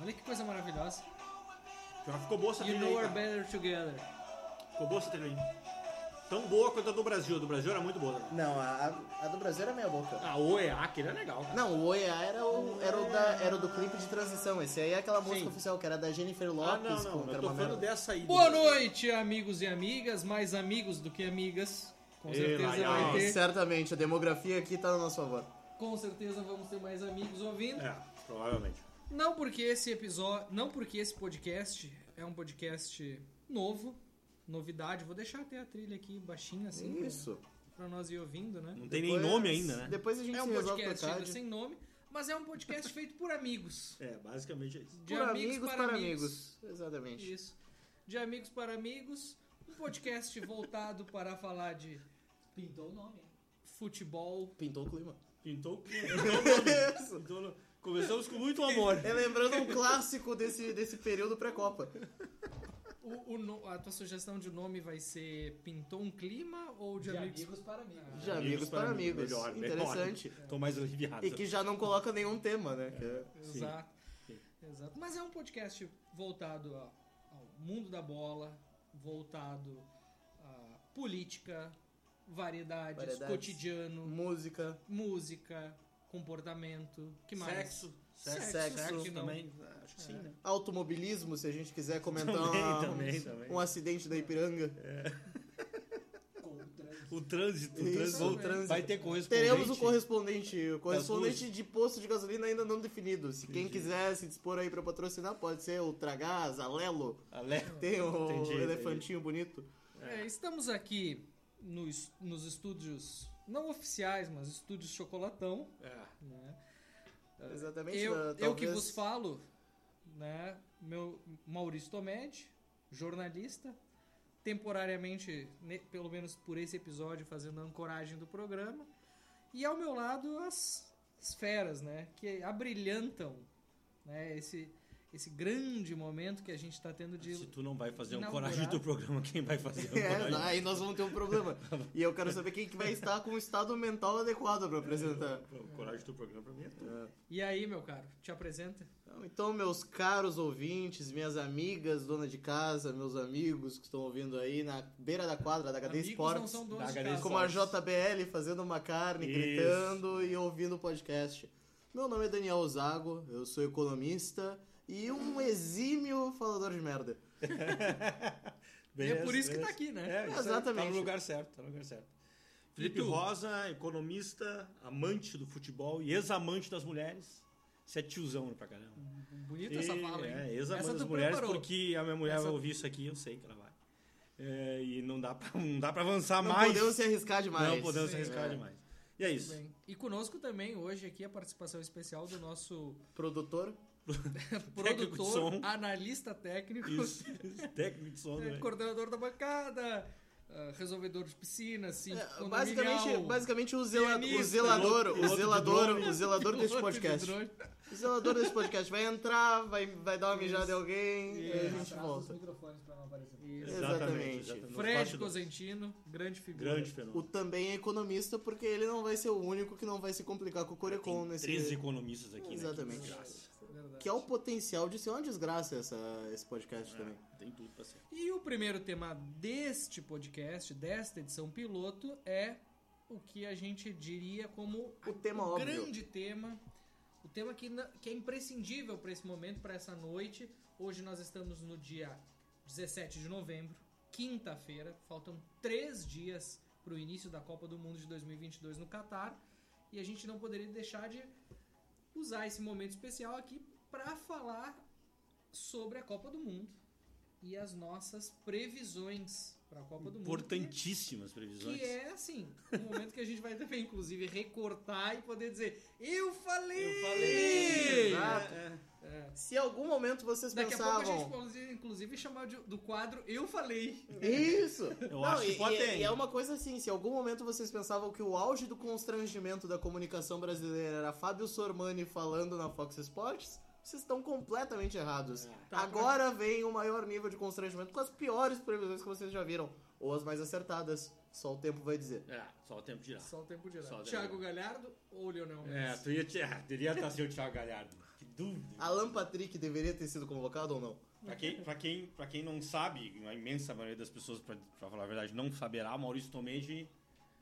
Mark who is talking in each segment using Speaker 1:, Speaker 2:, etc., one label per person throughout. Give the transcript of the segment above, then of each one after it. Speaker 1: Olha que coisa maravilhosa.
Speaker 2: Já ficou boa essa
Speaker 1: You
Speaker 2: trilha
Speaker 1: know
Speaker 2: Tá aí,
Speaker 1: we're
Speaker 2: cara.
Speaker 1: better together.
Speaker 2: Ficou boa essa trilha aí. Tão boa quanto a do Brasil. A do Brasil era muito boa. Né?
Speaker 3: Não, a, a- a do Brasil era meia boca.
Speaker 1: Ah,
Speaker 2: A OEA, aquele é legal. cara.
Speaker 3: Não, o OEA era o, era o, da, era o do clipe de transição. Esse aí é aquela música
Speaker 2: Sim.
Speaker 3: oficial que era da Jennifer
Speaker 2: Ah,
Speaker 3: Lopez
Speaker 2: não, não.
Speaker 3: com
Speaker 2: Eu tô
Speaker 3: Carmamelo.
Speaker 2: falando dessa aí. do
Speaker 1: Boa
Speaker 2: Brasil.
Speaker 1: noite, amigos e amigas, mais amigos do que amigas. Com
Speaker 2: Ei,
Speaker 1: certeza
Speaker 2: Laial.
Speaker 1: vai ter.
Speaker 3: Ah, Certamente, a demografia aqui tá no nosso favor.
Speaker 1: Com certeza vamos ter mais amigos ouvindo.
Speaker 2: É, provavelmente.
Speaker 1: Não porque esse episódio, não porque esse podcast é um podcast novo, novidade. Vou deixar até a trilha aqui baixinha assim, pra-
Speaker 3: Isso.
Speaker 1: pra nós ir ouvindo, né?
Speaker 2: Não tem nem
Speaker 3: Depois-
Speaker 2: nome ainda, né?
Speaker 3: Depois a gente
Speaker 1: É um
Speaker 3: se resolve por
Speaker 1: podcast ainda
Speaker 3: card.
Speaker 1: sem nome, mas é um podcast feito por amigos.
Speaker 2: É, basicamente é isso.
Speaker 1: De
Speaker 3: Por amigos para amigos. Exatamente.
Speaker 1: Isso. De amigos para amigos, um podcast voltado para falar de pintou o nome, hein? futebol,
Speaker 3: Pintou o clima.
Speaker 2: Pintou o clima. Pintou o nome. Pintou o nome. Começamos com muito amor.
Speaker 3: É lembrando um clássico desse, desse período pré-copa.
Speaker 1: O- o no- a tua sugestão de nome vai ser Pintou um Clima ou de, amigos? para amigos.
Speaker 3: De amigos para amigos.
Speaker 2: Melhor, melhor.
Speaker 3: Interessante.
Speaker 2: Tô mais aliviado.
Speaker 3: E que já não coloca nenhum tema, né? Que é-
Speaker 2: Sim.
Speaker 1: Exato. Exato. Mas é um podcast voltado a- ao mundo da bola, voltado a política, variedades,
Speaker 3: Variedades.
Speaker 1: cotidiano,
Speaker 3: Música.
Speaker 1: música, comportamento, que mais?
Speaker 2: Sexo.
Speaker 1: Sexo,
Speaker 3: Sexo
Speaker 1: claro que não.
Speaker 2: também. Acho que sim, né?
Speaker 3: Automobilismo, se a gente quiser comentar
Speaker 2: Também,
Speaker 3: uma-
Speaker 2: também,
Speaker 3: um,
Speaker 2: também.
Speaker 3: um acidente da Ipiranga.
Speaker 2: O trânsito. O
Speaker 3: Isso,
Speaker 2: trânsito.
Speaker 3: o trânsito.
Speaker 2: Vai ter correspondente.
Speaker 3: Teremos o correspondente, o correspondente
Speaker 2: duas.
Speaker 3: de posto de gasolina ainda não definido. Se quem quiser se dispor aí pra patrocinar, pode ser o Tragás, Alelo,
Speaker 2: Ale...
Speaker 1: Ah,
Speaker 3: tem o
Speaker 2: Entendi, entendi.
Speaker 3: elefantinho bonito.
Speaker 1: É, estamos aqui nos, nos estúdios, não oficiais, mas estúdios Chocolatão,
Speaker 2: É.
Speaker 1: né?
Speaker 3: Exatamente.
Speaker 1: Eu,
Speaker 3: né,
Speaker 1: eu que
Speaker 3: talvez-
Speaker 1: vos falo, né? Meu Maurício Tomedi, jornalista, temporariamente, ne- pelo menos por esse episódio, fazendo a ancoragem do programa. E ao meu lado as, as feras, né? Que abrilhantam né, esse, esse grande momento que a gente está tendo de.
Speaker 2: Se tu não vai fazer um
Speaker 1: Inaugurado.
Speaker 2: coragem do programa, quem vai fazer um
Speaker 3: É,
Speaker 2: coragem?
Speaker 3: aí nós vamos ter um problema. E eu quero saber quem que vai estar com o estado mental adequado pra apresentar.
Speaker 2: O coragem do programa pra mim é tu.
Speaker 1: E aí, meu caro, te apresenta?
Speaker 3: Então, Então, meus caros ouvintes, minhas amigas, dona de casa, meus amigos que estão ouvindo aí na beira da quadra da HD
Speaker 1: Amigos
Speaker 3: Sports.
Speaker 1: não são
Speaker 2: da
Speaker 1: donos de
Speaker 2: HD
Speaker 1: casa.
Speaker 3: Como a JBL fazendo uma carne,
Speaker 2: Isso.
Speaker 3: gritando e ouvindo o podcast. Meu nome é Daniel Zago, eu sou economista e um exímio falador de merda.
Speaker 1: E é por isso que tá aqui, né?
Speaker 2: É, isso aí, Tá
Speaker 3: Exatamente.
Speaker 2: no lugar certo, tá no lugar certo. Felipe
Speaker 1: E tu?
Speaker 2: Rosa, economista, amante do futebol e ex-amante das mulheres. Você é tiozão pra caramba.
Speaker 1: Bonita essa
Speaker 2: É. E,
Speaker 1: fala, hein?
Speaker 2: É, ex-amante
Speaker 1: Essa
Speaker 2: das
Speaker 1: tu
Speaker 2: mulheres,
Speaker 1: preparou.
Speaker 2: porque a minha mulher
Speaker 1: Essa
Speaker 2: vai
Speaker 1: tu-
Speaker 2: ouvir isso aqui, eu sei que ela vai. É, e não dá pra, não dá pra avançar
Speaker 3: Não
Speaker 2: mais.
Speaker 3: podemos se arriscar demais.
Speaker 2: Não podemos se
Speaker 1: Sim,
Speaker 2: arriscar
Speaker 3: é.
Speaker 2: demais. E é isso.
Speaker 1: Bem, E conosco também hoje aqui a participação especial do nosso
Speaker 3: Produtor?
Speaker 2: Técnico de
Speaker 1: produtor,
Speaker 2: som.
Speaker 1: analista técnico,
Speaker 2: Isso. Técnico de som,
Speaker 1: eh,
Speaker 2: né?
Speaker 1: coordenador da bancada, ah, resolvedor de piscinas, sim,
Speaker 3: É, basicamente, basicamente o, zela, o
Speaker 1: pianista,
Speaker 3: zelador,
Speaker 2: piloto-
Speaker 3: o zelador, o zelador desse
Speaker 1: desse
Speaker 3: podcast. O zelador desse podcast vai entrar, vai, vai dar uma mijada em alguém e
Speaker 1: É.
Speaker 3: aí a gente volta. Exatamente.
Speaker 2: Nos
Speaker 1: Fred
Speaker 2: bastidores.
Speaker 1: Cosentino, grande figura.
Speaker 2: Grande
Speaker 3: O
Speaker 2: fenômeno.
Speaker 3: também é economista, porque ele não vai ser o único que não vai se complicar com o Corecon
Speaker 2: Tem
Speaker 3: nesse.
Speaker 2: 13 economistas aqui. né?
Speaker 3: Exatamente.
Speaker 2: Que desgraça.
Speaker 1: Verdade.
Speaker 3: Que é o potencial de ser uma desgraça essa, esse podcast também.
Speaker 2: É, tem tudo pra ser.
Speaker 1: E o primeiro tema deste podcast, desta edição piloto, é o que a gente diria como
Speaker 3: O tema
Speaker 1: o
Speaker 3: óbvio.
Speaker 1: Um grande tema, o tema que, na- que é imprescindível para esse momento, para essa noite. Hoje nós estamos no dia 17 de novembro, quinta-feira, faltam três dias para o início da Copa do Mundo de 2022 no Catar e a gente não poderia deixar de usar esse momento especial aqui para falar sobre a Copa do Mundo e as nossas previsões para a Copa do Mundo. que-
Speaker 2: Importantíssimas previsões.
Speaker 1: Que é assim, um momento que a gente vai também, inclusive, recortar e poder dizer: Eu falei!
Speaker 2: Eu
Speaker 1: é.
Speaker 2: falei!
Speaker 3: Exato. Se em algum momento vocês
Speaker 1: Daqui a pouco a gente
Speaker 3: pensavam.
Speaker 1: pode, inclusive, chamar de- do quadro Eu Falei.
Speaker 3: Isso!
Speaker 2: Eu acho que
Speaker 3: e,
Speaker 2: pode
Speaker 3: e-
Speaker 2: ter,
Speaker 3: e
Speaker 2: hein?
Speaker 3: é uma coisa assim, se em algum momento vocês pensavam que o auge do constrangimento da comunicação brasileira era Fábio Sormani falando na Fox Sports, vocês estão completamente errados.
Speaker 1: Tá,
Speaker 3: Agora vem o maior nível de constrangimento com as piores previsões que vocês já viram. Ou as mais acertadas. Só o tempo vai dizer.
Speaker 2: É, só o tempo dirá.
Speaker 1: Só o tempo de
Speaker 2: Só o tempo
Speaker 1: Thiago Galhardo ou Leonel
Speaker 2: É,
Speaker 1: Messi?
Speaker 2: tu ia te... ah, teria estar seu Thiago Galhardo. Que dúvida.
Speaker 3: Alan Patrick deveria ter sido convocado ou não?
Speaker 2: Pra quem, pra, quem, pra quem não sabe, a imensa maioria das pessoas, pra, pra falar a verdade, não saberá, Maurício Tomedi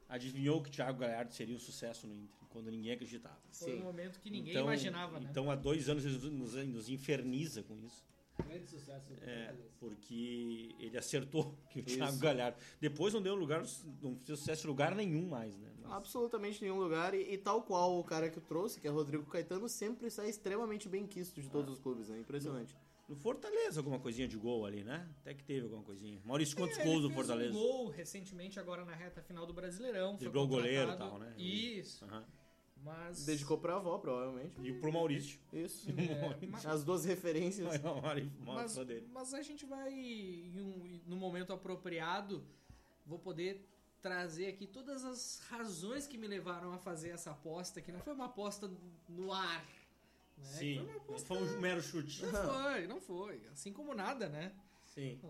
Speaker 2: adivinhou que Thiago Galhardo seria um sucesso no Inter, quando ninguém acreditava.
Speaker 1: Foi um momento que ninguém
Speaker 2: Então-
Speaker 1: imaginava, né?
Speaker 2: Então há dois anos ele nos, nos inferniza com isso,
Speaker 4: Grande sucesso.
Speaker 2: é. porque ele acertou que o
Speaker 3: Isso.
Speaker 2: Thiago Galhardo... Depois não deu lugar, não fez sucesso em lugar nenhum mais, né? Mas-
Speaker 3: Absolutamente nenhum lugar. E, e tal qual o cara que eu trouxe, que é Rodrigo Caetano, sempre sai extremamente bem quisto de todos os clubes, né? Impressionante.
Speaker 2: No Fortaleza, alguma coisinha de gol ali, né? Até que teve alguma coisinha. Maurício, quantos
Speaker 1: É, ele
Speaker 2: gols do
Speaker 1: fez
Speaker 2: Fortaleza?
Speaker 1: Um gol recentemente, agora na reta final do Brasileirão. foi
Speaker 2: Driblou o goleiro e
Speaker 1: contratado.
Speaker 2: tal, né?
Speaker 1: Isso,
Speaker 2: Aham.
Speaker 1: mas.
Speaker 3: Dedicou pra avó, provavelmente.
Speaker 2: E pro Maurício.
Speaker 3: Isso.
Speaker 1: É, ma-
Speaker 3: As duas referências.
Speaker 2: Maior- maior- maior
Speaker 1: mas,
Speaker 2: fã dele.
Speaker 1: mas a gente vai, em um- no momento apropriado, vou poder trazer aqui todas as razões que me levaram a fazer essa aposta, que não foi uma aposta no ar. Né?
Speaker 2: Sim.
Speaker 1: Foi uma
Speaker 2: Não
Speaker 1: aposta...
Speaker 2: foi um mero chute.
Speaker 1: Não foi, não foi. Assim como nada, né?
Speaker 2: Sim.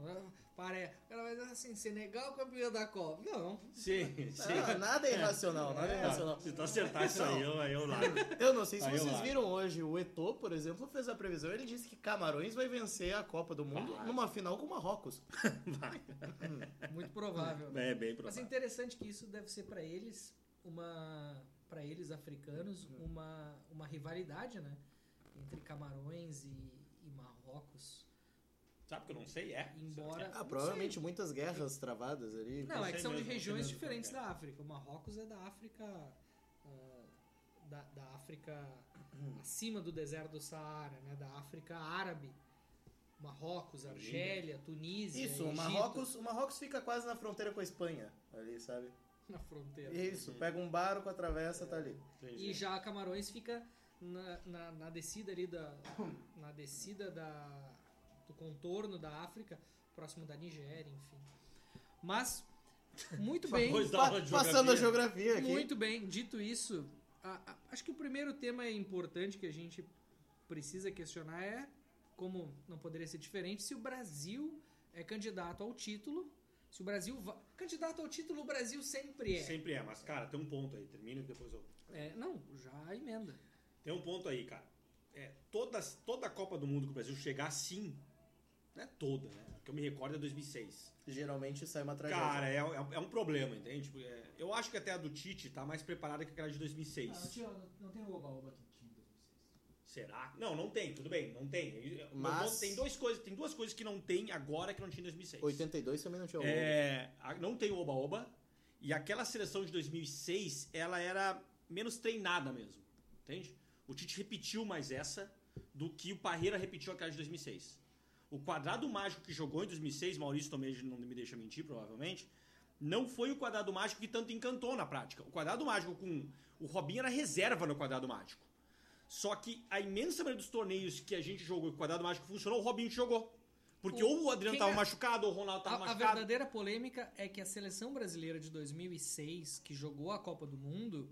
Speaker 1: Pare... O cara vai dizer assim, Senegal campeão da Copa. Não,
Speaker 2: Sim, sim.
Speaker 3: Ah, nada é irracional, nada é irracional.
Speaker 2: Ah, Se tu acertar isso aí, eu, eu largo.
Speaker 3: Eu não sei se
Speaker 2: Aí eu
Speaker 3: vocês
Speaker 2: acho.
Speaker 3: viram hoje, o Eto'o, por exemplo, fez a previsão. Ele disse que Camarões vai vencer a Copa do Mundo numa final com Marrocos.
Speaker 1: muito provável. né?
Speaker 2: É bem
Speaker 1: Mas é
Speaker 2: provável.
Speaker 1: interessante que isso deve ser para eles uma para eles africanos
Speaker 3: Uhum.
Speaker 1: uma uma rivalidade, né? Entre Camarões e, e Marrocos.
Speaker 2: Sabe que eu não sei? É.
Speaker 1: Embora
Speaker 3: Ah, provavelmente muitas guerras travadas ali.
Speaker 1: não, é que
Speaker 2: sei
Speaker 1: são de
Speaker 2: mesmo, não sei
Speaker 1: regiões
Speaker 2: mesmo qual
Speaker 1: diferentes
Speaker 2: que é.
Speaker 1: da África. O Marrocos é da África ah, da, da África
Speaker 3: Uhum.
Speaker 1: acima do deserto do Saara, né? Da África árabe. Marrocos, Argélia, Tunísia,
Speaker 3: Isso, o
Speaker 1: Egito,
Speaker 3: Marrocos, o Marrocos fica quase na fronteira com a Espanha, ali, sabe?
Speaker 1: na fronteira.
Speaker 3: Isso, pega um barco, atravessa, tá ali.
Speaker 1: E já Camarões fica na, na, na descida ali da. Na descida da, do contorno da África, próximo da Nigéria, enfim. Mas, muito bem.
Speaker 2: Famoso da
Speaker 3: Pa-
Speaker 2: aula de
Speaker 3: passando a
Speaker 2: geografia.
Speaker 3: geografia aqui.
Speaker 1: Muito bem. Dito isso, a- a- acho que o primeiro tema importante que a gente precisa questionar é, como não poderia ser diferente, se o Brasil é candidato ao título. Se o Brasil. va- Candidato ao título, o Brasil sempre é.
Speaker 2: Sempre é, mas cara, tem um ponto aí. Termina e depois eu.
Speaker 1: é não, já emenda.
Speaker 2: Tem um ponto aí, cara. É, todas, toda a Copa do Mundo que o Brasil chegar assim, não é toda, né? Que eu me recordo é 2006.
Speaker 3: Geralmente sai uma tragédia.
Speaker 2: Cara, é, é- é um problema, entende? Tipo, é, eu acho que até a do Tite tá mais preparada que aquela de 2006.
Speaker 1: Ah,
Speaker 4: não tem o oba-oba do time de vocês.
Speaker 2: Será? Não, não tem, tudo bem, não tem. Eu- eu-
Speaker 3: Mas-
Speaker 2: não- tem, dois coisas, tem duas coisas que não tem agora que não tinha em 2006.
Speaker 3: 82 também não tinha o
Speaker 2: É, a- não tem o Oba-Oba. E aquela seleção de 2006, ela era menos treinada mesmo, entende? O Tite repetiu mais essa do que o Parreira repetiu aquela de 2006. O quadrado mágico que jogou em 2006, Maurício também não me deixa mentir, provavelmente, não foi o quadrado mágico que tanto encantou na prática. O quadrado mágico com... O Robinho era reserva no quadrado mágico. Só que a imensa maioria dos torneios que a gente jogou e o quadrado mágico funcionou, o Robinho jogou. Porque
Speaker 1: O-
Speaker 2: ou o
Speaker 1: quem
Speaker 2: Adriano estava
Speaker 1: é-
Speaker 2: machucado, ou o Ronaldo estava
Speaker 1: A, a
Speaker 2: machucado.
Speaker 1: verdadeira polêmica é que a seleção brasileira de 2006, que jogou a Copa do Mundo,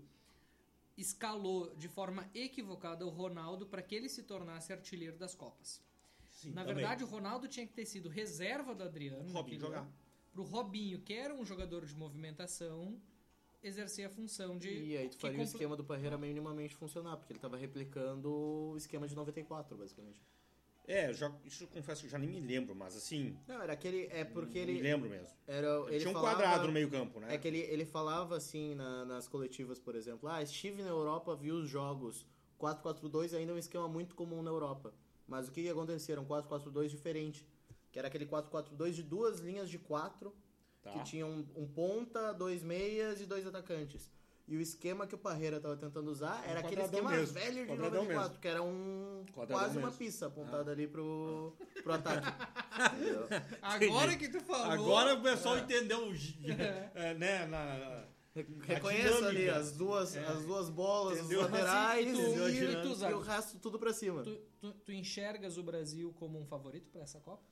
Speaker 1: escalou de forma equivocada o Ronaldo para que ele se tornasse artilheiro das Copas.
Speaker 2: Sim,
Speaker 1: Na
Speaker 2: também.
Speaker 1: verdade, o Ronaldo tinha que ter sido reserva do Adriano.
Speaker 2: Robinho jogar.
Speaker 1: Para o Robinho, que era um jogador de movimentação, exercer a função de.
Speaker 3: E aí tu
Speaker 1: que
Speaker 3: faria o
Speaker 1: comple-
Speaker 3: esquema do Parreira minimamente funcionar, porque ele tava replicando o esquema de 94, basicamente.
Speaker 2: É, eu já, isso eu confesso que eu já nem me lembro, mas assim.
Speaker 3: Não, era aquele... É porque
Speaker 2: me
Speaker 3: ele...
Speaker 2: lembro mesmo.
Speaker 3: Era, ele
Speaker 2: Tinha um
Speaker 3: falava-
Speaker 2: quadrado no meio-campo, né?
Speaker 3: É que ele, ele falava assim na- nas coletivas, por exemplo, ah, estive na Europa, vi os jogos. 4-4-2 ainda é um esquema muito comum na Europa. Mas o que, que acontecia? Era um 4-4-2 diferente. Que era aquele 4-4-2 de duas linhas de quatro,
Speaker 2: Tá.
Speaker 3: que tinha um, um ponta, dois meias e dois atacantes. E o esquema que o Parreira estava tentando usar era aquele
Speaker 2: Um quadradão
Speaker 3: esquema
Speaker 2: mesmo,
Speaker 3: velho de
Speaker 2: quadradão
Speaker 3: 94, que era um
Speaker 2: Quadradão
Speaker 3: quase
Speaker 2: mesmo.
Speaker 3: uma
Speaker 2: Ah.
Speaker 3: pizza apontada ali pro, pro ataque. Entendeu?
Speaker 1: Agora que tu falou.
Speaker 2: Agora o pessoal entendeu, o gi- é, né? na-
Speaker 3: Reconheça ali
Speaker 2: dinâmica. É.
Speaker 3: as duas, as duas bolas,
Speaker 2: Entendeu?
Speaker 3: os laterais
Speaker 1: Assim, tu-
Speaker 3: entendeu?
Speaker 1: e tu,
Speaker 3: Tirando, e,
Speaker 1: Zago?
Speaker 3: o resto tudo pra cima.
Speaker 1: Tu, tu- tu enxergas o Brasil como um favorito para essa Copa?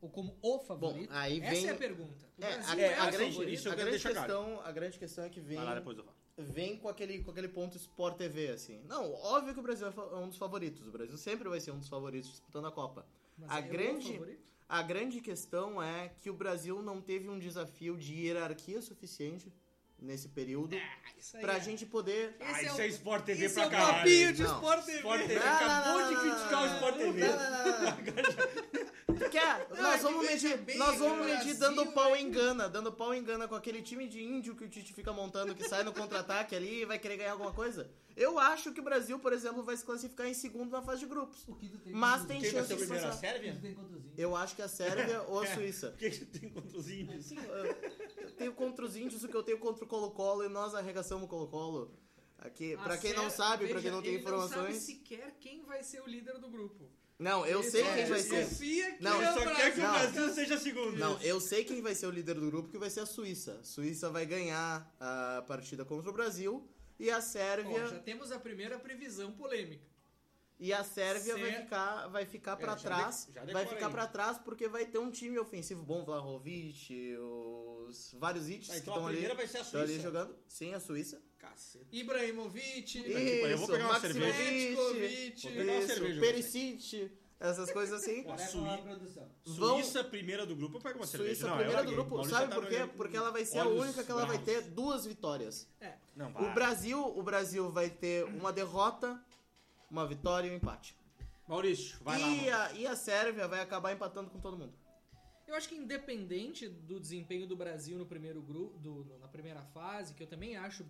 Speaker 1: Ou como o favorito?
Speaker 3: aí vem-
Speaker 1: Essa é a pergunta. O
Speaker 3: É, a,
Speaker 1: Brasil
Speaker 2: é
Speaker 3: a
Speaker 1: o
Speaker 3: grande,
Speaker 1: favorito?
Speaker 2: isso eu
Speaker 3: a
Speaker 2: quero
Speaker 3: grande
Speaker 2: deixar claro.
Speaker 3: questão, a grande questão é que vem,
Speaker 2: Vai lá, depois eu falo.
Speaker 3: vem com, aquele, com aquele ponto Sport TV, assim. Não, óbvio que o Brasil é fa- é um dos favoritos. O Brasil sempre vai ser um dos favoritos disputando a Copa.
Speaker 1: Mas
Speaker 3: a
Speaker 1: é o
Speaker 3: grande-
Speaker 1: favorito?
Speaker 3: A grande questão é que o Brasil não teve um desafio de hierarquia suficiente nesse período
Speaker 1: Ah, isso aí
Speaker 3: pra
Speaker 1: é-
Speaker 3: gente poder.
Speaker 1: Esse
Speaker 2: ah,
Speaker 1: é
Speaker 2: isso
Speaker 1: o-
Speaker 2: é Sport TV
Speaker 1: Isso
Speaker 2: pra
Speaker 1: é o
Speaker 2: caralho.
Speaker 1: papinho de
Speaker 3: Não.
Speaker 1: Sport TV.
Speaker 2: Sport TV
Speaker 3: Não, não,
Speaker 2: acabou
Speaker 3: não,
Speaker 2: de
Speaker 3: não,
Speaker 2: criticar o
Speaker 3: não,
Speaker 2: Sport TV.
Speaker 3: Não, não, não, não. Tu quer?
Speaker 1: é
Speaker 3: nós
Speaker 1: que
Speaker 3: vamos
Speaker 1: veja
Speaker 3: medir,
Speaker 1: bem,
Speaker 3: nós
Speaker 1: no
Speaker 3: vamos medir
Speaker 1: Brasil,
Speaker 3: dando pau
Speaker 1: é
Speaker 3: em Gana, dando pau em Gana com aquele time de índio que o Tite fica montando, que sai no contra-ataque ali e vai querer ganhar alguma coisa. Eu acho que o Brasil, por exemplo, vai se classificar em segundo na fase de grupos.
Speaker 4: O que tu tem
Speaker 3: Mas
Speaker 1: é
Speaker 4: contra os
Speaker 3: tem
Speaker 2: Quem vai
Speaker 3: chance
Speaker 2: ser o
Speaker 3: de
Speaker 2: primeiro? A
Speaker 3: passar.
Speaker 4: índios? O que tu
Speaker 2: Sérvia?
Speaker 4: tem contra os índios?
Speaker 3: Eu acho que a Sérvia ou a Suíça.
Speaker 2: O que que você tem contra os índios?
Speaker 3: Eu tenho contra os índios o que eu tenho contra o Colo-Colo e nós arregaçamos o Colo-Colo. Aqui,
Speaker 1: A
Speaker 3: É, pra quem não
Speaker 1: Sé-
Speaker 3: sabe,
Speaker 1: Ah,
Speaker 3: pra
Speaker 1: veja,
Speaker 3: quem não tem
Speaker 1: ele Não sabe
Speaker 3: informações.
Speaker 1: sequer quem vai ser o líder do grupo.
Speaker 3: Não, eu
Speaker 1: Ele
Speaker 3: sei
Speaker 1: só
Speaker 3: quem vai ser.
Speaker 1: Desconfia que
Speaker 3: Não,
Speaker 1: é
Speaker 2: Eu
Speaker 1: o
Speaker 2: só quero que o
Speaker 3: Não.
Speaker 2: Brasil seja segundo. Tá,
Speaker 3: Não, eu sei quem vai ser o líder do grupo, que vai ser a Suíça. Suíça vai ganhar a partida contra o Brasil e a Sérvia
Speaker 1: Ó, já temos a primeira previsão polêmica.
Speaker 3: e a Sérvia vai
Speaker 1: Sé-
Speaker 3: ficar vai ficar para
Speaker 2: É, já
Speaker 3: trás,
Speaker 2: de- já decora
Speaker 3: vai ficar
Speaker 2: aí.
Speaker 3: para trás porque vai ter um time ofensivo bom, Vlahovic, os vários hits
Speaker 2: Tá,
Speaker 3: que
Speaker 2: então
Speaker 3: estão
Speaker 2: a
Speaker 3: ali,
Speaker 2: primeira vai ser a
Speaker 3: estão ali
Speaker 2: Suíça.
Speaker 3: jogando. Sim, a Suíça.
Speaker 2: Caceta.
Speaker 1: Ibrahimovic,
Speaker 2: E- que pariu, tipo, eu vou pegar uma cerveja.
Speaker 1: Petkovic,
Speaker 2: Vou pegar uma cerveja,
Speaker 3: Isso, Perisic, essas coisas assim.
Speaker 2: Ó,
Speaker 4: Vai
Speaker 2: Suí-
Speaker 4: falar a produção.
Speaker 3: Vão-
Speaker 2: Suíça, primeira do grupo, eu pego uma cerveja.
Speaker 3: Suíça,
Speaker 2: Não, eu
Speaker 3: primeira do
Speaker 2: larguei.
Speaker 3: grupo.
Speaker 2: Maurício
Speaker 3: Sabe
Speaker 2: tá
Speaker 3: por quê?
Speaker 2: olhando-
Speaker 3: Porque ela vai ser a
Speaker 2: Olhos
Speaker 3: única que ela vai ter
Speaker 2: bravos.
Speaker 3: duas vitórias.
Speaker 1: É,
Speaker 2: Não,
Speaker 3: O
Speaker 2: para.
Speaker 3: Brasil, o Brasil vai ter uma derrota, uma vitória e um empate.
Speaker 2: Maurício, vai lá.
Speaker 3: e,
Speaker 2: Maurício.
Speaker 3: a, e a Sérvia vai acabar empatando com todo mundo.
Speaker 1: Eu acho que independente do desempenho do Brasil no primeiro grupo, do- no- na primeira fase, que eu também acho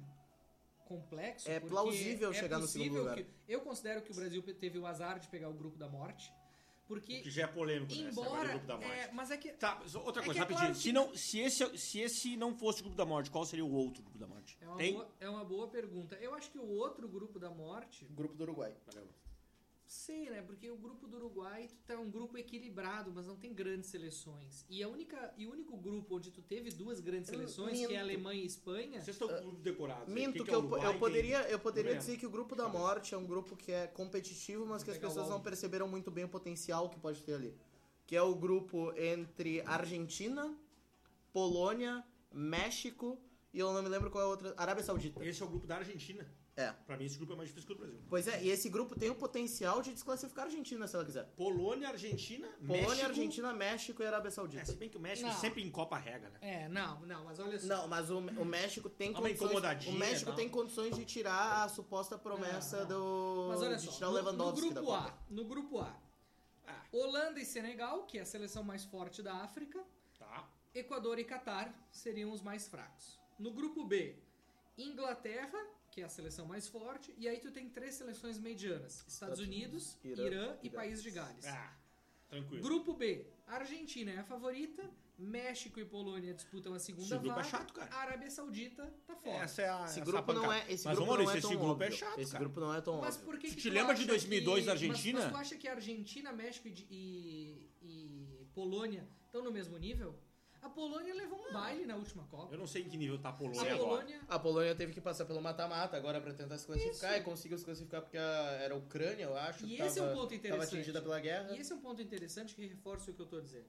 Speaker 1: complexo.
Speaker 3: É
Speaker 1: porque
Speaker 3: plausível
Speaker 1: é
Speaker 3: chegar no
Speaker 1: possível
Speaker 3: segundo lugar.
Speaker 1: que- eu considero que o Brasil pe- teve o azar de pegar o grupo da morte, porque
Speaker 2: O que já é polêmico, né? essa
Speaker 1: embora,
Speaker 2: agora do grupo da morte.
Speaker 1: é, mas é que
Speaker 2: Tá, mas outra
Speaker 1: É
Speaker 2: coisa,
Speaker 1: que é
Speaker 2: rapidinho.
Speaker 1: claro que-
Speaker 2: se, não, se, esse, se esse não fosse o grupo da morte, qual seria o outro grupo da morte?
Speaker 1: é uma,
Speaker 2: Tem?
Speaker 1: boa, é uma boa pergunta. Eu acho que o outro grupo da morte,
Speaker 3: Grupo do Uruguai.
Speaker 2: Valeu.
Speaker 1: sei, né? Porque o grupo do Uruguai tu tá um grupo equilibrado, mas não tem grandes seleções. E a única e o único grupo onde tu teve duas grandes
Speaker 3: Eu
Speaker 1: seleções, que é
Speaker 3: minto.
Speaker 1: a Alemanha e a Espanha,
Speaker 2: Vocês estão com o grupo decorado. né?
Speaker 3: Minto
Speaker 2: Quem
Speaker 3: que,
Speaker 2: é o
Speaker 3: eu,
Speaker 2: Uruguai,
Speaker 3: eu
Speaker 2: quem-
Speaker 3: poderia, eu poderia
Speaker 2: Não
Speaker 3: dizer que o Grupo da Morte é um grupo que é competitivo, mas que as
Speaker 1: Pegar
Speaker 3: pessoas
Speaker 1: o
Speaker 3: não
Speaker 1: alvo.
Speaker 3: perceberam muito bem o potencial que pode ter ali. Que é o grupo entre Argentina, Polônia, México e eu não me lembro qual é a outra. Arábia Saudita.
Speaker 2: Esse é o grupo da Argentina.
Speaker 3: É.
Speaker 2: Pra mim, esse grupo é mais difícil que o do Brasil.
Speaker 3: Pois é, e esse grupo tem o potencial de desclassificar a Argentina se ela quiser.
Speaker 2: Polônia, Argentina,
Speaker 3: Polônia,
Speaker 2: México.
Speaker 3: Argentina, México e Arábia
Speaker 2: É,
Speaker 3: Saudita.
Speaker 2: se bem que o México
Speaker 1: Não.
Speaker 2: sempre encopa a regra, né?
Speaker 1: É, não, não, mas olha só.
Speaker 3: Não, mas o, o México tem
Speaker 2: Dá uma
Speaker 3: condições.
Speaker 2: incomodadinha
Speaker 3: O México
Speaker 2: e tal.
Speaker 3: tem condições de tirar a suposta promessa
Speaker 1: Não, não.
Speaker 3: do.
Speaker 1: É, Mas olha
Speaker 3: de
Speaker 1: só,
Speaker 3: tirar o
Speaker 1: no, no
Speaker 3: Lewandowski da
Speaker 1: grupo
Speaker 3: Copa.
Speaker 1: A, no grupo A,
Speaker 2: Ah,
Speaker 1: Holanda e Senegal, que é a seleção mais forte da África,
Speaker 2: tá.
Speaker 1: Equador e Catar seriam os mais fracos. No grupo B, Inglaterra, que é a seleção mais forte, e aí tu tem três seleções medianas: Estados
Speaker 3: Estados
Speaker 1: Unidos,
Speaker 3: Irã,
Speaker 1: Irã, e
Speaker 3: Irã.
Speaker 1: País de Gales.
Speaker 2: Ah, tranquilo.
Speaker 1: Grupo B, Argentina é a favorita, México e Polônia disputam a segunda
Speaker 2: Esse grupo é
Speaker 1: vaga,
Speaker 2: chato, cara.
Speaker 1: a Arábia Saudita tá fora.
Speaker 2: Essa é a,
Speaker 3: Esse
Speaker 2: essa
Speaker 3: grupo
Speaker 2: a
Speaker 3: não
Speaker 2: pancada.
Speaker 3: é. Esse
Speaker 2: Mas,
Speaker 3: grupo
Speaker 2: Maurício,
Speaker 3: não é
Speaker 2: esse
Speaker 3: tão
Speaker 2: grupo
Speaker 3: óbvio.
Speaker 2: é chato,
Speaker 3: Esse
Speaker 2: cara.
Speaker 3: grupo não é tão
Speaker 1: Mas
Speaker 3: óbvio.
Speaker 1: por que
Speaker 2: Tu
Speaker 1: que
Speaker 2: te lembra de
Speaker 1: acha
Speaker 2: 2002
Speaker 1: que-
Speaker 2: da Argentina?
Speaker 1: Mas, mas tu acha que Argentina, México e, de- e- e Polônia estão no mesmo nível? A Polônia levou um baile na última Copa.
Speaker 2: Eu não sei em que nível tá a
Speaker 1: a
Speaker 2: Polônia agora.
Speaker 1: Polônia...
Speaker 3: A Polônia teve que passar pelo mata-mata agora pra tentar se classificar e conseguiu se classificar porque a- era a Ucrânia, eu acho.
Speaker 1: E
Speaker 3: que
Speaker 1: esse é um
Speaker 3: tava-
Speaker 1: ponto
Speaker 3: Tava
Speaker 1: interessante.
Speaker 3: atingida pela guerra.
Speaker 1: E esse é um ponto interessante que reforça o que eu estou dizendo.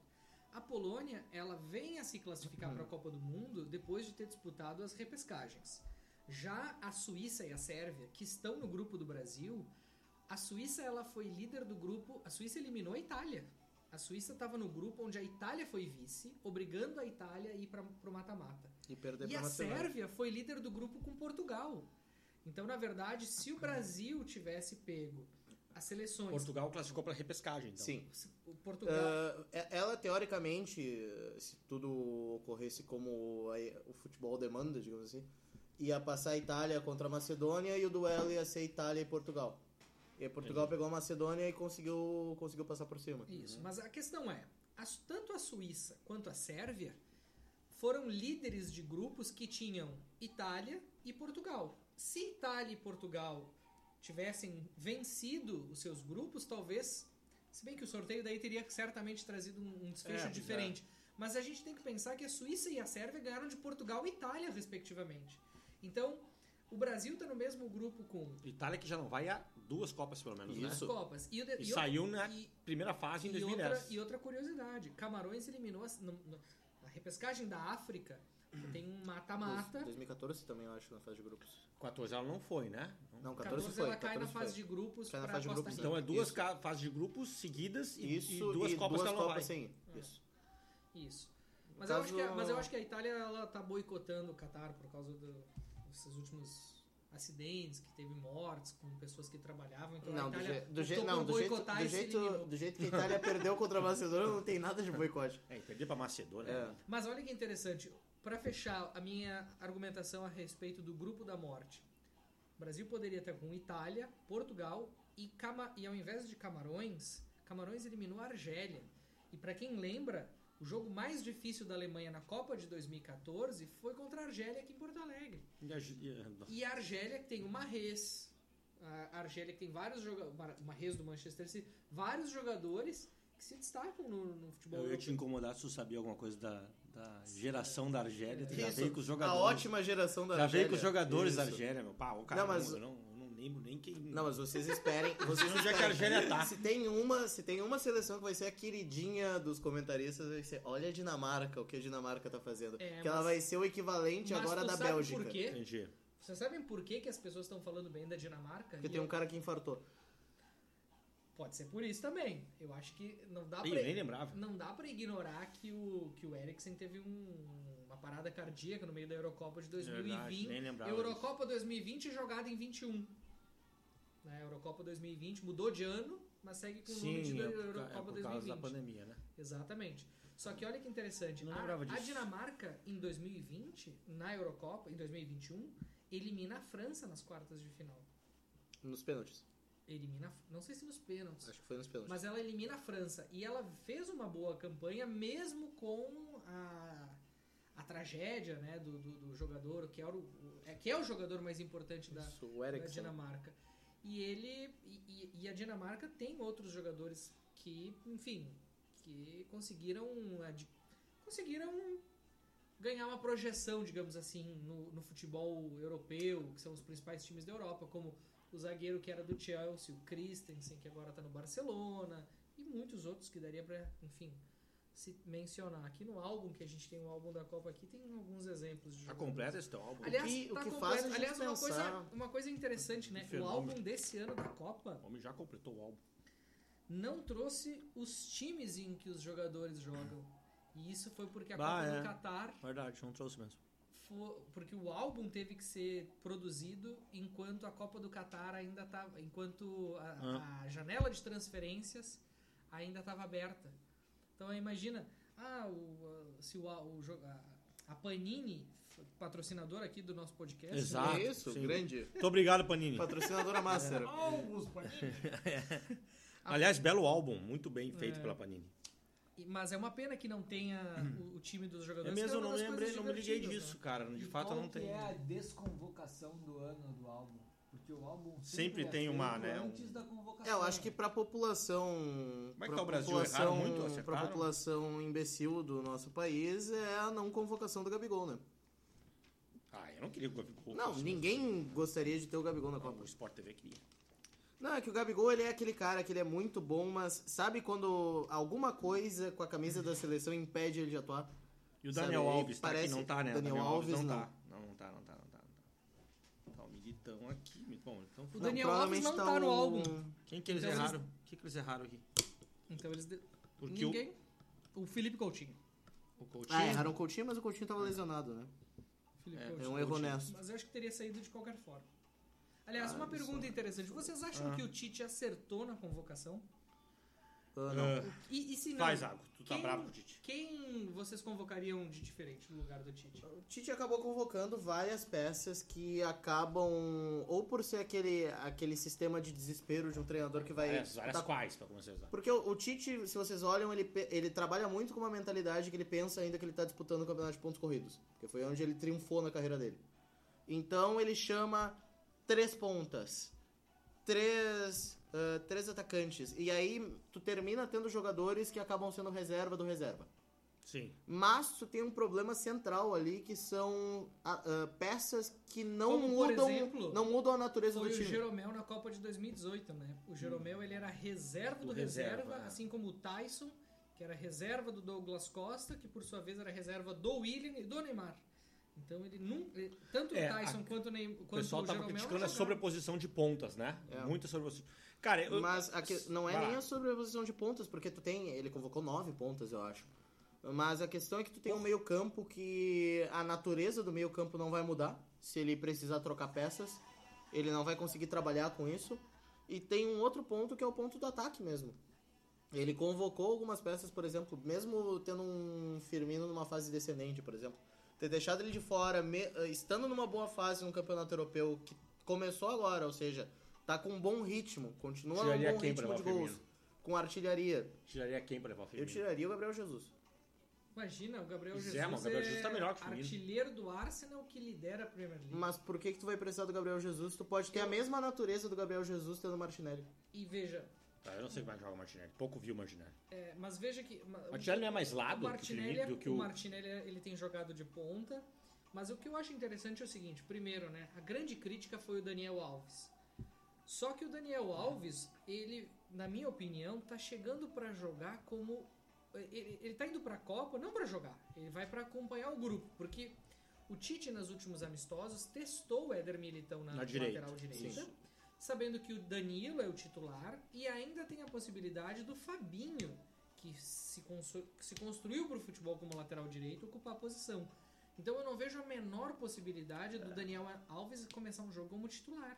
Speaker 1: A Polônia, ela vem a se classificar para a Copa do Mundo depois de ter disputado as repescagens. Já a Suíça e a Sérvia, que estão no grupo do Brasil, a Suíça ela foi líder do grupo, a Suíça eliminou a Itália. A Suíça estava no grupo onde a Itália foi vice, obrigando a Itália a ir para o mata-mata.
Speaker 3: E perdeu
Speaker 1: E
Speaker 3: É
Speaker 1: é
Speaker 3: pra
Speaker 1: a
Speaker 3: Macedônia.
Speaker 1: Sérvia foi líder do grupo com Portugal. Então, na verdade, se o Brasil tivesse pego as seleções
Speaker 2: Portugal classificou pra repescagem, então.
Speaker 3: Sim.
Speaker 1: o Portugal.
Speaker 3: É, Ela, teoricamente, se tudo ocorresse como a- o futebol demanda, digamos assim, ia passar a Itália contra a Macedônia e o duelo ia ser Itália e Portugal. E aí Portugal pegou a Macedônia e conseguiu, conseguiu passar por cima.
Speaker 2: Né?
Speaker 1: Isso. Mas a questão é: as- tanto a Suíça quanto a Sérvia foram líderes de grupos que tinham Itália e Portugal. Se Itália e Portugal tivessem vencido os seus grupos, talvez. Se bem que o sorteio daí teria certamente trazido um um desfecho
Speaker 2: É,
Speaker 1: diferente. Mas a gente tem que pensar que a Suíça e a Sérvia ganharam de Portugal e Itália, respectivamente. Então, o Brasil está no mesmo grupo com
Speaker 2: Itália que já não vai a duas Copas, pelo menos,
Speaker 1: as
Speaker 2: né?
Speaker 3: Isso.
Speaker 1: Copas. E, o de-
Speaker 2: E
Speaker 1: e o-
Speaker 2: saiu né? na
Speaker 1: e-
Speaker 2: primeira fase em
Speaker 1: E
Speaker 2: 2010.
Speaker 1: outra, e outra curiosidade, Camarões eliminou a, no- no- na repescagem da África, tem um mata-mata.
Speaker 3: 2014 também, eu acho, na fase de grupos.
Speaker 2: 14 ela não foi, né?
Speaker 3: Não, 14,
Speaker 1: 14
Speaker 3: foi.
Speaker 1: ela cai
Speaker 3: 14
Speaker 1: na fase
Speaker 3: foi.
Speaker 1: de grupos
Speaker 3: Cai na
Speaker 1: para
Speaker 3: fase de
Speaker 1: Costa
Speaker 3: grupos,
Speaker 1: Rica.
Speaker 2: Então é duas
Speaker 3: Isso.
Speaker 2: ca- fases de grupos seguidas e,
Speaker 3: Isso
Speaker 1: Ah.
Speaker 2: e duas Copas que ela não vai.
Speaker 3: sem ir.
Speaker 1: É.
Speaker 3: Isso.
Speaker 1: Isso. Mas, eu acho
Speaker 3: então. caso-
Speaker 1: que, a- mas eu acho que a Itália ela tá boicotando o Qatar por causa do- desses últimos acidentes que teve mortes com pessoas que trabalhavam. Então a
Speaker 3: Não, do,
Speaker 1: Itália
Speaker 3: je- do, je-
Speaker 1: optou
Speaker 3: não
Speaker 1: por
Speaker 3: do, jeito,
Speaker 1: boicotar
Speaker 3: do,
Speaker 1: esse
Speaker 3: jeito, do jeito que a Itália perdeu contra a Macedônia, não tem nada de boicote.
Speaker 2: É, e perder pra Macedônia.
Speaker 3: É.
Speaker 2: né?
Speaker 1: Mas olha que interessante, Pra fechar a minha argumentação a respeito do grupo da morte, o Brasil poderia estar com Itália, Portugal e, Cama- e ao invés de Camarões, Camarões eliminou a Argélia. E pra quem lembra, o jogo mais difícil da Alemanha na Copa de 2014 foi contra a Argélia aqui em Porto Alegre.
Speaker 2: E a Gi- e a-
Speaker 1: E a Argélia que tem uma res. A Argélia que tem vários jogadores. Uma res do Manchester City. Vários jogadores que se destacam no, no futebol
Speaker 2: Eu ia te
Speaker 1: europeu.
Speaker 2: incomodar se tu sabia alguma coisa da, da geração da Argélia. Tu já
Speaker 3: É, Isso,
Speaker 2: veio com os
Speaker 3: A
Speaker 2: jogadores.
Speaker 3: ótima geração da
Speaker 2: Já
Speaker 3: Argélia.
Speaker 2: veio com os jogadores
Speaker 3: Isso.
Speaker 2: da Argélia, meu. Pá, o cara,
Speaker 3: Não, mas-
Speaker 2: eu, não, eu não lembro nem quem.
Speaker 3: Não, mas vocês esperem. Vocês
Speaker 2: Onde é que a
Speaker 3: esperem.
Speaker 2: Argélia tá?
Speaker 3: Se tem, uma, se tem uma seleção que vai ser a queridinha dos comentaristas, vai ser: olha a Dinamarca, o que a Dinamarca tá fazendo.
Speaker 1: É,
Speaker 3: que ela
Speaker 1: mas-
Speaker 3: vai ser o equivalente
Speaker 1: Mas
Speaker 3: agora
Speaker 1: tu
Speaker 3: da
Speaker 1: sabe
Speaker 3: Bélgica.
Speaker 1: Por quê?
Speaker 2: Entendi.
Speaker 1: Vocês sabem por que, que as pessoas estão falando bem da Dinamarca?
Speaker 3: Porque
Speaker 1: E
Speaker 3: tem um
Speaker 1: eu-
Speaker 3: cara que infartou.
Speaker 1: Pode ser por isso também. Eu acho que não dá
Speaker 2: Ih,
Speaker 1: pra,
Speaker 2: nem lembrava.
Speaker 1: não dá pra ignorar que o, que o Eriksen teve um- uma parada cardíaca no meio da Eurocopa de 2020.
Speaker 2: É Verdade, nem lembrava.
Speaker 1: É Eurocopa 2020 jogada em 21. Na né? Eurocopa 2020 mudou de ano, mas segue com o nome de
Speaker 2: Sim, é por, ca- é
Speaker 1: Eurocopa
Speaker 2: por causa da
Speaker 1: 2020.
Speaker 2: pandemia, né?
Speaker 1: Exatamente. Só que olha que interessante,
Speaker 2: Não
Speaker 1: a,
Speaker 2: lembrava
Speaker 1: a
Speaker 2: disso.
Speaker 1: Dinamarca em 2020, na Eurocopa, em 2021, elimina a França nas quartas de final.
Speaker 3: Nos pênaltis.
Speaker 1: Elimina, a- não sei se nos pênaltis.
Speaker 3: Acho que foi nos pênaltis.
Speaker 1: Mas ela elimina a França. E ela fez uma boa campanha, mesmo com a, a tragédia né, do, do, do jogador, que é o, o- é, que é o jogador mais importante da,
Speaker 3: Isso, o um-
Speaker 1: da
Speaker 3: Eriksen.
Speaker 1: Dinamarca. E ele. E, e- e a Dinamarca tem outros jogadores que, enfim, que conseguiram. ad- Conseguiram ganhar uma projeção, digamos assim, no, no futebol europeu, que são os principais times da Europa, como o zagueiro que era do Chelsea, o Christensen, que agora tá no Barcelona, e muitos outros que daria pra, enfim, se mencionar. Aqui no álbum, que a gente tem o álbum da Copa aqui, tem alguns exemplos de
Speaker 2: Tá
Speaker 1: jogadores.
Speaker 2: completo esse teu álbum?
Speaker 1: Aliás,
Speaker 3: que- o
Speaker 1: tá
Speaker 3: que
Speaker 1: completo.
Speaker 3: faz a gente
Speaker 1: Aliás, uma, coisa,
Speaker 3: pensar-
Speaker 1: uma coisa interessante, né? O
Speaker 2: Fenômeno.
Speaker 1: álbum desse ano da Copa
Speaker 2: O homem já completou o álbum.
Speaker 1: não trouxe os times em que os jogadores jogam. E isso foi porque a
Speaker 2: Bah,
Speaker 1: Copa
Speaker 2: é.
Speaker 1: do Catar
Speaker 2: Verdade, não trouxe mesmo.
Speaker 1: fo- porque o álbum teve que ser produzido enquanto a Copa do Catar ainda estava, enquanto a,
Speaker 2: Ah.
Speaker 1: a janela de transferências ainda estava aberta. Então aí imagina, ah, o, ah, se o, a- o jo- a, a Panini, f- patrocinador aqui do nosso podcast,
Speaker 2: Exato.
Speaker 3: É isso,
Speaker 2: sim.
Speaker 3: grande.
Speaker 2: Muito obrigado, Panini.
Speaker 3: Patrocinadora Master.
Speaker 4: Alguns partidos.
Speaker 2: Aliás, belo álbum, muito bem feito
Speaker 1: É.
Speaker 2: pela Panini.
Speaker 1: E- Mas é uma pena que não tenha o, o time dos
Speaker 2: Eu
Speaker 1: jogadores. que
Speaker 2: Uhum. mesmo
Speaker 1: é uma
Speaker 2: não
Speaker 1: das
Speaker 2: lembrei,
Speaker 1: coisas
Speaker 2: não me liguei
Speaker 1: divertidas, né?
Speaker 2: disso, cara. De
Speaker 4: E
Speaker 2: fato,
Speaker 4: qual
Speaker 2: não
Speaker 4: que
Speaker 2: tem.
Speaker 4: é a desconvocação do ano do álbum? Porque o álbum
Speaker 2: Sempre
Speaker 4: sempre, é
Speaker 2: tem uma,
Speaker 4: feito
Speaker 2: né, um-
Speaker 4: Antes da
Speaker 3: É,
Speaker 4: convocação.
Speaker 3: eu acho que pra população.
Speaker 2: Como é que
Speaker 3: pra
Speaker 2: tá o Brasil?
Speaker 3: população-
Speaker 2: Erraram muito?
Speaker 3: Pra
Speaker 2: Acertaram?
Speaker 3: população imbecil do nosso país é a não convocação do Gabigol, né?
Speaker 2: Ah, eu não queria que o Gabigol.
Speaker 3: Não,
Speaker 2: fosse-
Speaker 3: ninguém gostaria de ter o Gabigol na
Speaker 2: Não,
Speaker 3: Copa.
Speaker 2: o Sport TV queria.
Speaker 3: Não, é que o Gabigol ele é aquele cara que ele é muito bom, mas sabe quando alguma coisa com a camisa da seleção impede ele de atuar?
Speaker 2: E o
Speaker 3: Sabe,
Speaker 2: Daniel
Speaker 3: ele
Speaker 2: Alves tá aqui,
Speaker 3: parece-
Speaker 2: não tá, né? O
Speaker 3: Daniel Alves,
Speaker 2: não,
Speaker 3: não.
Speaker 2: tá. Não, não tá, não tá, não tá. Não tá. tá o Militão aqui. mi- Bom, então.
Speaker 1: O Daniel Alves não tá, no
Speaker 3: o-
Speaker 1: álbum.
Speaker 2: Quem que eles
Speaker 1: Então eles-
Speaker 2: erraram? O que, que eles erraram aqui?
Speaker 1: Então eles. de-
Speaker 2: Porque
Speaker 1: Ninguém. O Felipe Coutinho.
Speaker 2: o, o Coutinho.
Speaker 3: Ah, erraram o Coutinho, mas o Coutinho tava lesionado, né?
Speaker 1: Felipe
Speaker 2: É,
Speaker 3: É
Speaker 1: Coutinho.
Speaker 3: um erro honesto.
Speaker 1: Mas eu acho que teria saído de qualquer forma. Aliás,
Speaker 3: Ah,
Speaker 1: uma
Speaker 3: isso
Speaker 1: pergunta interessante. Vocês acham
Speaker 2: Ah.
Speaker 1: que o Tite acertou na convocação?
Speaker 3: Ah, não.
Speaker 2: Ah,
Speaker 1: E, e se não,
Speaker 2: faz água. Tu tá
Speaker 1: Quem-
Speaker 2: bravo com o Tite.
Speaker 1: quem vocês convocariam de diferente no lugar do Tite?
Speaker 3: O Tite acabou convocando várias peças que acabam ou por ser aquele, aquele sistema de desespero de um treinador que vai
Speaker 2: Várias, É, várias
Speaker 3: tá-
Speaker 2: quais pra começar a usar.
Speaker 3: Porque o, o Tite, se vocês olham, ele, pe- ele trabalha muito com uma mentalidade que ele pensa ainda que ele tá disputando o campeonato de pontos corridos. Que foi onde ele triunfou na carreira dele. Então ele chama três pontas, três, ah, três atacantes. E aí tu termina tendo jogadores que acabam sendo reserva do reserva.
Speaker 2: Sim.
Speaker 3: Mas tu tem um problema central ali que são ah, ah, peças que não
Speaker 1: Como, por
Speaker 3: mudam,
Speaker 1: exemplo,
Speaker 3: não mudam a natureza
Speaker 1: Foi
Speaker 3: do
Speaker 1: o
Speaker 3: time.
Speaker 1: Jeromel na Copa de 2018, né? O Jeromel ele era reserva do,
Speaker 2: Do
Speaker 1: reserva,
Speaker 2: Hum. reserva, é.
Speaker 1: assim como o Tyson, que era reserva do Douglas Costa, que por sua vez era reserva do William e do Neymar. Então ele nunca. ele- Tanto
Speaker 2: É,
Speaker 1: o Tyson
Speaker 2: a-
Speaker 1: quanto o Neymar. Quanto
Speaker 2: O pessoal tava
Speaker 1: Jeromel não
Speaker 2: criticando a
Speaker 1: jogaram.
Speaker 2: sobreposição de pontas, né?
Speaker 3: É.
Speaker 2: Muita sobreposição. Cara, eu.
Speaker 3: Mas a que- não é
Speaker 2: Vai
Speaker 3: nem
Speaker 2: lá.
Speaker 3: a sobreposição de pontas, porque tu tem. Ele convocou nove pontas, eu acho. Mas a questão é que tu tem um meio-campo que a natureza do meio-campo não vai mudar. Se ele precisar trocar peças, ele não vai conseguir trabalhar com isso. E tem um outro ponto que é o ponto do ataque mesmo. Ele convocou algumas peças, por exemplo, mesmo tendo um Firmino numa fase descendente, por exemplo. Ter deixado ele de fora, me- eh, estando numa boa fase no campeonato europeu, que começou agora, ou seja, tá com um bom ritmo, continua num
Speaker 2: Tiraria
Speaker 3: bom
Speaker 2: quem pra
Speaker 3: ritmo
Speaker 2: levar
Speaker 3: de
Speaker 2: o
Speaker 3: gols,
Speaker 2: Firmino?
Speaker 3: com artilharia.
Speaker 2: Tiraria quem pra levar o
Speaker 3: Eu
Speaker 2: Firmino?
Speaker 3: tiraria o Gabriel Jesus.
Speaker 1: Imagina, o Gabriel
Speaker 2: Pois
Speaker 1: Jesus.
Speaker 2: é, mano, o Gabriel Jesus tá melhor que o Firmino.
Speaker 1: Artilheiro do Arsenal que lidera a Premier League.
Speaker 3: Mas por que que tu vai precisar do Gabriel Jesus? Tu pode ter a mesma natureza do Gabriel Jesus tendo o Martinelli.
Speaker 1: E veja,
Speaker 2: Tá, eu não sei como é que joga o Martinelli. Pouco vi o Martinelli.
Speaker 1: é, mas veja que. ma-
Speaker 2: O Martinelli não é mais lado
Speaker 1: o Martinelli, é-
Speaker 2: do que
Speaker 1: o
Speaker 2: o...
Speaker 1: Martinelli ele tem jogado de ponta, mas o que eu acho interessante é o seguinte, primeiro, né, a grande crítica foi o Daniel Alves. Só que o Daniel Alves, ele, na minha opinião, tá chegando pra jogar como ele, ele tá indo pra Copa não pra jogar, ele vai pra acompanhar o grupo, porque o Tite nos últimos amistosos testou o Éder Militão na,
Speaker 2: Na direita,
Speaker 1: lateral direita.
Speaker 2: isso.
Speaker 1: Sabendo que o Danilo é o titular e ainda tem a possibilidade do Fabinho que se, conso- que se construiu para o futebol como lateral direito, ocupar a posição. Então eu não vejo a menor possibilidade do Daniel Alves começar um jogo como titular.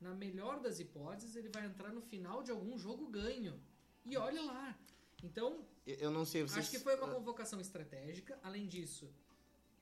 Speaker 1: Na melhor das hipóteses, ele vai entrar no final de algum jogo ganho. E olha lá. Então,
Speaker 3: Eu- Eu não sei, vocês...
Speaker 1: acho que foi
Speaker 2: ah.
Speaker 1: uma convocação estratégica. Além disso,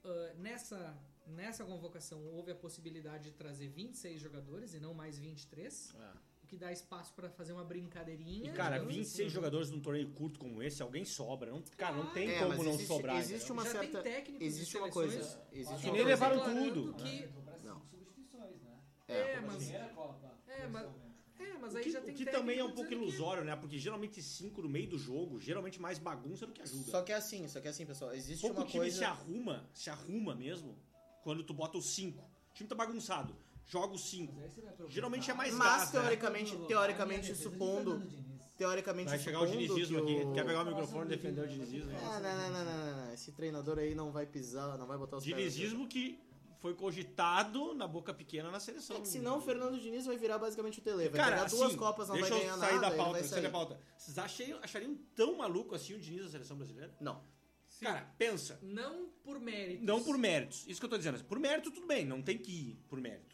Speaker 1: ah, nessa, nessa convocação houve a possibilidade de trazer 26 jogadores e não mais 23,
Speaker 2: Ah.
Speaker 1: o que dá espaço para fazer uma brincadeirinha.
Speaker 2: E,
Speaker 3: é
Speaker 2: cara,
Speaker 1: digamos
Speaker 2: 26
Speaker 1: assim.
Speaker 2: jogadores num torneio curto como esse, alguém sobra. Não, cara, não tem
Speaker 3: É,
Speaker 2: como
Speaker 3: mas
Speaker 2: não
Speaker 3: existe-
Speaker 2: sobrar.
Speaker 3: existe
Speaker 2: entendeu?
Speaker 3: uma
Speaker 1: já
Speaker 3: certa-
Speaker 1: tem técnicos
Speaker 3: Existe
Speaker 1: de
Speaker 3: uma
Speaker 1: seleções
Speaker 3: coisa... Existe
Speaker 2: Que nem
Speaker 3: uma coisa...
Speaker 2: levaram
Speaker 1: declarando
Speaker 2: tudo.
Speaker 1: que-
Speaker 4: Aumentou pra
Speaker 3: É. Não.
Speaker 4: cinco substituições, né?
Speaker 1: É,
Speaker 4: Na
Speaker 1: mas,
Speaker 4: primeira Copa.
Speaker 1: É,
Speaker 4: foi
Speaker 1: mas-
Speaker 4: somente.
Speaker 1: é, mas
Speaker 2: O
Speaker 1: aí
Speaker 2: que,
Speaker 1: já
Speaker 2: o
Speaker 1: tem
Speaker 2: que também é um
Speaker 1: técnico dizendo
Speaker 2: pouco
Speaker 1: que-
Speaker 2: ilusório, né? Porque geralmente 5 no meio do jogo, geralmente mais bagunça do que ajuda.
Speaker 3: Só que é assim, só que é assim, pessoal. Existe
Speaker 2: Pouco
Speaker 3: uma
Speaker 2: time se
Speaker 3: coisa...
Speaker 2: arruma, se arruma mesmo, quando tu bota o 5. O time tá bagunçado. Joga o 5.
Speaker 4: Mas aí você vai aproveitar.
Speaker 2: Geralmente é mais
Speaker 3: Mas,
Speaker 2: gás, né?
Speaker 4: Vai
Speaker 3: teoricamente,
Speaker 4: colocar
Speaker 3: teoricamente,
Speaker 4: a defesa de
Speaker 3: supondo-
Speaker 4: Fernando Diniz.
Speaker 3: Teoricamente,
Speaker 2: Vai chegar o
Speaker 3: supondo
Speaker 2: dinizismo
Speaker 3: que
Speaker 2: aqui.
Speaker 3: o-
Speaker 2: Quer pegar o microfone e defender o dinizismo?
Speaker 3: Ah, não, não, não, não, não, não. Esse treinador aí não vai pisar, não vai botar os pés no
Speaker 2: Dinizismo que foi cogitado na boca pequena na
Speaker 3: chão.
Speaker 2: seleção.
Speaker 3: É que senão o Fernando Diniz vai virar basicamente o Tele. Vai
Speaker 2: Cara,
Speaker 3: pegar
Speaker 2: assim,
Speaker 3: duas copas, não vai
Speaker 2: deixa
Speaker 3: ganhar
Speaker 2: eu sair
Speaker 3: nada,
Speaker 2: da
Speaker 3: ele
Speaker 2: pauta,
Speaker 3: vai
Speaker 2: sair da
Speaker 3: sair.
Speaker 2: pauta. Vocês achariam, achariam tão maluco assim o Diniz da seleção brasileira?
Speaker 3: Não.
Speaker 2: Cara, pensa.
Speaker 1: Não por mérito.
Speaker 2: Não por méritos. Isso que eu tô dizendo. Por mérito, tudo bem. Não tem que ir por mérito.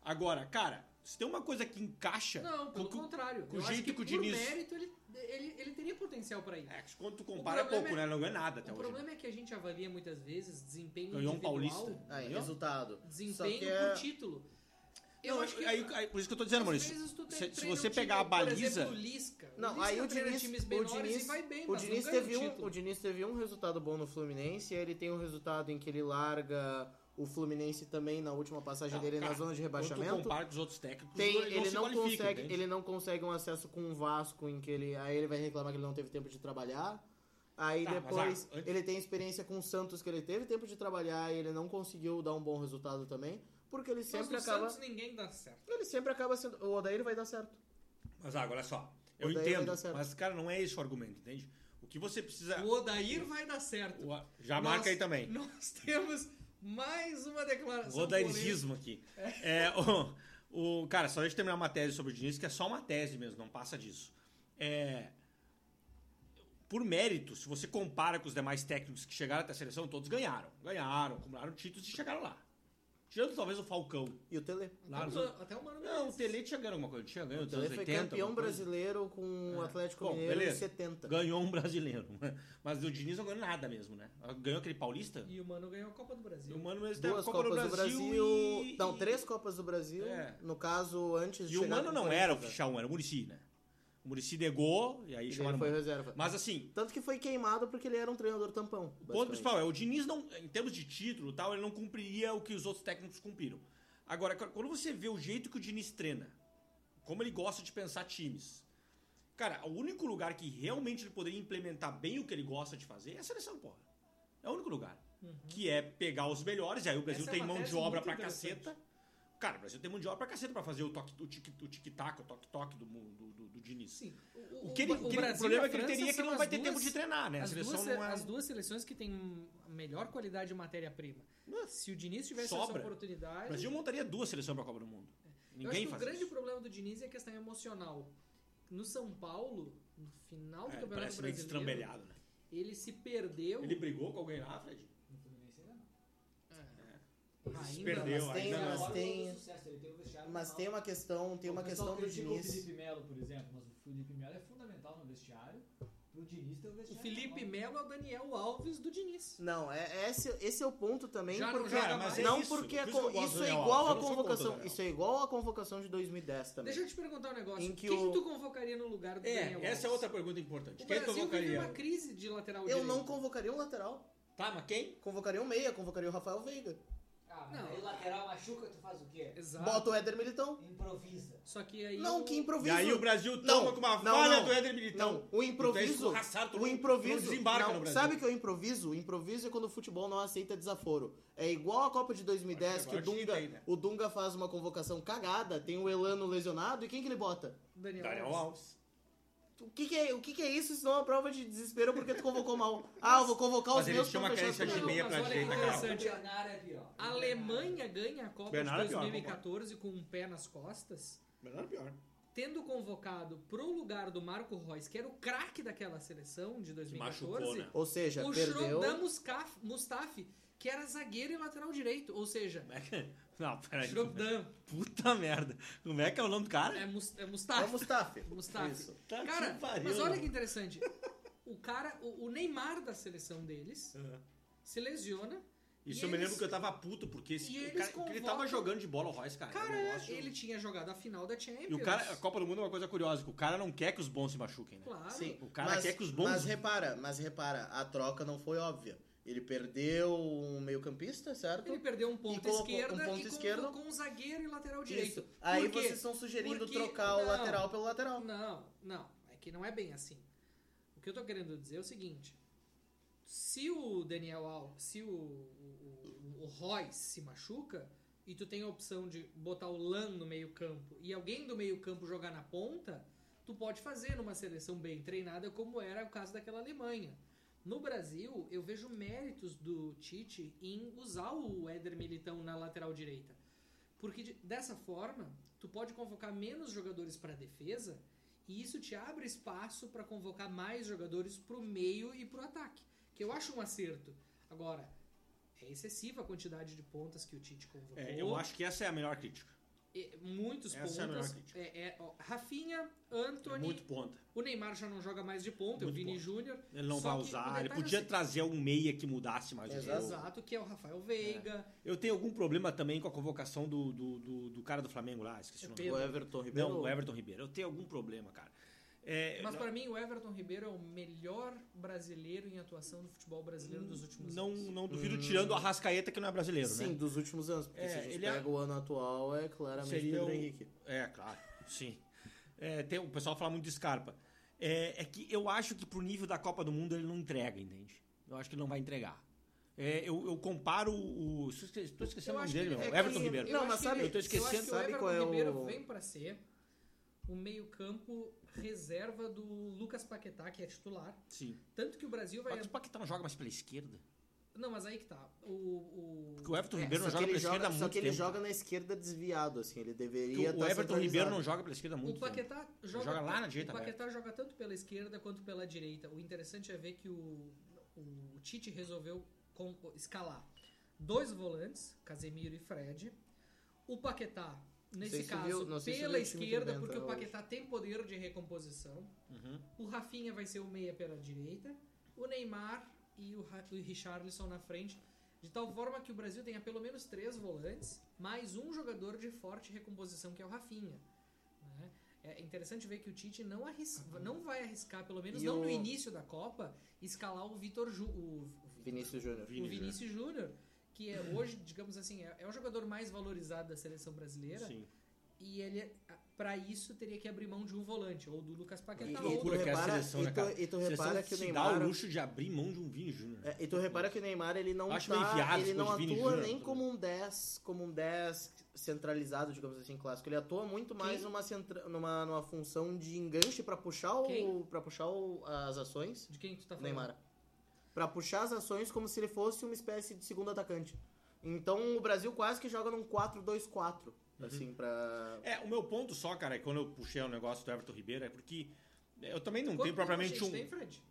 Speaker 2: Agora, cara, se tem uma coisa que encaixa...
Speaker 1: Não, pelo
Speaker 2: com- com-
Speaker 1: contrário.
Speaker 2: com
Speaker 1: eu
Speaker 2: o
Speaker 1: acho
Speaker 2: jeito
Speaker 1: que
Speaker 2: que
Speaker 1: por
Speaker 2: o Diniz-
Speaker 1: mérito ele, ele, ele teria potencial para ir.
Speaker 2: É, que quando tu compara é
Speaker 1: O problema
Speaker 2: pouco,
Speaker 1: é-
Speaker 2: né? Não ganha nada até
Speaker 1: o
Speaker 2: hoje. né?
Speaker 1: problema é que a gente avalia muitas vezes desempenho
Speaker 2: Ganhou um
Speaker 1: individual, É,
Speaker 2: paulista.
Speaker 3: Aí,
Speaker 2: Entendeu?
Speaker 3: resultado. Só
Speaker 1: desempenho
Speaker 3: que é...
Speaker 1: por título. Eu
Speaker 2: Não, é
Speaker 1: acho que
Speaker 2: aí- aí- por isso que eu tô dizendo,
Speaker 1: às
Speaker 2: Maurício.
Speaker 1: vezes tu tem-
Speaker 2: se- se
Speaker 1: treina
Speaker 2: você
Speaker 1: um
Speaker 2: pegar a
Speaker 1: time, por
Speaker 2: baliza-
Speaker 1: exemplo, o Lisca.
Speaker 3: Não,
Speaker 1: Lisca
Speaker 3: aí o
Speaker 1: treina
Speaker 3: Diniz,
Speaker 1: times
Speaker 3: o
Speaker 1: menores
Speaker 3: Diniz,
Speaker 1: e vai bem,
Speaker 3: o
Speaker 1: mas
Speaker 3: Diniz
Speaker 1: não ganha
Speaker 3: teve um,
Speaker 1: título.
Speaker 3: o Diniz teve um resultado bom no Fluminense, ele tem um resultado em que ele larga o Fluminense também na última passagem
Speaker 2: Não,
Speaker 3: dele na
Speaker 2: cara,
Speaker 3: zona de
Speaker 2: Quando tu
Speaker 3: rebaixamento.
Speaker 2: compara com os outros técnicos,
Speaker 3: Tem,
Speaker 2: ele, não
Speaker 3: ele
Speaker 2: se
Speaker 3: não
Speaker 2: qualifica,
Speaker 3: consegue,
Speaker 2: entende?
Speaker 3: ele não consegue um acesso com o Vasco em que ele, aí ele vai reclamar que ele não teve tempo de trabalhar. Aí
Speaker 2: Tá, mas,
Speaker 3: depois
Speaker 2: ah, antes-
Speaker 3: ele tem experiência com o Santos que ele teve tempo de trabalhar e ele não conseguiu dar um bom resultado também, porque ele
Speaker 1: Mas
Speaker 3: sempre
Speaker 1: no
Speaker 3: acaba,
Speaker 1: Santos ninguém dá certo.
Speaker 3: ele sempre acaba sendo, o Odair vai dar certo.
Speaker 2: Mas ah, olha só. Eu
Speaker 3: Daí vai
Speaker 2: entendo.
Speaker 3: dar certo.
Speaker 2: Mas, cara, não é esse o argumento, entende? O que você precisa.
Speaker 1: O Odair vai dar certo.
Speaker 2: o- Já
Speaker 1: Nós-
Speaker 2: marca aí também.
Speaker 1: Nós temos mais uma declaração.
Speaker 2: Rodairismo aqui. É, o, o- cara, só deixa eu terminar uma tese sobre o Diniz, que é só uma tese mesmo, não passa disso. É, por mérito, se você compara com os demais técnicos que chegaram até a seleção, todos ganharam. Ganharam, acumularam títulos e chegaram lá. Tirando talvez o Falcão.
Speaker 3: E o Tele
Speaker 2: Lá
Speaker 1: Até o
Speaker 2: nos-
Speaker 1: Mano- Até o Mano
Speaker 2: Não, o
Speaker 1: Menezes.
Speaker 2: Tele tinha ganho alguma coisa. Tinha ganho
Speaker 3: Então, O
Speaker 2: nos anos
Speaker 3: Tele foi
Speaker 2: 80.
Speaker 3: campeão
Speaker 2: alguma coisa. assim. É.
Speaker 3: brasileiro com o Atlético
Speaker 2: Bom,
Speaker 3: Mineiro em
Speaker 2: beleza.
Speaker 3: 70.
Speaker 2: Ganhou um brasileiro. Mas o Diniz não ganhou nada mesmo, né? Ganhou aquele paulista?
Speaker 1: E o Mano ganhou a Copa do Brasil.
Speaker 2: O Mano mesmo teve
Speaker 3: Duas
Speaker 2: a Copa
Speaker 3: Copas
Speaker 2: do Brasil.
Speaker 3: do Brasil.
Speaker 2: e-
Speaker 3: Não, três Copas do Brasil.
Speaker 2: É.
Speaker 3: No caso, antes de.
Speaker 2: E o
Speaker 3: chegar
Speaker 2: Mano
Speaker 3: com
Speaker 2: não
Speaker 3: 40,
Speaker 2: era o
Speaker 3: né?
Speaker 2: oficial, era o Murici, né? O Murici negou e aí
Speaker 3: Ele
Speaker 2: chamaram. o
Speaker 3: foi
Speaker 2: Mano.
Speaker 3: reserva.
Speaker 2: Mas assim,
Speaker 3: Tanto que foi queimado porque ele era um treinador tampão.
Speaker 2: o ponto principal é: o Diniz, não, em termos de título e tal, ele não cumpriria o que os outros técnicos cumpriram. Agora, cara, quando você vê o jeito que o Diniz treina, como ele gosta de pensar times. Cara, o único lugar que realmente ele poderia implementar bem o que ele gosta de fazer é a seleção, porra. É o único lugar.
Speaker 1: Uhum.
Speaker 2: Que é pegar os melhores, e aí o Brasil
Speaker 1: Essa é
Speaker 2: tem
Speaker 1: uma
Speaker 2: mão de
Speaker 1: tese
Speaker 2: obra
Speaker 1: muito
Speaker 2: pra
Speaker 1: interessante.
Speaker 2: caceta. Cara, o Brasil tem mão de obra pra caceta pra fazer o tic-tac, o tic, o tic o toque-toque do, mu- do, do, do Diniz.
Speaker 1: Sim.
Speaker 2: O, que ele, o que ele- o
Speaker 1: Brasil e
Speaker 2: problema
Speaker 1: a
Speaker 2: é que ele
Speaker 1: França
Speaker 2: teria é que
Speaker 1: são
Speaker 2: ele não vai
Speaker 1: as
Speaker 2: ter tempo
Speaker 1: duas-
Speaker 2: de treinar, né? A
Speaker 1: As
Speaker 2: seleção
Speaker 1: duas,
Speaker 2: não é.
Speaker 1: as duas seleções que têm a melhor qualidade de matéria-prima. Se o Diniz tivesse essa
Speaker 2: Sobra.
Speaker 1: oportunidade.
Speaker 2: O Brasil montaria duas seleções pra Copa do Mundo.
Speaker 1: É. eu acho
Speaker 2: Ninguém
Speaker 1: que o
Speaker 2: faz
Speaker 1: grande
Speaker 2: isso.
Speaker 1: problema do Diniz é a questão emocional. No São Paulo, no final do
Speaker 2: É,
Speaker 1: Campeonato
Speaker 2: parece meio
Speaker 1: Brasileiro,
Speaker 2: destrambelhado, né?
Speaker 1: ele se perdeu. É.
Speaker 2: Ele brigou com alguém lá, Fred?
Speaker 4: No Fluminense ainda não.
Speaker 1: ainda
Speaker 2: se perdeu,
Speaker 1: não.
Speaker 3: mas tem-
Speaker 2: ainda
Speaker 3: mas
Speaker 2: não.
Speaker 4: Olha o
Speaker 3: tem-
Speaker 4: sucesso, ele tem o vestiário
Speaker 3: Mas
Speaker 4: mal.
Speaker 3: tem uma questão, tem uma
Speaker 4: O pessoal
Speaker 3: questão do
Speaker 4: critica O
Speaker 3: Diniz.
Speaker 4: Felipe Melo, por exemplo, mas o Felipe Melo é fundamental no vestiário. Pro Diniz ter o
Speaker 1: O
Speaker 4: vestiário.
Speaker 1: Felipe
Speaker 4: normal.
Speaker 1: Melo é o Daniel Alves do Diniz.
Speaker 3: Não, é, esse, esse é o ponto também,
Speaker 1: Já não
Speaker 3: porque
Speaker 1: joga mais.
Speaker 3: não
Speaker 2: É isso,
Speaker 3: porque
Speaker 2: por isso que eu gosto
Speaker 3: isso,
Speaker 2: do
Speaker 3: é
Speaker 2: Daniel
Speaker 3: igual
Speaker 2: Alves, eu
Speaker 3: à
Speaker 2: não sou contra né? o
Speaker 3: convocação,
Speaker 2: Daniel.
Speaker 3: isso é igual à convocação de 2010 também.
Speaker 1: Deixa eu te perguntar um negócio.
Speaker 3: Em que
Speaker 1: Quem
Speaker 3: o-
Speaker 1: tu convocaria no lugar do Daniel
Speaker 2: É,
Speaker 1: Alves?
Speaker 2: essa é outra pergunta importante.
Speaker 1: O
Speaker 2: Quem
Speaker 1: Brasil vive
Speaker 2: convocaria?
Speaker 1: uma crise de lateral
Speaker 3: Eu
Speaker 1: direito.
Speaker 3: não convocaria um lateral,
Speaker 2: Tá, mas quem?
Speaker 3: convocaria um meia, convocaria o Rafael Veiga.
Speaker 4: Ah, mas
Speaker 1: Não.
Speaker 4: aí lateral machuca, tu faz o quê?
Speaker 1: Exato.
Speaker 3: Bota o Éder Militão.
Speaker 4: Improvisa.
Speaker 1: Só que aí.
Speaker 3: Não,
Speaker 1: o-
Speaker 3: que
Speaker 2: E
Speaker 3: improviso.
Speaker 2: aí o então, Brasil
Speaker 3: Não,
Speaker 2: toma com uma
Speaker 3: não,
Speaker 2: falha
Speaker 3: não.
Speaker 2: do Éder Militão. é
Speaker 3: Não, o improviso.
Speaker 2: escorraçado, tu
Speaker 3: O
Speaker 2: não-
Speaker 3: improviso.
Speaker 2: tu não desembarca
Speaker 3: não,
Speaker 2: no Brasil.
Speaker 3: sabe o que é o improviso? O improviso é quando o futebol não aceita desaforo. É igual a Copa de 2010
Speaker 2: Acho
Speaker 3: que
Speaker 2: que
Speaker 3: o
Speaker 2: agora
Speaker 3: Dunga,
Speaker 2: te irritei, né?
Speaker 3: o Dunga faz uma convocação cagada, tem o Elano lesionado e quem que ele bota?
Speaker 1: Daniel,
Speaker 2: Daniel
Speaker 1: Alves.
Speaker 2: Alves.
Speaker 3: O que que é, o que que é isso se não é uma prova de desespero porque tu convocou mal? Ah, eu vou convocar
Speaker 2: Mas
Speaker 3: os
Speaker 2: ele
Speaker 3: meus
Speaker 2: tinha
Speaker 3: pra
Speaker 2: uma
Speaker 3: fechar
Speaker 2: carência de
Speaker 3: tudo.
Speaker 2: meia
Speaker 1: Não,
Speaker 2: pra
Speaker 1: mas olha
Speaker 2: direita,
Speaker 1: que
Speaker 2: cara.
Speaker 1: interessante.
Speaker 4: O Bernardo é pior.
Speaker 1: A Alemanha ganha a Copa
Speaker 2: Bernardo é
Speaker 1: de
Speaker 2: pior,
Speaker 1: 2014 com um pé nas costas,
Speaker 2: Melhor ou pior? né?
Speaker 1: tendo convocado pro lugar do Marco Reus, que era o craque daquela seleção de
Speaker 2: Se
Speaker 1: 2014,
Speaker 2: machucou, né?
Speaker 3: Ou seja,
Speaker 1: o
Speaker 3: perdeu.
Speaker 1: Shrodan Muscaf- Mustafi, que era zagueiro e lateral direito. Ou seja,
Speaker 2: É, Não, peraí.
Speaker 1: Shrodan
Speaker 2: Puta merda. Como é que é o nome do cara?
Speaker 1: é, Mus- é
Speaker 3: É o
Speaker 1: Mustafi.
Speaker 3: Mustafi.
Speaker 1: Mustafi.
Speaker 3: Isso.
Speaker 2: Tá que
Speaker 1: Cara,
Speaker 2: pariu,
Speaker 1: mas olha
Speaker 2: mano.
Speaker 1: que interessante. O cara, o, o Neymar da seleção deles,
Speaker 2: Uhum.
Speaker 1: se lesiona. E
Speaker 2: Isso eu me
Speaker 1: eles-
Speaker 2: lembro que eu tava puto, porque esse,
Speaker 1: e
Speaker 2: o
Speaker 1: eles
Speaker 2: cara, ele tava
Speaker 1: convocam-
Speaker 2: jogando de bola o Royce, cara. Era um
Speaker 1: Cara,
Speaker 2: negócio-
Speaker 1: ele tinha jogado a final da Champions.
Speaker 2: E o cara, a Copa do Mundo é uma coisa curiosa, que o cara não quer que os bons se machuquem, né?
Speaker 1: Claro.
Speaker 3: Sim,
Speaker 2: O cara
Speaker 3: mas-
Speaker 2: quer que os bons-
Speaker 3: Mas repara, mas repara, a troca não foi óbvia. Ele perdeu um meio-campista, certo?
Speaker 1: Ele perdeu um
Speaker 3: E
Speaker 1: ponto
Speaker 3: colocou
Speaker 1: esquerda
Speaker 3: um ponto
Speaker 1: e
Speaker 3: esquerdo.
Speaker 1: com um zagueiro e lateral direito.
Speaker 3: Isso. Aí
Speaker 1: Por quê?
Speaker 3: vocês estão sugerindo
Speaker 1: Porque-
Speaker 3: trocar o
Speaker 1: não.
Speaker 3: lateral pelo lateral.
Speaker 1: Não, não. É que não é bem assim. O que eu tô querendo dizer é o seguinte. Se o Daniel Alves, se o, o, o- o Royce se machuca e tu tem a opção de botar o Lan no meio campo e alguém do meio campo jogar na ponta, tu pode fazer numa seleção bem treinada como era o caso daquela Alemanha. No Brasil, eu vejo méritos do Tite em usar o Éder Militão na lateral direita. Porque de- dessa forma, tu pode convocar menos jogadores para defesa e isso te abre espaço para convocar mais jogadores pro meio e pro ataque, que eu acho um acerto. Agora, é excessiva a quantidade de pontas que o Tite convocou.
Speaker 2: É, eu acho que essa é a melhor crítica.
Speaker 1: E- muitos
Speaker 2: Essa é a melhor
Speaker 1: pontas.
Speaker 2: crítica.
Speaker 1: É, é, ó, Rafinha,
Speaker 2: É
Speaker 1: Anthony,
Speaker 2: muito ponta.
Speaker 1: o Neymar já não joga mais de ponta, o
Speaker 2: Muito
Speaker 1: Vini
Speaker 2: ponta.
Speaker 1: Júnior.
Speaker 2: Ele não
Speaker 1: Só
Speaker 2: vai
Speaker 1: que o
Speaker 2: usar,
Speaker 1: detalhe
Speaker 2: ele podia
Speaker 1: é assim-
Speaker 2: trazer um meia que mudasse mais o jogo.
Speaker 1: Exato, que é o Rafael Veiga.
Speaker 2: Eu tenho algum problema também com a convocação do, do, do- do cara do Flamengo lá, esqueci o nome.
Speaker 1: Pedro.
Speaker 3: Everton
Speaker 2: Não, o Everton Ribeiro. Eu tenho algum problema, cara. É,
Speaker 1: Mas
Speaker 2: não,
Speaker 1: pra mim, o Everton Ribeiro é o melhor brasileiro em atuação do futebol brasileiro dos últimos
Speaker 2: não,
Speaker 1: anos.
Speaker 2: não duvido, tirando a Rascaeta, que não é brasileiro,
Speaker 3: Sim,
Speaker 2: né?
Speaker 3: dos últimos anos. Porque
Speaker 2: É,
Speaker 3: se a gente
Speaker 2: ele é-
Speaker 3: pega o ano atual, é claramente
Speaker 2: Seria
Speaker 3: Pedro
Speaker 2: o-
Speaker 3: Henrique.
Speaker 2: É, claro, sim. É, tem, o pessoal fala muito de Scarpa. É, é que eu acho que pro nível da Copa do Mundo ele não entrega, entende? Eu acho que ele não vai entregar. É, eu, eu comparo o. Estou
Speaker 1: Eu
Speaker 2: esquecendo o nome
Speaker 1: acho que
Speaker 2: dele,
Speaker 1: ele-
Speaker 2: meu.
Speaker 3: é que-
Speaker 2: Everton Ribeiro.
Speaker 3: Eu Não,
Speaker 1: acho
Speaker 3: mas
Speaker 1: que
Speaker 3: sabe-
Speaker 1: ele-
Speaker 2: eu tô esquecendo,
Speaker 1: acho que o
Speaker 3: sabe
Speaker 1: Everton
Speaker 3: qual é o-
Speaker 1: Ribeiro vem pra ser o meio-campo reserva do Lucas Paquetá, que é titular.
Speaker 2: Sim.
Speaker 1: Tanto que o Brasil vai.
Speaker 2: Mas o Paquetá não joga mais pela esquerda.
Speaker 1: Não, mas aí que tá. O.
Speaker 2: Porque o Everton
Speaker 3: É,
Speaker 2: Ribeiro
Speaker 3: só
Speaker 2: não
Speaker 3: que
Speaker 2: joga
Speaker 3: ele
Speaker 2: pela esquerda há
Speaker 3: joga,
Speaker 2: muito
Speaker 3: só que ele
Speaker 2: tempo.
Speaker 3: joga na esquerda desviado, assim. Ele
Speaker 2: Porque
Speaker 3: deveria
Speaker 2: o
Speaker 3: estar
Speaker 2: Everton Ribeiro não
Speaker 3: centralizado.
Speaker 2: joga pela esquerda há muito
Speaker 1: O
Speaker 2: tempo.
Speaker 1: Paquetá joga,
Speaker 2: Joga lá na
Speaker 1: tan-
Speaker 2: direita, né?
Speaker 1: O Paquetá joga tanto pela esquerda quanto pela direita. O interessante é ver que o, o Tite resolveu com- escalar dois volantes, Casemiro e Fred. O Paquetá, nesse
Speaker 3: sei se tu
Speaker 1: caso,
Speaker 3: viu- não sei se tu
Speaker 1: pela
Speaker 3: viu o time que ele
Speaker 1: esquerda,
Speaker 3: vai
Speaker 1: porque o
Speaker 3: entrar
Speaker 1: Paquetá tem poder de recomposição.
Speaker 2: Uhum.
Speaker 1: O Rafinha vai ser o meia pela direita. O Neymar e o, Ra- o Richarlison na frente. De tal forma que o Brasil tenha pelo menos três volantes, mais um jogador de forte recomposição, que é o Rafinha. né? É interessante ver que o Tite não, arris- não vai arriscar, pelo menos
Speaker 3: Uhum. E
Speaker 1: não no
Speaker 3: o-
Speaker 1: início da Copa, escalar o Vitor Ju... o, o Vitor-
Speaker 3: Vinícius Júnior.
Speaker 1: o Vinícius Júnior, que é hoje, digamos assim, é, é o jogador mais valorizado da seleção brasileira.
Speaker 2: Sim.
Speaker 1: E ele, para isso, teria que abrir mão de um volante, ou do Lucas
Speaker 3: E,
Speaker 1: Paquetá,
Speaker 2: Que
Speaker 1: ou
Speaker 3: e
Speaker 1: do
Speaker 3: tu
Speaker 2: loucura que é a
Speaker 3: repara,
Speaker 2: seleção, né,
Speaker 3: e tu-
Speaker 2: cara?
Speaker 3: e tu
Speaker 2: Seleção
Speaker 3: repara que o
Speaker 2: se dá o
Speaker 3: Neymar...
Speaker 2: luxo de abrir mão de um Vini Júnior.
Speaker 3: É, e tu repara que o Neymar ele não
Speaker 2: Acho
Speaker 3: tá-
Speaker 2: meio viado
Speaker 3: ele
Speaker 2: esse
Speaker 3: não
Speaker 2: coisa de Vini
Speaker 3: atua
Speaker 2: Júnior,
Speaker 3: nem
Speaker 2: tá
Speaker 3: como um 10, como um 10 centralizado, digamos assim, clássico. Ele atua muito mais numa, centra- numa, numa função de enganche pra puxar o
Speaker 1: Quem?
Speaker 3: para puxar o- as ações,
Speaker 1: De quem tu tá
Speaker 3: o
Speaker 1: falando?
Speaker 3: Neymar. Pra puxar as ações como se ele fosse uma espécie de segundo atacante. Então o Brasil quase que joga num 4-2-4,
Speaker 2: Uhum.
Speaker 3: assim pra
Speaker 2: É, o meu ponto só, cara, é quando eu puxei o negócio do Everton Ribeiro, é porque eu também não
Speaker 1: Quanto
Speaker 2: tenho propriamente
Speaker 1: tempo a
Speaker 2: um.
Speaker 1: gente Tem, né? Fred?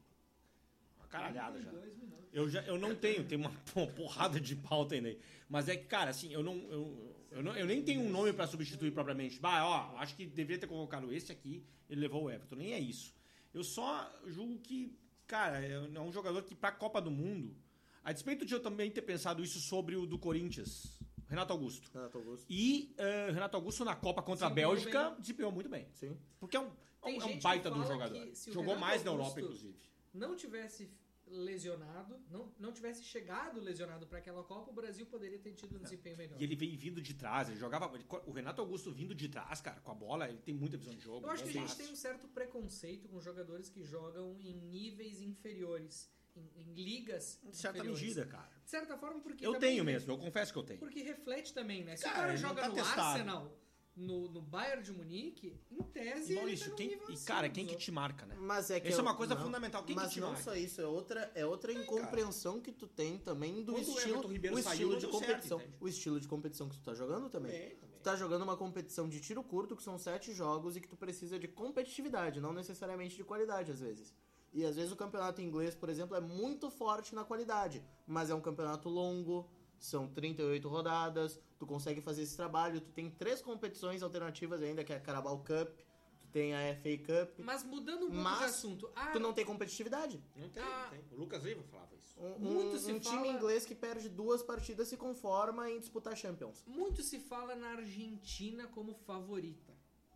Speaker 3: Tá
Speaker 2: caralhada já.
Speaker 4: 32 minutos.
Speaker 2: Eu, já, eu não tenho, tem uma uma porrada de pauta ainda aí. Mas é que, cara, assim, eu não. Eu, eu, não- eu nem tenho um nome pra substituir propriamente. Bah, ó, acho que deveria ter convocado esse aqui, ele levou o Everton. Nem é isso. Eu só julgo que, cara, é um é um jogador que pra Copa do Mundo. A despeito de eu também ter pensado isso sobre o do Corinthians, Renato Augusto.
Speaker 3: Renato Augusto.
Speaker 2: E eh, Renato Augusto na Copa contra a
Speaker 1: Desempenhou né?
Speaker 2: Bélgica desempenhou muito bem.
Speaker 3: Sim.
Speaker 2: Porque é um,
Speaker 1: Tem
Speaker 2: é
Speaker 1: gente
Speaker 2: um
Speaker 1: que
Speaker 2: baita de um
Speaker 1: fala
Speaker 2: jogador.
Speaker 1: que se o
Speaker 2: Jogou
Speaker 1: Renato
Speaker 2: mais na Europa,
Speaker 1: Augusto-
Speaker 2: inclusive.
Speaker 1: não tivesse lesionado, não, não tivesse chegado lesionado para aquela Copa, o Brasil poderia ter tido um desempenho melhor.
Speaker 2: É. E ele vem vindo de trás, ele jogava. ele- o Renato Augusto vindo de trás, cara, com a bola, ele tem muita visão de jogo. né?
Speaker 1: Eu acho que a
Speaker 2: bom
Speaker 1: gente
Speaker 2: passe.
Speaker 1: tem um certo preconceito com jogadores que jogam em níveis inferiores, em, em ligas
Speaker 2: Em é certa
Speaker 1: inferiores.
Speaker 2: medida, cara.
Speaker 1: De certa forma, porque
Speaker 2: eu
Speaker 1: também
Speaker 2: tenho
Speaker 1: re-
Speaker 2: mesmo, eu confesso que eu tenho.
Speaker 1: Porque reflete também, né? Se
Speaker 2: Cara,
Speaker 1: o cara
Speaker 2: ele não
Speaker 1: joga
Speaker 2: tá
Speaker 1: no
Speaker 2: testado.
Speaker 1: Arsenal, no, no Bayern de Munique, em tese
Speaker 2: E
Speaker 1: ele
Speaker 2: Maurício,
Speaker 1: tá
Speaker 2: quem,
Speaker 1: no nível
Speaker 2: e
Speaker 1: acima
Speaker 2: cara,
Speaker 1: dos
Speaker 2: quem que
Speaker 1: outros.
Speaker 2: te marca, né?
Speaker 3: Mas é que
Speaker 2: Isso é
Speaker 3: eu-
Speaker 2: uma coisa
Speaker 3: não.
Speaker 2: fundamental. Quem
Speaker 3: mas
Speaker 2: que te
Speaker 3: não
Speaker 2: marca?
Speaker 3: só isso, é outra, é outra incompreensão que tu tem também do
Speaker 2: Quando o
Speaker 3: estilo,
Speaker 2: Everton Ribeiro
Speaker 3: o
Speaker 2: saiu,
Speaker 3: estilo
Speaker 2: não
Speaker 3: de
Speaker 2: deu certo,
Speaker 3: competição.
Speaker 2: entende? É.
Speaker 3: o estilo de competição que tu tá jogando também. Tu tá jogando uma competição de tiro curto, que são sete jogos, e que tu precisa de competitividade, não necessariamente de qualidade, às vezes. E às vezes o campeonato inglês, por exemplo, é muito forte na qualidade, mas é um campeonato longo, são 38 rodadas, tu consegue fazer esse trabalho, tu tem três competições alternativas ainda, que é a Carabao Cup, tu tem a FA Cup,
Speaker 1: Mas mudando um pouco
Speaker 3: Mas
Speaker 1: de assunto. Ah,
Speaker 3: tu não tem competitividade.
Speaker 2: Não tem,
Speaker 1: Ah.
Speaker 2: não tem. O Lucas Leiva falava isso.
Speaker 3: Um,
Speaker 1: Muito
Speaker 3: um-
Speaker 1: se
Speaker 3: um
Speaker 1: fala-
Speaker 3: time inglês que perde duas partidas se conforma em disputar Champions.
Speaker 1: muito se fala na Argentina como favorita.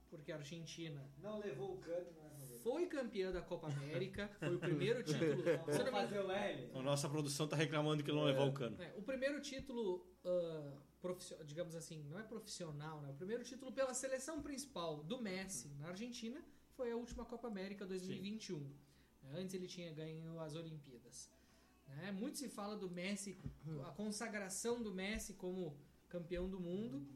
Speaker 1: Porque a Argentina
Speaker 4: Não levou o cano, não é favorito.
Speaker 1: foi campeã da Copa América, foi o primeiro título. se eu
Speaker 4: Vamos
Speaker 1: não me
Speaker 4: fazer o L.
Speaker 2: A nossa produção tá reclamando que não levou o cano.
Speaker 1: É, o primeiro título, ah, profiss- digamos assim, não é profissional, né? O primeiro título pela seleção principal do Messi na Argentina foi a última Copa América 2021. né? Antes ele tinha ganho as Olimpíadas. né? Muito se fala do Messi, a consagração do Messi como campeão do mundo.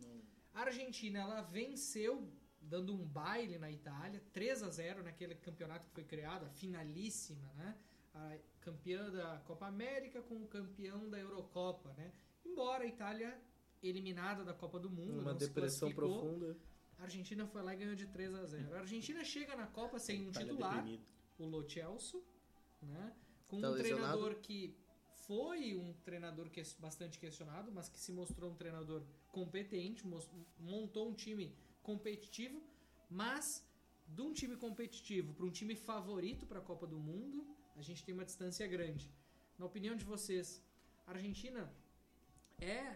Speaker 1: A Argentina, ela venceu dando um baile na Itália, 3 a 0 naquele campeonato que foi criado, a finalíssima, né? A campeã da Copa América com o campeão da Eurocopa, né? Embora a Itália eliminada da Copa do Mundo,
Speaker 3: Hum, Uma
Speaker 1: não se
Speaker 3: depressão
Speaker 1: classificou,
Speaker 3: profunda.
Speaker 1: A Argentina foi lá e ganhou de 3 a 0. A Argentina chega na Copa sem um
Speaker 2: Itália
Speaker 1: titular,
Speaker 2: deprimida.
Speaker 1: o Lo Celso, né? Com
Speaker 3: Tá
Speaker 1: um
Speaker 3: lesionado.
Speaker 1: treinador que foi um treinador que bastante questionado, mas que se mostrou um treinador competente, mos- montou um time competitivo, mas de um time competitivo para um time favorito para a Copa do Mundo, a gente tem uma distância grande. Na opinião de vocês, a Argentina é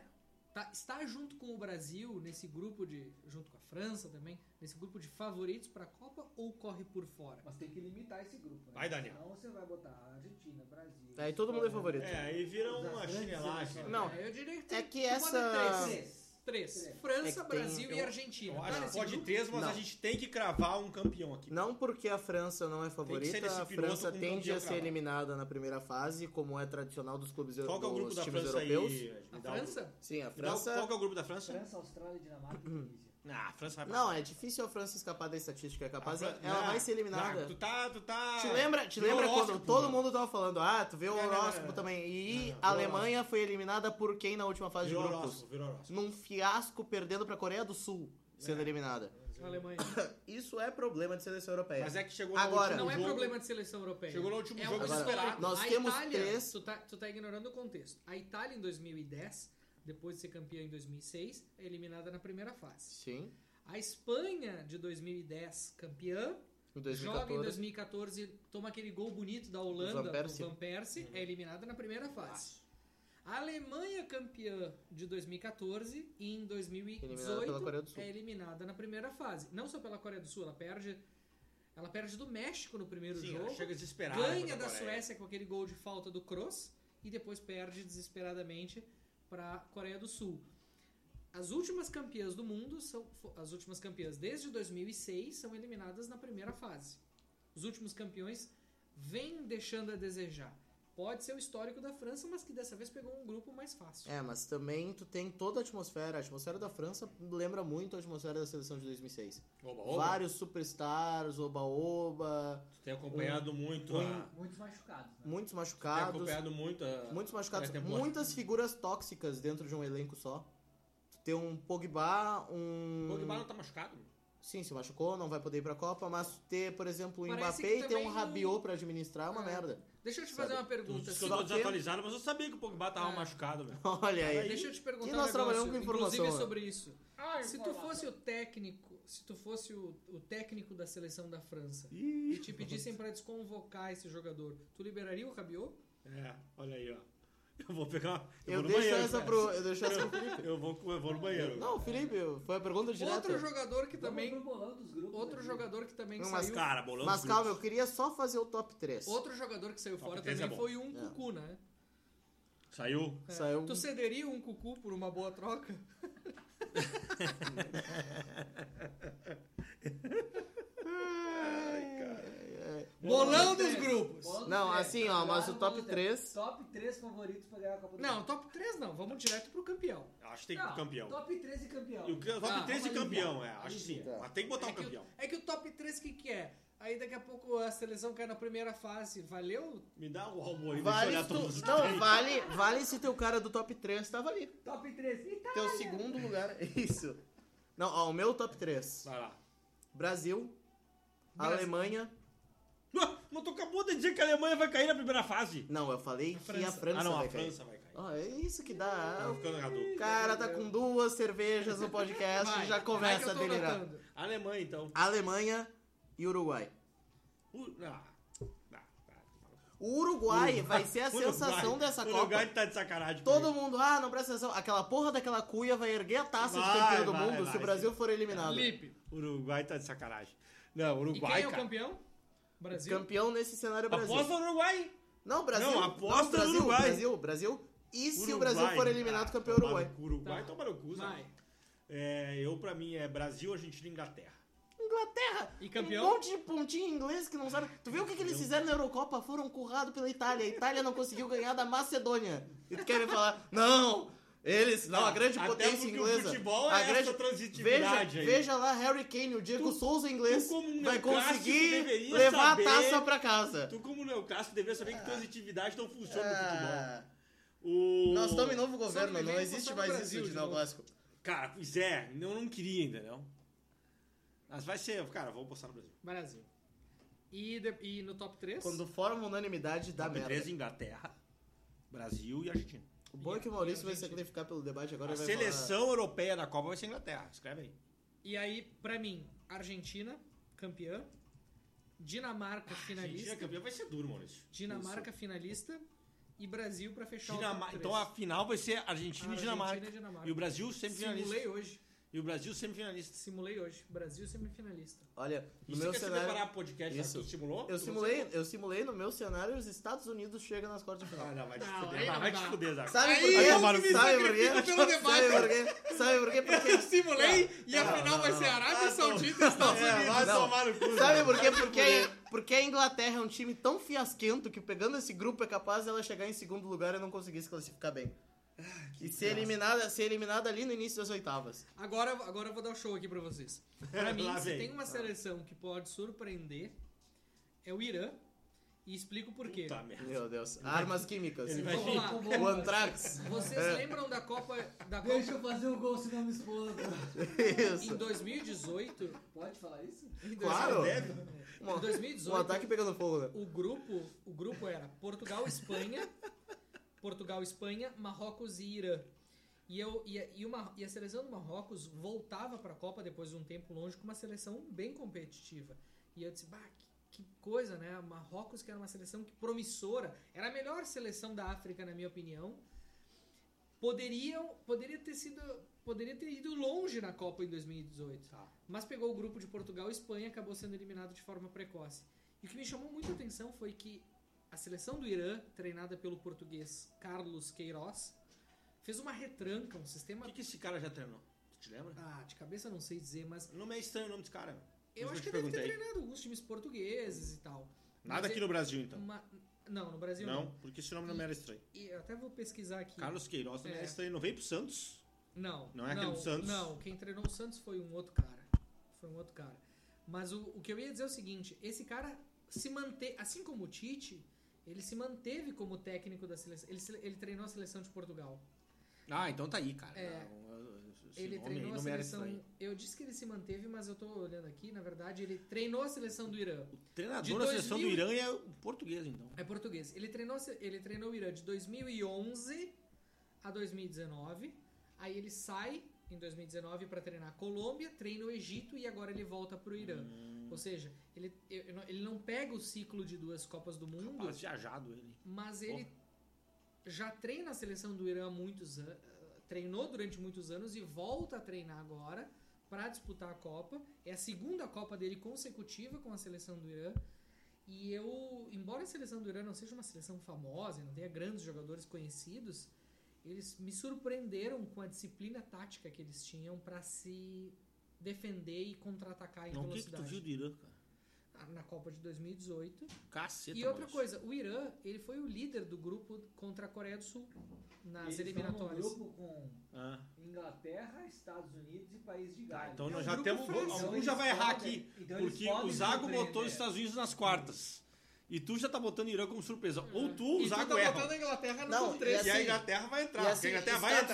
Speaker 1: tá- está junto com o Brasil nesse grupo de junto com a França também nesse grupo de favoritos para a Copa ou corre por fora?
Speaker 4: Mas tem que limitar esse grupo. Né?
Speaker 2: Vai, Daniel.
Speaker 4: Senão você vai botar Argentina, Brasil.
Speaker 3: Aí todo mundo é
Speaker 4: Espanha.
Speaker 3: favorito.
Speaker 2: É, aí vira
Speaker 4: Os
Speaker 2: uma
Speaker 4: grandes
Speaker 2: chinelagem.
Speaker 4: seleções.
Speaker 3: Não,
Speaker 1: É, eu diria que tem,
Speaker 3: é que
Speaker 1: tu pode
Speaker 3: essa-
Speaker 1: ter
Speaker 4: Três.
Speaker 1: Três.
Speaker 4: Três.
Speaker 1: França,
Speaker 3: É que tem-
Speaker 1: Brasil e
Speaker 3: eu-
Speaker 1: Argentina.
Speaker 2: Eu
Speaker 1: Tá
Speaker 2: acho que
Speaker 1: nesse
Speaker 2: pode
Speaker 1: grupo?
Speaker 2: ter, mas a
Speaker 3: Não.
Speaker 2: gente tem que cravar um campeão aqui.
Speaker 3: Não porque a França não é
Speaker 2: que ser
Speaker 3: favorita,
Speaker 2: desse
Speaker 3: a
Speaker 2: piloto
Speaker 3: França
Speaker 2: com um
Speaker 3: tende
Speaker 2: campeão
Speaker 3: a ser
Speaker 2: cravado.
Speaker 3: eliminada na primeira fase, como é tradicional dos clubes eu-
Speaker 2: Qual que é o grupo
Speaker 3: dos
Speaker 2: da
Speaker 3: times
Speaker 2: França
Speaker 3: europeus.
Speaker 2: aí? Ed?
Speaker 1: A
Speaker 2: Me dá o grupo.
Speaker 1: França?
Speaker 3: Sim,
Speaker 2: Me
Speaker 3: a
Speaker 2: dá o- Qual
Speaker 3: França.
Speaker 2: que é o grupo da França?
Speaker 4: França, Austrália, Dinamarca e Tunísia.
Speaker 2: Ah, a França vai pra
Speaker 3: Não, é difícil a França escapar da estatística. É capaz,
Speaker 2: A Fran-
Speaker 3: ela
Speaker 2: Ah,
Speaker 3: vai ser eliminada.
Speaker 2: ah, tu tá, tu tá.
Speaker 3: Te lembra, te
Speaker 2: Meu
Speaker 3: lembra quando
Speaker 2: horóscopo,
Speaker 3: todo
Speaker 2: mano.
Speaker 3: mundo tava falando, ah, tu vê o
Speaker 2: Não, não, não,
Speaker 3: horóscopo
Speaker 2: não, não.
Speaker 3: também. E
Speaker 2: Não, não,
Speaker 3: a
Speaker 2: não.
Speaker 3: Alemanha foi eliminada por quem na última fase
Speaker 2: Virou
Speaker 3: de grupos?
Speaker 2: horóscopo, virou horóscopo.
Speaker 3: Num fiasco perdendo pra Coreia do Sul, sendo
Speaker 2: É.
Speaker 3: eliminada.
Speaker 1: A Alemanha.
Speaker 3: Isso é problema de seleção europeia.
Speaker 2: Mas é que chegou
Speaker 3: Agora-
Speaker 2: no
Speaker 1: Não é
Speaker 2: último jogo,
Speaker 1: problema de seleção europeia.
Speaker 2: Chegou no último
Speaker 1: é
Speaker 2: jogo
Speaker 1: algo
Speaker 3: Agora,
Speaker 1: esperado.
Speaker 3: nós
Speaker 1: a
Speaker 3: temos
Speaker 1: Itália,
Speaker 3: três-
Speaker 1: Tu tá, tu tá ignorando o contexto. A Itália, em 2010, depois de ser campeã em 2006, é eliminada na primeira fase.
Speaker 3: Sim,
Speaker 1: A Espanha, de 2010, campeã,
Speaker 3: em
Speaker 1: joga em
Speaker 3: 2014.
Speaker 1: 2014, toma aquele gol bonito da Holanda,
Speaker 3: Van Persie.
Speaker 1: do Van Persie, é eliminada na primeira fase. A Alemanha campeã de 2014 e em 2018
Speaker 3: Eliminada pela Coreia do Sul.
Speaker 1: é eliminada na primeira fase. Não só pela Coreia do Sul, ela perde, ela perde do México no primeiro
Speaker 2: Sim, ela
Speaker 1: jogo,
Speaker 2: chega desesperada.
Speaker 1: ganha
Speaker 2: contra a
Speaker 1: da
Speaker 2: Coreia.
Speaker 1: Suécia com aquele gol de falta do Kroos e depois perde desesperadamente para Coreia do Sul. As últimas campeãs do mundo são fo- as últimas campeãs desde 2006 são eliminadas na primeira fase. Os últimos campeões vêm deixando a desejar. Pode ser o histórico da França, mas que dessa vez pegou um grupo mais fácil.
Speaker 3: É, mas também tu tem toda a atmosfera. A atmosfera da França lembra muito a atmosfera da seleção de 2006.
Speaker 2: Oba, oba.
Speaker 3: Vários superstars, oba-oba,
Speaker 2: Tu tem acompanhado muito. a- tu
Speaker 4: Muitos machucados, né?
Speaker 3: muitos
Speaker 2: Tem
Speaker 3: machucados.
Speaker 2: acompanhado muito. a-
Speaker 3: Muitos machucados,
Speaker 2: pré-temporada.
Speaker 3: muitas figuras tóxicas dentro de um elenco só. Tu tem um Pogba, um.
Speaker 2: O Pogba não tá machucado?
Speaker 3: Sim, se machucou, não vai poder ir pra Copa, mas ter, por exemplo, o
Speaker 1: Parece
Speaker 3: Mbappé
Speaker 1: que
Speaker 3: e ter um
Speaker 1: também
Speaker 3: Rabiot pra administrar é uma
Speaker 1: É.
Speaker 3: merda.
Speaker 1: Deixa eu te
Speaker 3: Sabe,
Speaker 1: fazer uma pergunta. assim.
Speaker 2: Isso que eu
Speaker 1: Silva.
Speaker 2: tô
Speaker 3: Só que-
Speaker 2: desatualizado, mas eu sabia que o Pogba tava
Speaker 1: É.
Speaker 2: machucado, velho.
Speaker 3: Olha aí.
Speaker 1: Deixa eu te perguntar
Speaker 3: E
Speaker 1: um
Speaker 3: nós
Speaker 1: negócio,
Speaker 3: trabalhamos com informação,
Speaker 1: inclusive
Speaker 3: né?
Speaker 1: sobre isso. Ah, Se tu fosse o técnico, se tu fosse o, o técnico da seleção da França e te pedissem pra desconvocar esse jogador, tu liberaria o Rabiot?
Speaker 2: É, olha aí, ó. Eu vou pegar. uma- Eu,
Speaker 3: Eu
Speaker 2: vou no
Speaker 3: deixo
Speaker 2: banheiro.
Speaker 3: essa
Speaker 2: cara.
Speaker 3: pro. Eu deixo essa pro Felipe.
Speaker 2: Eu vou, eu vou no banheiro.
Speaker 3: Não, Felipe, foi a pergunta direta.
Speaker 1: Outro jogador que
Speaker 4: Vamos
Speaker 1: também,
Speaker 4: pro bolão dos grupos,
Speaker 1: outro
Speaker 4: né?
Speaker 1: jogador que também
Speaker 3: Não, mas
Speaker 1: saiu,
Speaker 2: Cara, bolão
Speaker 3: Mas
Speaker 2: dos
Speaker 3: calma, eu
Speaker 2: grupos.
Speaker 3: queria só fazer o top 3.
Speaker 1: outro jogador que saiu fora
Speaker 2: três
Speaker 1: também
Speaker 2: é bom.
Speaker 1: foi um
Speaker 3: É.
Speaker 1: Cucu, né?
Speaker 2: Saiu.
Speaker 1: É.
Speaker 3: Saiu
Speaker 1: Tu
Speaker 3: um-
Speaker 1: cederia um Cucu por uma boa troca? Bolão dos
Speaker 4: três.
Speaker 1: grupos.
Speaker 4: Bolão dos
Speaker 3: Não,
Speaker 4: três.
Speaker 3: assim, ó, mas o
Speaker 4: Bolão
Speaker 3: top
Speaker 4: dos
Speaker 3: 3.
Speaker 4: Top 3 favoritos pra ganhar a Copa do
Speaker 1: Não,
Speaker 4: Mundo.
Speaker 1: top 3 não, vamos direto pro campeão.
Speaker 2: Eu Acho que tem que ir pro
Speaker 4: Não,
Speaker 2: campeão.
Speaker 4: Top 3 e campeão.
Speaker 2: E o ca- top
Speaker 1: Ah,
Speaker 2: 13
Speaker 4: vamos aliviar.
Speaker 2: campeão, é. Acho que sim.
Speaker 3: Aliviar.
Speaker 2: Mas tem que botar
Speaker 1: é,
Speaker 2: um
Speaker 1: que,
Speaker 2: campeão.
Speaker 1: o- é que o top 3 o que, que é? Aí daqui a pouco a seleção cai na primeira fase. Valeu?
Speaker 2: Me dá o álbum aí, deixa eu
Speaker 3: Vale,
Speaker 2: olhar
Speaker 3: se tu-
Speaker 2: todos os
Speaker 3: não,
Speaker 2: três.
Speaker 3: vale, vale se teu cara do top 3 tava ali.
Speaker 4: Top 3. Itália.
Speaker 3: Teu segundo lugar. é Isso. Não, ó, o meu top 3.
Speaker 2: Vai lá.
Speaker 3: Brasil,
Speaker 1: Brasil.
Speaker 3: Alemanha.
Speaker 2: Não, Mas tu acabou de dizer que a Alemanha vai cair na primeira fase.
Speaker 3: Não, eu
Speaker 1: A
Speaker 3: falei que a
Speaker 1: França.
Speaker 3: França
Speaker 2: ah, não,
Speaker 3: vai
Speaker 2: a
Speaker 3: cair.
Speaker 2: França vai cair.
Speaker 3: Ó, é isso que dá.
Speaker 2: Tá ficando errado.
Speaker 3: O cara tá com duas cervejas no podcast e já
Speaker 1: vai que
Speaker 3: começa
Speaker 1: eu
Speaker 3: a
Speaker 1: tô
Speaker 3: delirar.
Speaker 1: anotando.
Speaker 2: Alemanha, então.
Speaker 3: Alemanha e Uruguai.
Speaker 2: Uh, ah, ah, ah.
Speaker 3: O Uruguai vai ser a
Speaker 2: Uruguai.
Speaker 3: sensação dessa
Speaker 2: Uruguai
Speaker 3: Copa.
Speaker 2: tá de sacanagem. com
Speaker 3: Todo
Speaker 2: ele.
Speaker 3: mundo, ah, não presta atenção. Aquela porra daquela cuia vai erguer a taça de
Speaker 2: Vai,
Speaker 3: campeão do
Speaker 2: vai,
Speaker 3: mundo
Speaker 2: vai,
Speaker 3: se o Brasil for eliminado.
Speaker 1: Lipe.
Speaker 2: Uruguai tá de sacanagem. Não,
Speaker 1: E quem
Speaker 2: Uruguai,
Speaker 1: é o
Speaker 2: cara.
Speaker 1: campeão? Brasil.
Speaker 3: Campeão nesse cenário é o Brasil.
Speaker 2: Aposta no Uruguai.
Speaker 3: Não, Brasil.
Speaker 2: Não, aposta no
Speaker 3: Brasil,
Speaker 2: Uruguai.
Speaker 3: Brasil, Brasil. E se o
Speaker 2: Uruguai,
Speaker 3: Brasil for
Speaker 2: cara.
Speaker 3: eliminado, campeão
Speaker 2: Tomar no
Speaker 3: Uruguai.
Speaker 2: cu, Uruguai
Speaker 1: Tá.
Speaker 2: toma no cu, Zé.
Speaker 1: Vai.
Speaker 2: É, eu, pra mim, é Brasil, Argentina e Inglaterra.
Speaker 3: Inglaterra!
Speaker 1: E
Speaker 3: Um
Speaker 1: campeão?
Speaker 3: monte de pontinho em inglês que não sabe. Tu viu o que, que eles fizeram na Eurocopa? Foram currados pela Itália. A Itália não conseguiu ganhar da Macedônia. E tu quer me falar, não! Eles, não, a grande
Speaker 2: Ah, Até
Speaker 3: potência
Speaker 2: porque
Speaker 3: inglesa.
Speaker 2: o futebol é
Speaker 3: a
Speaker 2: essa
Speaker 3: grande... veja,
Speaker 2: transitividade aí.
Speaker 3: veja lá, Harry Kane, o Diego Souza inglês,
Speaker 2: tu como um
Speaker 3: vai
Speaker 2: neoclássico
Speaker 3: conseguir
Speaker 2: deveria
Speaker 3: levar
Speaker 2: saber-
Speaker 3: a taça pra casa.
Speaker 2: Tu, como neoclássico, deveria saber que transitividade não funciona no futebol.
Speaker 3: Ah,
Speaker 2: O...
Speaker 3: nós estamos em novo governo, não
Speaker 1: Sobrevivemos,
Speaker 3: existe
Speaker 1: só no
Speaker 3: mais
Speaker 1: Brasil
Speaker 3: isso de
Speaker 1: de novo.
Speaker 3: neoclássico.
Speaker 2: Cara, pois é, eu não queria, entendeu? Mas vai ser, cara, vamos postar no Brasil.
Speaker 1: Brasil. E, de- e no top 3?
Speaker 3: Quando forma unanimidade, dá
Speaker 2: Top
Speaker 3: merda.
Speaker 2: três, Inglaterra, Brasil e Argentina.
Speaker 3: O bom é que o Maurício vai se sacrificar pelo debate agora.
Speaker 2: A
Speaker 3: e vai falar-
Speaker 2: seleção europeia da Copa vai ser a Inglaterra. Escreve aí.
Speaker 1: E aí, pra mim, Argentina, campeã. Dinamarca, finalista.
Speaker 2: Argentina campeã vai ser duro, Maurício.
Speaker 1: Dinamarca, finalista. E Brasil pra fechar
Speaker 2: Dinamar-
Speaker 1: o top 3.
Speaker 2: Então a final vai ser Argentina, e Dinamarca.
Speaker 1: e Dinamarca.
Speaker 2: E o Brasil semifinalista.
Speaker 1: Simulei hoje.
Speaker 2: E o Brasil semifinalista.
Speaker 1: Simulei hoje. Brasil semifinalista.
Speaker 3: Olha, no
Speaker 2: Isso
Speaker 3: meu
Speaker 2: que é se
Speaker 3: cenário.
Speaker 2: preparar podcast,
Speaker 3: Isso.
Speaker 2: Isso. simulou?
Speaker 3: Eu
Speaker 2: Tu
Speaker 3: simulei, eu simulei no meu cenário os Estados Unidos chegam nas quartas de
Speaker 2: Não,
Speaker 3: final.
Speaker 2: não, vai te
Speaker 1: Ah, Não,
Speaker 2: fuder.
Speaker 1: aí
Speaker 2: Vai,
Speaker 1: não
Speaker 2: vai te
Speaker 1: dá.
Speaker 2: fuder, Zago.
Speaker 3: Sabe
Speaker 1: Aí
Speaker 3: por quê?
Speaker 2: eu que me
Speaker 3: Sabe por quê?
Speaker 1: sacrifico pelo
Speaker 3: Sabe
Speaker 1: debate.
Speaker 3: por quê? Sabe por quê? Porque...
Speaker 1: simulei e
Speaker 3: Não,
Speaker 1: afinal
Speaker 3: não,
Speaker 1: vai
Speaker 3: não.
Speaker 1: ser Arábia
Speaker 2: Ah,
Speaker 1: Saudita e Estados
Speaker 2: É,
Speaker 1: Unidos.
Speaker 2: vai
Speaker 3: Não.
Speaker 2: tomar no cu.
Speaker 3: Sabe
Speaker 2: Zago.
Speaker 3: por
Speaker 2: Vai
Speaker 3: quê?
Speaker 2: te fuder.
Speaker 3: Porque, porque a Inglaterra é um time tão fiasquento que pegando esse grupo é capaz dela chegar em segundo lugar e não conseguir se classificar bem. E ser eliminada, ser eliminada ali no início das oitavas.
Speaker 1: Agora, agora eu vou dar o show aqui pra vocês. Pra mim,
Speaker 2: Lá
Speaker 1: se
Speaker 2: vem. Tá.
Speaker 1: tem uma seleção que pode surpreender, é o Irã. E explico por quê.
Speaker 2: Puta merda.
Speaker 3: Meu Deus. Armas químicas.
Speaker 2: Ele vai
Speaker 1: Vamos lá.
Speaker 3: O Antrax.
Speaker 1: Vocês lembram da Copa da
Speaker 4: Deixa
Speaker 1: Copa
Speaker 4: eu fazer o gol se não me expor.
Speaker 1: em
Speaker 3: Isso.
Speaker 1: 2018?
Speaker 4: Pode falar isso?
Speaker 1: Em
Speaker 3: Claro.
Speaker 1: Em
Speaker 3: Um
Speaker 1: 2018,
Speaker 3: ataque pegando fogo, né?
Speaker 1: o grupo, o grupo era Portugal, Espanha, Portugal, Espanha, Marrocos e Irã. E, eu, e, a, e o Mar- e a seleção do Marrocos voltava para a Copa depois de um tempo longe com uma seleção bem competitiva. E eu disse, bah, que, que coisa, né? A Marrocos que era uma seleção que promissora, era a melhor seleção da África, na minha opinião. Poderiam, poderia ter sido, poderia ter ido longe na Copa em 2018.
Speaker 2: Tá.
Speaker 1: Mas pegou o grupo de Portugal e Espanha e acabou sendo eliminado de forma precoce. E o que me chamou muita atenção foi que a seleção do Irã, treinada pelo português Carlos Queiroz, fez uma retranca, um
Speaker 2: O
Speaker 1: sistema.
Speaker 2: que, que esse cara já treinou? Tu te lembra?
Speaker 1: Ah, de cabeça eu não sei dizer, mas
Speaker 2: Não é estranho o nome desse cara. meu.
Speaker 1: eu
Speaker 2: Mas
Speaker 1: acho que
Speaker 2: eu te
Speaker 1: deve ter
Speaker 2: perguntei.
Speaker 1: treinado alguns times portugueses e tal.
Speaker 2: Nada aqui no Brasil, então.
Speaker 1: Uma- Não, no Brasil não.
Speaker 2: Não, porque esse nome não me era estranho.
Speaker 1: E eu até vou pesquisar aqui.
Speaker 2: Carlos Queiroz não me era
Speaker 1: É.
Speaker 2: estranho. Não veio pro Santos?
Speaker 1: Não.
Speaker 2: Não é aquele do Santos?
Speaker 1: Não, quem treinou o Santos foi um outro cara. Foi um outro cara. Mas o, o que eu ia dizer é o seguinte: esse cara se manteve, assim como o Tite, ele se manteve como técnico da seleção. Ele, se- ele treinou a seleção de Portugal.
Speaker 2: Ah, então tá aí, cara.
Speaker 1: É.
Speaker 2: Não, eu- eu- esse
Speaker 1: Ele
Speaker 2: nome
Speaker 1: treinou
Speaker 2: aí
Speaker 1: a
Speaker 2: não merece
Speaker 1: seleção.
Speaker 2: estranho.
Speaker 1: Eu disse que ele se manteve, mas eu tô olhando aqui. Na verdade, ele treinou a seleção do Irã.
Speaker 2: O treinador
Speaker 1: De
Speaker 2: da seleção
Speaker 1: 2000
Speaker 2: do Irã é o português, então.
Speaker 1: É português. Ele treinou, ele treinou o Irã de 2011 a 2019. Aí ele sai em 2019 para treinar a Colômbia, treina o Egito e agora ele volta pro Irã. Ou seja, ele, eu- eu não- ele não pega o ciclo de duas Copas do Mundo,
Speaker 2: Rapaz, viajado ele.
Speaker 1: mas ele já treina a seleção do Irã há muitos anos, treinou durante muitos anos e volta a treinar agora para disputar a Copa. É a segunda Copa dele consecutiva com a seleção do Irã. E eu, embora a seleção do Irã não seja uma seleção famosa, e não tenha grandes jogadores conhecidos, eles me surpreenderam com a disciplina tática que eles tinham para se defender e contra-atacar em
Speaker 2: Não, o que, que tu
Speaker 1: velocidade
Speaker 2: viu do Irã, cara?
Speaker 1: na Copa de 2018.
Speaker 2: Caceta.
Speaker 4: Então,
Speaker 1: E outra
Speaker 2: Maurício.
Speaker 1: coisa, o Irã, ele foi o líder do grupo contra a Coreia do Sul nas
Speaker 4: Eles estão num
Speaker 1: eliminatórias.
Speaker 4: grupo com
Speaker 2: Ah,
Speaker 4: Inglaterra, Estados Unidos e País de
Speaker 2: tá,
Speaker 4: Gales.
Speaker 2: então
Speaker 1: É
Speaker 2: nós
Speaker 1: um
Speaker 2: já
Speaker 1: grupo
Speaker 2: temos.
Speaker 1: fácil.
Speaker 2: Algum
Speaker 4: Então eles
Speaker 2: já vai errar
Speaker 4: podem-
Speaker 2: aqui.
Speaker 4: então eles
Speaker 2: Porque o
Speaker 4: podem
Speaker 2: Zago
Speaker 4: surpreender.
Speaker 2: botou os Estados Unidos nas quartas. E tu já tá botando o Irã como surpresa. Ou tu, o
Speaker 1: E tu tá
Speaker 2: Zago erra.
Speaker 1: botando a Inglaterra no
Speaker 3: Não,
Speaker 1: grupo
Speaker 3: e
Speaker 1: 3.
Speaker 3: assim,
Speaker 2: Inglaterra vai
Speaker 3: e assim, Estados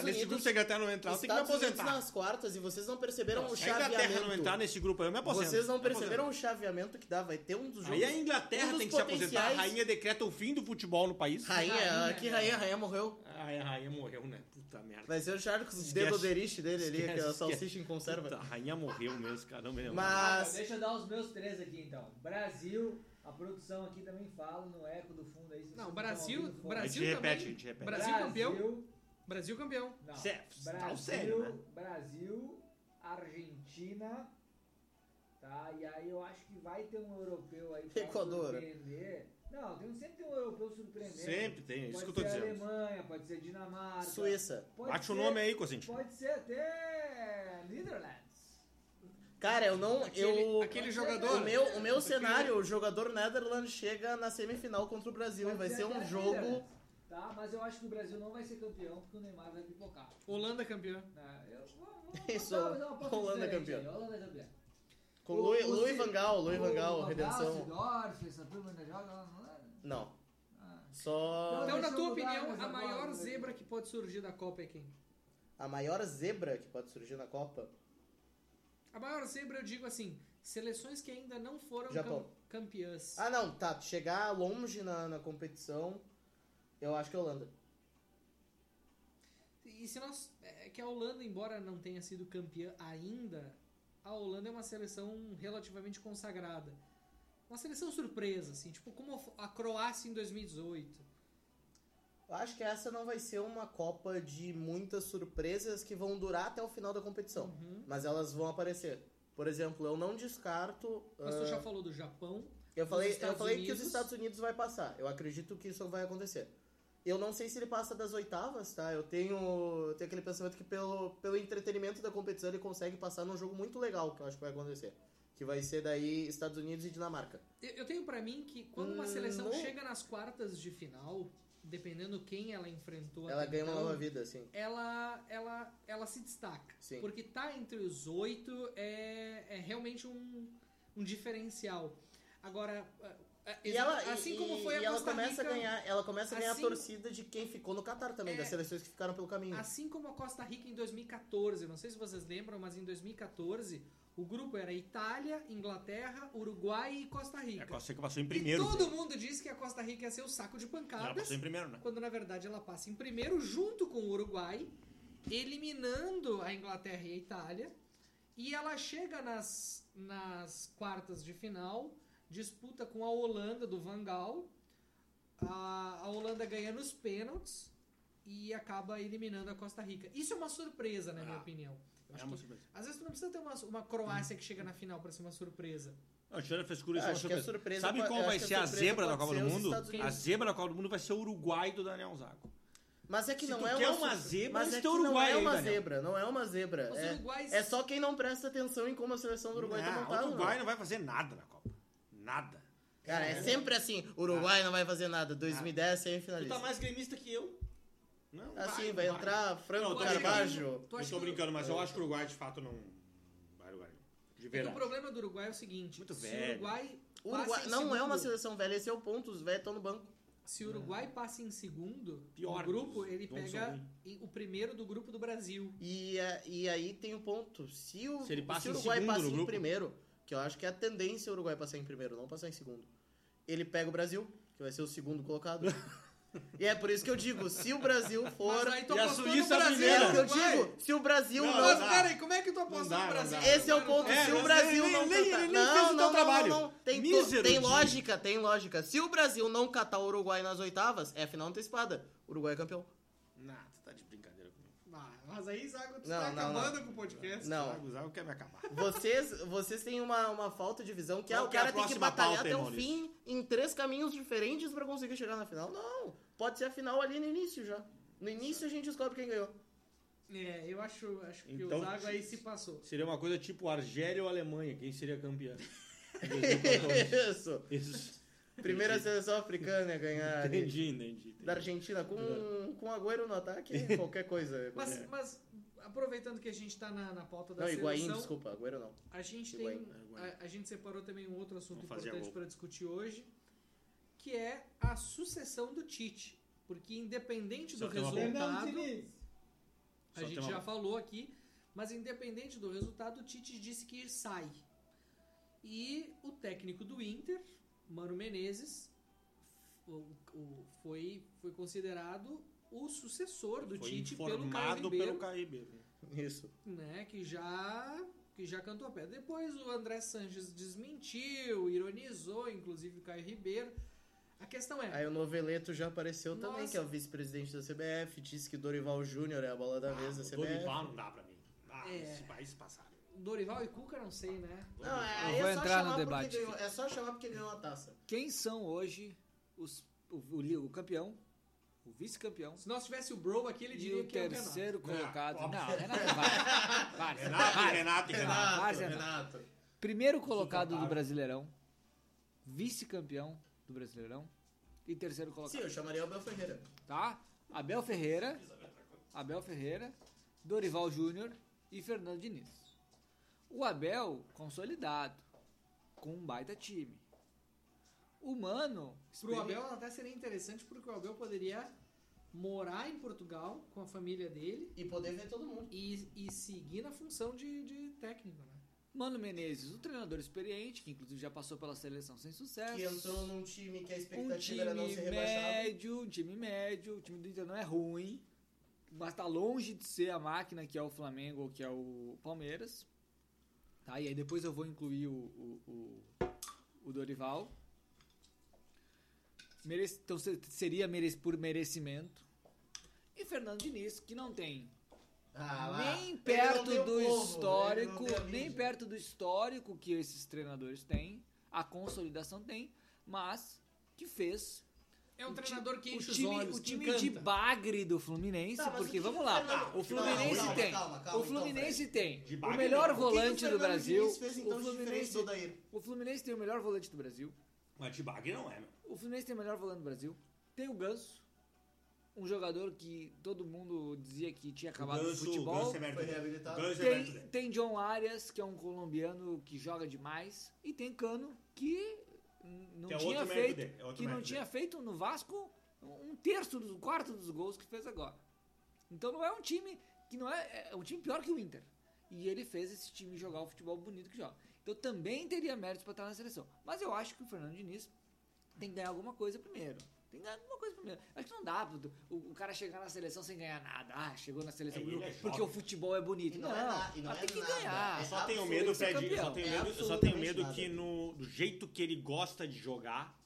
Speaker 3: Unidos-
Speaker 2: se a Inglaterra não entrar,
Speaker 3: Estados Unidos nas quartas e vocês não perceberam
Speaker 2: Não,
Speaker 3: o
Speaker 2: se a Inglaterra não entrar
Speaker 3: chaveamento.
Speaker 2: nesse grupo aí, eu me aposento.
Speaker 3: Vocês não
Speaker 2: Me aposento.
Speaker 3: perceberam o chaveamento que dá, vai ter um dos jogos.
Speaker 2: Aí é a Inglaterra
Speaker 3: Um dos
Speaker 2: tem que se aposentar. A
Speaker 3: potenciais-
Speaker 2: rainha decreta o fim do futebol no país.
Speaker 3: Rainha,
Speaker 1: Rainha,
Speaker 3: aqui
Speaker 1: né?
Speaker 3: rainha, rainha morreu.
Speaker 2: Ai, Ah, a rainha morreu, né? Puta merda.
Speaker 3: Vai ser o Charles
Speaker 2: Esquece.
Speaker 3: Dedoderich dele ali,
Speaker 2: Esquece,
Speaker 3: aquela
Speaker 2: esquece. Tá.
Speaker 3: salsicha em conserva.
Speaker 2: Puta, a rainha morreu mesmo, cara. Não me lembro.
Speaker 4: Ah,
Speaker 3: Mas
Speaker 4: Deixa eu dar os meus três aqui então. Brasil, a produção aqui também fala no eco do fundo aí. se vocês
Speaker 1: Não,
Speaker 4: estão
Speaker 1: Brasil,
Speaker 4: ouvindo fora.
Speaker 2: A
Speaker 1: Brasil
Speaker 2: gente repete,
Speaker 1: também.
Speaker 2: a gente repete.
Speaker 1: Brasil campeão.
Speaker 4: Brasil,
Speaker 1: Brasil campeão.
Speaker 4: Não.
Speaker 2: Sé- tá o
Speaker 4: Brasil,
Speaker 2: sério, né?
Speaker 4: Brasil, Argentina, tá? E aí eu acho que vai ter um europeu aí pra
Speaker 3: Equador.
Speaker 4: surpreender. Não, tem, sempre tem um europeu surpreendendo.
Speaker 2: Sempre tem, é isso
Speaker 4: pode
Speaker 2: que eu tô
Speaker 4: ser
Speaker 2: dizendo.
Speaker 4: Alemanha, pode ser Dinamarca.
Speaker 3: Suíça.
Speaker 4: Pode
Speaker 2: Bate
Speaker 4: ser,
Speaker 2: o nome aí, Cosente.
Speaker 4: Pode ser até Netherlands.
Speaker 3: Cara, eu não.
Speaker 1: Aquele,
Speaker 3: eu,
Speaker 1: aquele
Speaker 3: o
Speaker 1: jogador.
Speaker 3: meu, o meu cenário, o jogador Netherlands chega na semifinal contra o Brasil.
Speaker 4: Pode
Speaker 3: Vai ser um
Speaker 4: até
Speaker 3: jogo.
Speaker 4: Netherlands, Tá, mas eu acho que o Brasil não vai ser campeão porque o Neymar vai pipocar.
Speaker 1: Holanda campeão.
Speaker 4: Né? Eu vou, vou,
Speaker 3: Isso,
Speaker 4: vou dar- vou dar uma aposta
Speaker 2: é
Speaker 3: Holanda
Speaker 4: diferente
Speaker 3: campeão.
Speaker 4: aí, Holanda é campeão.
Speaker 3: Com
Speaker 4: O-
Speaker 3: Louis,
Speaker 4: o
Speaker 3: Louis
Speaker 4: Zé-
Speaker 3: Van Gaal, Louis Van
Speaker 4: O
Speaker 3: Gaal,
Speaker 4: Van
Speaker 3: redenção.
Speaker 4: Sidorf, essa turma ainda joga lá no Holanda.
Speaker 3: Não.
Speaker 4: Ah.
Speaker 3: Só.
Speaker 1: Então, na
Speaker 4: deixa eu
Speaker 1: tua
Speaker 4: mudar
Speaker 1: opinião,
Speaker 4: essa
Speaker 1: a maior
Speaker 4: bola,
Speaker 1: zebra
Speaker 4: velho.
Speaker 1: que pode surgir da Copa é quem?
Speaker 3: A maior zebra que pode surgir na Copa.
Speaker 1: A maior zebra, eu digo assim, seleções que ainda não foram
Speaker 3: Japão.
Speaker 1: cam- campeãs.
Speaker 3: Ah, não, tá. Chegar longe na, na competição, eu acho que é a Holanda.
Speaker 1: E se nós. É que a Holanda, embora não tenha sido campeã ainda, a Holanda é uma seleção relativamente consagrada. Uma seleção surpresa, assim, tipo como a Croácia em 2018.
Speaker 3: Eu acho que essa não vai ser uma Copa de muitas surpresas que vão durar até o final da competição.
Speaker 1: Uhum.
Speaker 3: Mas elas vão aparecer. Por exemplo, eu não descarto.
Speaker 1: Mas tu
Speaker 3: ah,
Speaker 1: já falou do Japão.
Speaker 3: Eu falei, eu
Speaker 1: Estados
Speaker 3: falei que os
Speaker 1: Unidos.
Speaker 3: Estados Unidos vai passar. Eu acredito que isso vai acontecer. Eu não sei se ele passa das oitavas, tá? Eu tenho, eu tenho aquele pensamento que pelo, pelo entretenimento da competição ele consegue passar num jogo muito legal, que eu acho que vai acontecer. Que vai ser daí Estados Unidos e Dinamarca.
Speaker 1: Eu eu tenho pra mim que quando uma
Speaker 3: Hum,
Speaker 1: seleção
Speaker 3: não.
Speaker 1: chega nas quartas de final, dependendo quem ela enfrentou
Speaker 3: Ela
Speaker 1: até
Speaker 3: ganha uma
Speaker 1: então,
Speaker 3: nova vida, assim.
Speaker 1: ela, ela, ela se destaca.
Speaker 3: Sim.
Speaker 1: Porque tá entre os oito é, é realmente um, um diferencial. Agora, é,
Speaker 3: E ela,
Speaker 1: assim
Speaker 3: e-
Speaker 1: como foi
Speaker 3: e
Speaker 1: a
Speaker 3: ela
Speaker 1: Costa Rica,
Speaker 3: começa a ganhar, ela começa a ganhar
Speaker 1: assim-
Speaker 3: a torcida de quem ficou no Catar também,
Speaker 1: É.
Speaker 3: das seleções que ficaram pelo caminho.
Speaker 1: assim como a Costa Rica em 2014, não sei se vocês lembram, mas em 2014 o grupo era Itália, Inglaterra, Uruguai e Costa
Speaker 2: É,
Speaker 1: Rica.
Speaker 2: a Costa Rica passou em primeiro. né?
Speaker 1: e todo mundo disse que a Costa Rica ia ser o saco de
Speaker 2: Ela
Speaker 1: pancadas.
Speaker 2: passou em primeiro, né?
Speaker 1: quando na verdade ela passa em primeiro junto com o Uruguai, eliminando a Inglaterra e a Itália, e ela chega nas, nas quartas de final, disputa com a Holanda do Van Gaal, a, a Holanda ganha nos pênaltis e acaba eliminando a Costa Rica. Isso é uma surpresa, na minha
Speaker 2: Ah,
Speaker 1: opinião.
Speaker 2: É
Speaker 1: Acho
Speaker 2: uma
Speaker 1: que-
Speaker 2: surpresa.
Speaker 1: às vezes tu não precisa ter uma, uma Croácia que chega na final pra ser uma surpresa.
Speaker 2: A Tirana frescura isso é uma
Speaker 3: Acho que a
Speaker 2: surpresa.
Speaker 3: surpresa
Speaker 2: Sabe
Speaker 3: pode-
Speaker 2: qual
Speaker 3: eu
Speaker 2: vai
Speaker 3: acho que é
Speaker 2: ser a
Speaker 3: surpresa
Speaker 2: zebra da
Speaker 3: pode
Speaker 2: Copa
Speaker 3: ser
Speaker 2: do
Speaker 3: os
Speaker 2: Mundo?
Speaker 3: Estados
Speaker 1: Unidos.
Speaker 2: A zebra da Copa do Mundo vai ser o Uruguai do Daniel Zago.
Speaker 3: Mas é que
Speaker 2: Se
Speaker 3: não
Speaker 2: tu
Speaker 3: é
Speaker 2: quer
Speaker 3: uma,
Speaker 2: uma
Speaker 3: su-
Speaker 2: zebra,
Speaker 3: mas
Speaker 2: esse
Speaker 3: é que
Speaker 2: teu
Speaker 3: não
Speaker 2: Uruguai
Speaker 3: é
Speaker 2: aí,
Speaker 3: uma
Speaker 2: Daniel.
Speaker 3: zebra, não é uma zebra.
Speaker 1: Os
Speaker 3: É-
Speaker 1: uruguais
Speaker 3: É só quem não presta atenção em como a seleção do Uruguai tá
Speaker 2: Não,
Speaker 3: montada.
Speaker 2: o Ah, Uruguai
Speaker 3: né?
Speaker 2: não vai fazer nada na Copa. Nada.
Speaker 3: Cara, é sempre assim. Uruguai não vai fazer nada. 2010
Speaker 2: Tu tá
Speaker 3: semifinalista.
Speaker 2: mais gremista que eu. Não,
Speaker 3: Assim, vai entrar Franco
Speaker 2: Não,
Speaker 1: Tu acha que-
Speaker 3: Carvalho.
Speaker 1: tu acha
Speaker 2: eu tô
Speaker 1: que-
Speaker 2: brincando, mas eu acho que o Uruguai de fato não vai lugar nenhum. De
Speaker 1: É que o
Speaker 2: verdade.
Speaker 1: problema do Uruguai é o seguinte:
Speaker 2: Muito
Speaker 1: se o
Speaker 2: velho.
Speaker 1: Uruguai.
Speaker 3: O Uruguai
Speaker 1: passa em
Speaker 3: não é
Speaker 1: segundo-
Speaker 3: uma seleção velha, esse é o ponto. Os velhos estão no banco.
Speaker 1: se o Uruguai passa em segundo
Speaker 2: Pior,
Speaker 1: no grupo, ele
Speaker 2: vamos
Speaker 1: pega
Speaker 2: subir.
Speaker 1: e- o primeiro do grupo do Brasil.
Speaker 3: E, é, e aí tem um ponto. Se o,
Speaker 2: Se ele passa
Speaker 3: o
Speaker 2: em
Speaker 3: Uruguai
Speaker 2: segundo
Speaker 3: passa
Speaker 2: no
Speaker 3: em
Speaker 2: grupo.
Speaker 3: primeiro, que eu acho que é a tendência o Uruguai passar em primeiro, não passar em segundo. Ele pega o Brasil, que vai ser o segundo colocado. e é por isso que eu digo, se o Brasil for.
Speaker 1: Mas aí tu
Speaker 2: E a
Speaker 1: apostou no
Speaker 2: Suíça é a
Speaker 1: Brasil,
Speaker 2: primeira.
Speaker 3: É o que eu
Speaker 1: Uruguai.
Speaker 3: digo, se o Brasil
Speaker 2: Não,
Speaker 3: não.
Speaker 1: Mas
Speaker 2: dá.
Speaker 1: peraí, como é que tu apostou
Speaker 2: Não dá,
Speaker 1: no
Speaker 2: não
Speaker 1: Brasil?
Speaker 2: dá.
Speaker 3: Esse é o ponto.
Speaker 2: É,
Speaker 3: se
Speaker 2: não
Speaker 3: o Brasil
Speaker 2: sei,
Speaker 3: não
Speaker 2: nem- nem-
Speaker 3: catar-
Speaker 2: ele nem
Speaker 3: não,
Speaker 2: fez o
Speaker 3: não,
Speaker 2: teu
Speaker 3: não,
Speaker 2: trabalho.
Speaker 3: não, não. Tem, to-
Speaker 2: Mísero
Speaker 3: tem
Speaker 2: time.
Speaker 3: lógica, tem lógica. Se o Brasil não catar o Uruguai nas oitavas, é final antecipada. O Uruguai é campeão.
Speaker 2: Não, tu tá de brincadeira comigo.
Speaker 1: Ah, mas aí, Zago, tu
Speaker 3: Não,
Speaker 1: tá
Speaker 3: não,
Speaker 1: acabando com o podcast.
Speaker 3: Não.
Speaker 2: Zago, Zago quer me acabar.
Speaker 3: Vocês, vocês têm uma, uma falta de visão que ah,
Speaker 2: Qual
Speaker 3: o
Speaker 2: que é a
Speaker 3: cara tem que
Speaker 2: próxima
Speaker 3: batalhar
Speaker 2: pauta,
Speaker 3: até o
Speaker 2: Maurício?
Speaker 3: fim em três caminhos diferentes pra conseguir chegar na final. Não, pode ser a final ali no início já. No início a gente descobre quem ganhou.
Speaker 1: É, eu acho, acho que
Speaker 2: Então,
Speaker 1: o Zago aí se passou.
Speaker 2: Seria uma coisa tipo Argélia ou Alemanha, quem seria campeão?
Speaker 3: Isso.
Speaker 2: Isso.
Speaker 3: Primeira seleção africana a ganhar ali.
Speaker 2: Entendi, entendi. entendi.
Speaker 3: da Argentina com com Agüero no ataque, qualquer coisa. É.
Speaker 1: Mas, mas, aproveitando que a gente tá na, na pauta da
Speaker 3: não,
Speaker 1: seleção,
Speaker 3: Higuaín, desculpa, Agüero não.
Speaker 1: a gente
Speaker 3: Higuaín,
Speaker 1: tem. A, a gente separou também um outro assunto
Speaker 2: Vamos fazer
Speaker 1: importante
Speaker 2: gol.
Speaker 1: para discutir hoje, que é a sucessão do Tite. Porque independente
Speaker 2: Só
Speaker 1: do
Speaker 2: tem uma
Speaker 1: resultado.
Speaker 5: Diniz.
Speaker 1: A
Speaker 2: Só
Speaker 1: gente
Speaker 2: tem uma-
Speaker 1: já falou aqui, mas independente do resultado, o Tite disse que sai. E o técnico do Inter, Mano Menezes, o- o- foi, foi considerado o sucessor do
Speaker 2: Foi
Speaker 1: Tite pelo Caio
Speaker 2: informado
Speaker 1: Ribeiro,
Speaker 2: pelo Caribe.
Speaker 3: Isso.
Speaker 1: né, que já que já cantou a pedra. Depois o André Sanches desmentiu, ironizou, inclusive o Caio Ribeiro. A questão é,
Speaker 3: Aí o noveleto já apareceu também,
Speaker 1: Nossa.
Speaker 3: que é o vice-presidente da CBF, disse que Dorival Júnior é a bola da vez da CBF.
Speaker 2: Ah, Dorival não dá pra mim. Ah,
Speaker 1: É.
Speaker 2: esse país passado.
Speaker 1: Dorival e Cuca não sei, né?
Speaker 3: Não, é,
Speaker 4: Eu
Speaker 3: aí
Speaker 4: vou
Speaker 3: é só
Speaker 4: entrar no
Speaker 3: chamar porque
Speaker 4: debate.
Speaker 3: ganhou- é só chamar porque ele ganhou a taça.
Speaker 4: Quem são hoje os, o, o li- o campeão, o vice-campeão
Speaker 1: Se nós tivesse o Bro aqui, ele
Speaker 4: e
Speaker 1: diria
Speaker 4: o
Speaker 1: que é o Renato.
Speaker 4: terceiro
Speaker 2: Renato.
Speaker 4: colocado?
Speaker 2: Não,
Speaker 4: Não,
Speaker 2: óbvio.
Speaker 4: Renato Vargas.
Speaker 2: Renato,
Speaker 4: Vargas. Vargas.
Speaker 2: Renato, Renato.
Speaker 4: Renato,
Speaker 3: Renato.
Speaker 4: Primeiro colocado do
Speaker 2: Insuportável.
Speaker 4: Brasileirão, vice-campeão do Brasileirão e terceiro
Speaker 3: Sim,
Speaker 4: colocado.
Speaker 3: eu chamaria o Abel Ferreira.
Speaker 4: Tá? Abel Ferreira, Abel Ferreira, Dorival Júnior e Fernando Diniz. O Abel consolidado, com um baita time. O Mano,
Speaker 1: Pro
Speaker 4: experi-
Speaker 1: Abel até seria interessante porque o Abel poderia morar em Portugal com a família dele
Speaker 3: E poder ver todo mundo.
Speaker 1: e, e seguir na função de, de técnico, né?
Speaker 4: Mano Menezes, um treinador experiente, que inclusive já passou pela seleção sem sucesso.
Speaker 3: Que entrou num time que a expectativa
Speaker 4: um time
Speaker 3: era não ser rebaixado.
Speaker 4: médio, um time médio, o time do Inter não é ruim, mas tá longe de ser a máquina que é o Flamengo ou que é o Palmeiras. Tá, e aí depois eu vou incluir o, o, o- o Dorival. Merece- então se- seria merece- por merecimento. E Fernando Diniz, que não tem
Speaker 3: Ah, lá.
Speaker 4: nem
Speaker 3: Ele
Speaker 4: perto
Speaker 3: não tem o
Speaker 4: do
Speaker 3: povo, ele não
Speaker 4: histórico,
Speaker 3: tem a
Speaker 4: nem
Speaker 3: mídia.
Speaker 4: perto do histórico que esses treinadores têm, a consolidação tem, mas que fez
Speaker 1: É um
Speaker 4: O ti-
Speaker 1: treinador que
Speaker 4: o
Speaker 1: enche
Speaker 4: time,
Speaker 1: os olhos,
Speaker 4: o
Speaker 1: que
Speaker 4: time de
Speaker 1: encanta.
Speaker 4: bagre do Fluminense,
Speaker 3: Tá, mas o
Speaker 4: porque
Speaker 3: que
Speaker 4: vamos
Speaker 3: que o
Speaker 4: lá,
Speaker 3: Fernando-
Speaker 4: o Fluminense
Speaker 3: Calma,
Speaker 4: tem,
Speaker 3: calma, então, calma,
Speaker 4: o Fluminense
Speaker 2: De
Speaker 4: tem o
Speaker 2: bagre, então.
Speaker 4: melhor
Speaker 3: O que que o
Speaker 4: volante do
Speaker 3: Fernando
Speaker 4: Brasil,
Speaker 3: Diniz fez, então,
Speaker 4: o
Speaker 3: de diferente
Speaker 4: Fluminense,
Speaker 3: do Odair?
Speaker 4: o Fluminense tem o melhor volante do Brasil,
Speaker 2: Mas de bagre não é, meu.
Speaker 4: o Fluminense tem o melhor volante do Brasil, tem o Ganso, um jogador que todo mundo dizia que tinha acabado
Speaker 2: O
Speaker 4: no
Speaker 2: Ganso- o
Speaker 4: futebol,
Speaker 2: Ganso é mérito
Speaker 3: Foi
Speaker 2: dele.
Speaker 3: reabilitado.
Speaker 2: O Ganso é mérito
Speaker 4: tem,
Speaker 2: dele.
Speaker 4: tem John Arias, que é um colombiano que joga demais, e tem Cano, que n- não
Speaker 2: Que é
Speaker 4: tinha
Speaker 2: outro mérito
Speaker 4: feito,
Speaker 2: dele, é outro
Speaker 4: que não
Speaker 2: mérito
Speaker 4: tinha feito no Vasco um terço, do, um quarto dos gols que fez agora. Então não é um time que não é, é um time pior que o Inter. E ele fez esse time jogar o futebol bonito que joga. Então também teria méritos para estar na seleção. Mas eu acho que o Fernando Diniz tem que ganhar alguma coisa primeiro. Tem que ganhar alguma coisa primeiro. Acho que não dá pro- o, o cara chegar na seleção sem ganhar nada. Ah, chegou na seleção
Speaker 2: É, e ele é
Speaker 4: porque o
Speaker 2: jovem.
Speaker 4: futebol é bonito.
Speaker 3: E
Speaker 4: Não,
Speaker 3: não é na- e não
Speaker 4: mas
Speaker 3: é
Speaker 4: tem que
Speaker 3: nada.
Speaker 4: ganhar.
Speaker 2: Eu
Speaker 3: É
Speaker 2: só tenho
Speaker 3: absoluto
Speaker 2: medo,
Speaker 4: ser
Speaker 2: Fred, eu só
Speaker 4: campeão.
Speaker 2: tenho
Speaker 3: É
Speaker 2: medo, eu só tenho
Speaker 3: absolutamente
Speaker 2: medo
Speaker 3: nada.
Speaker 2: que no, do jeito que ele gosta de jogar,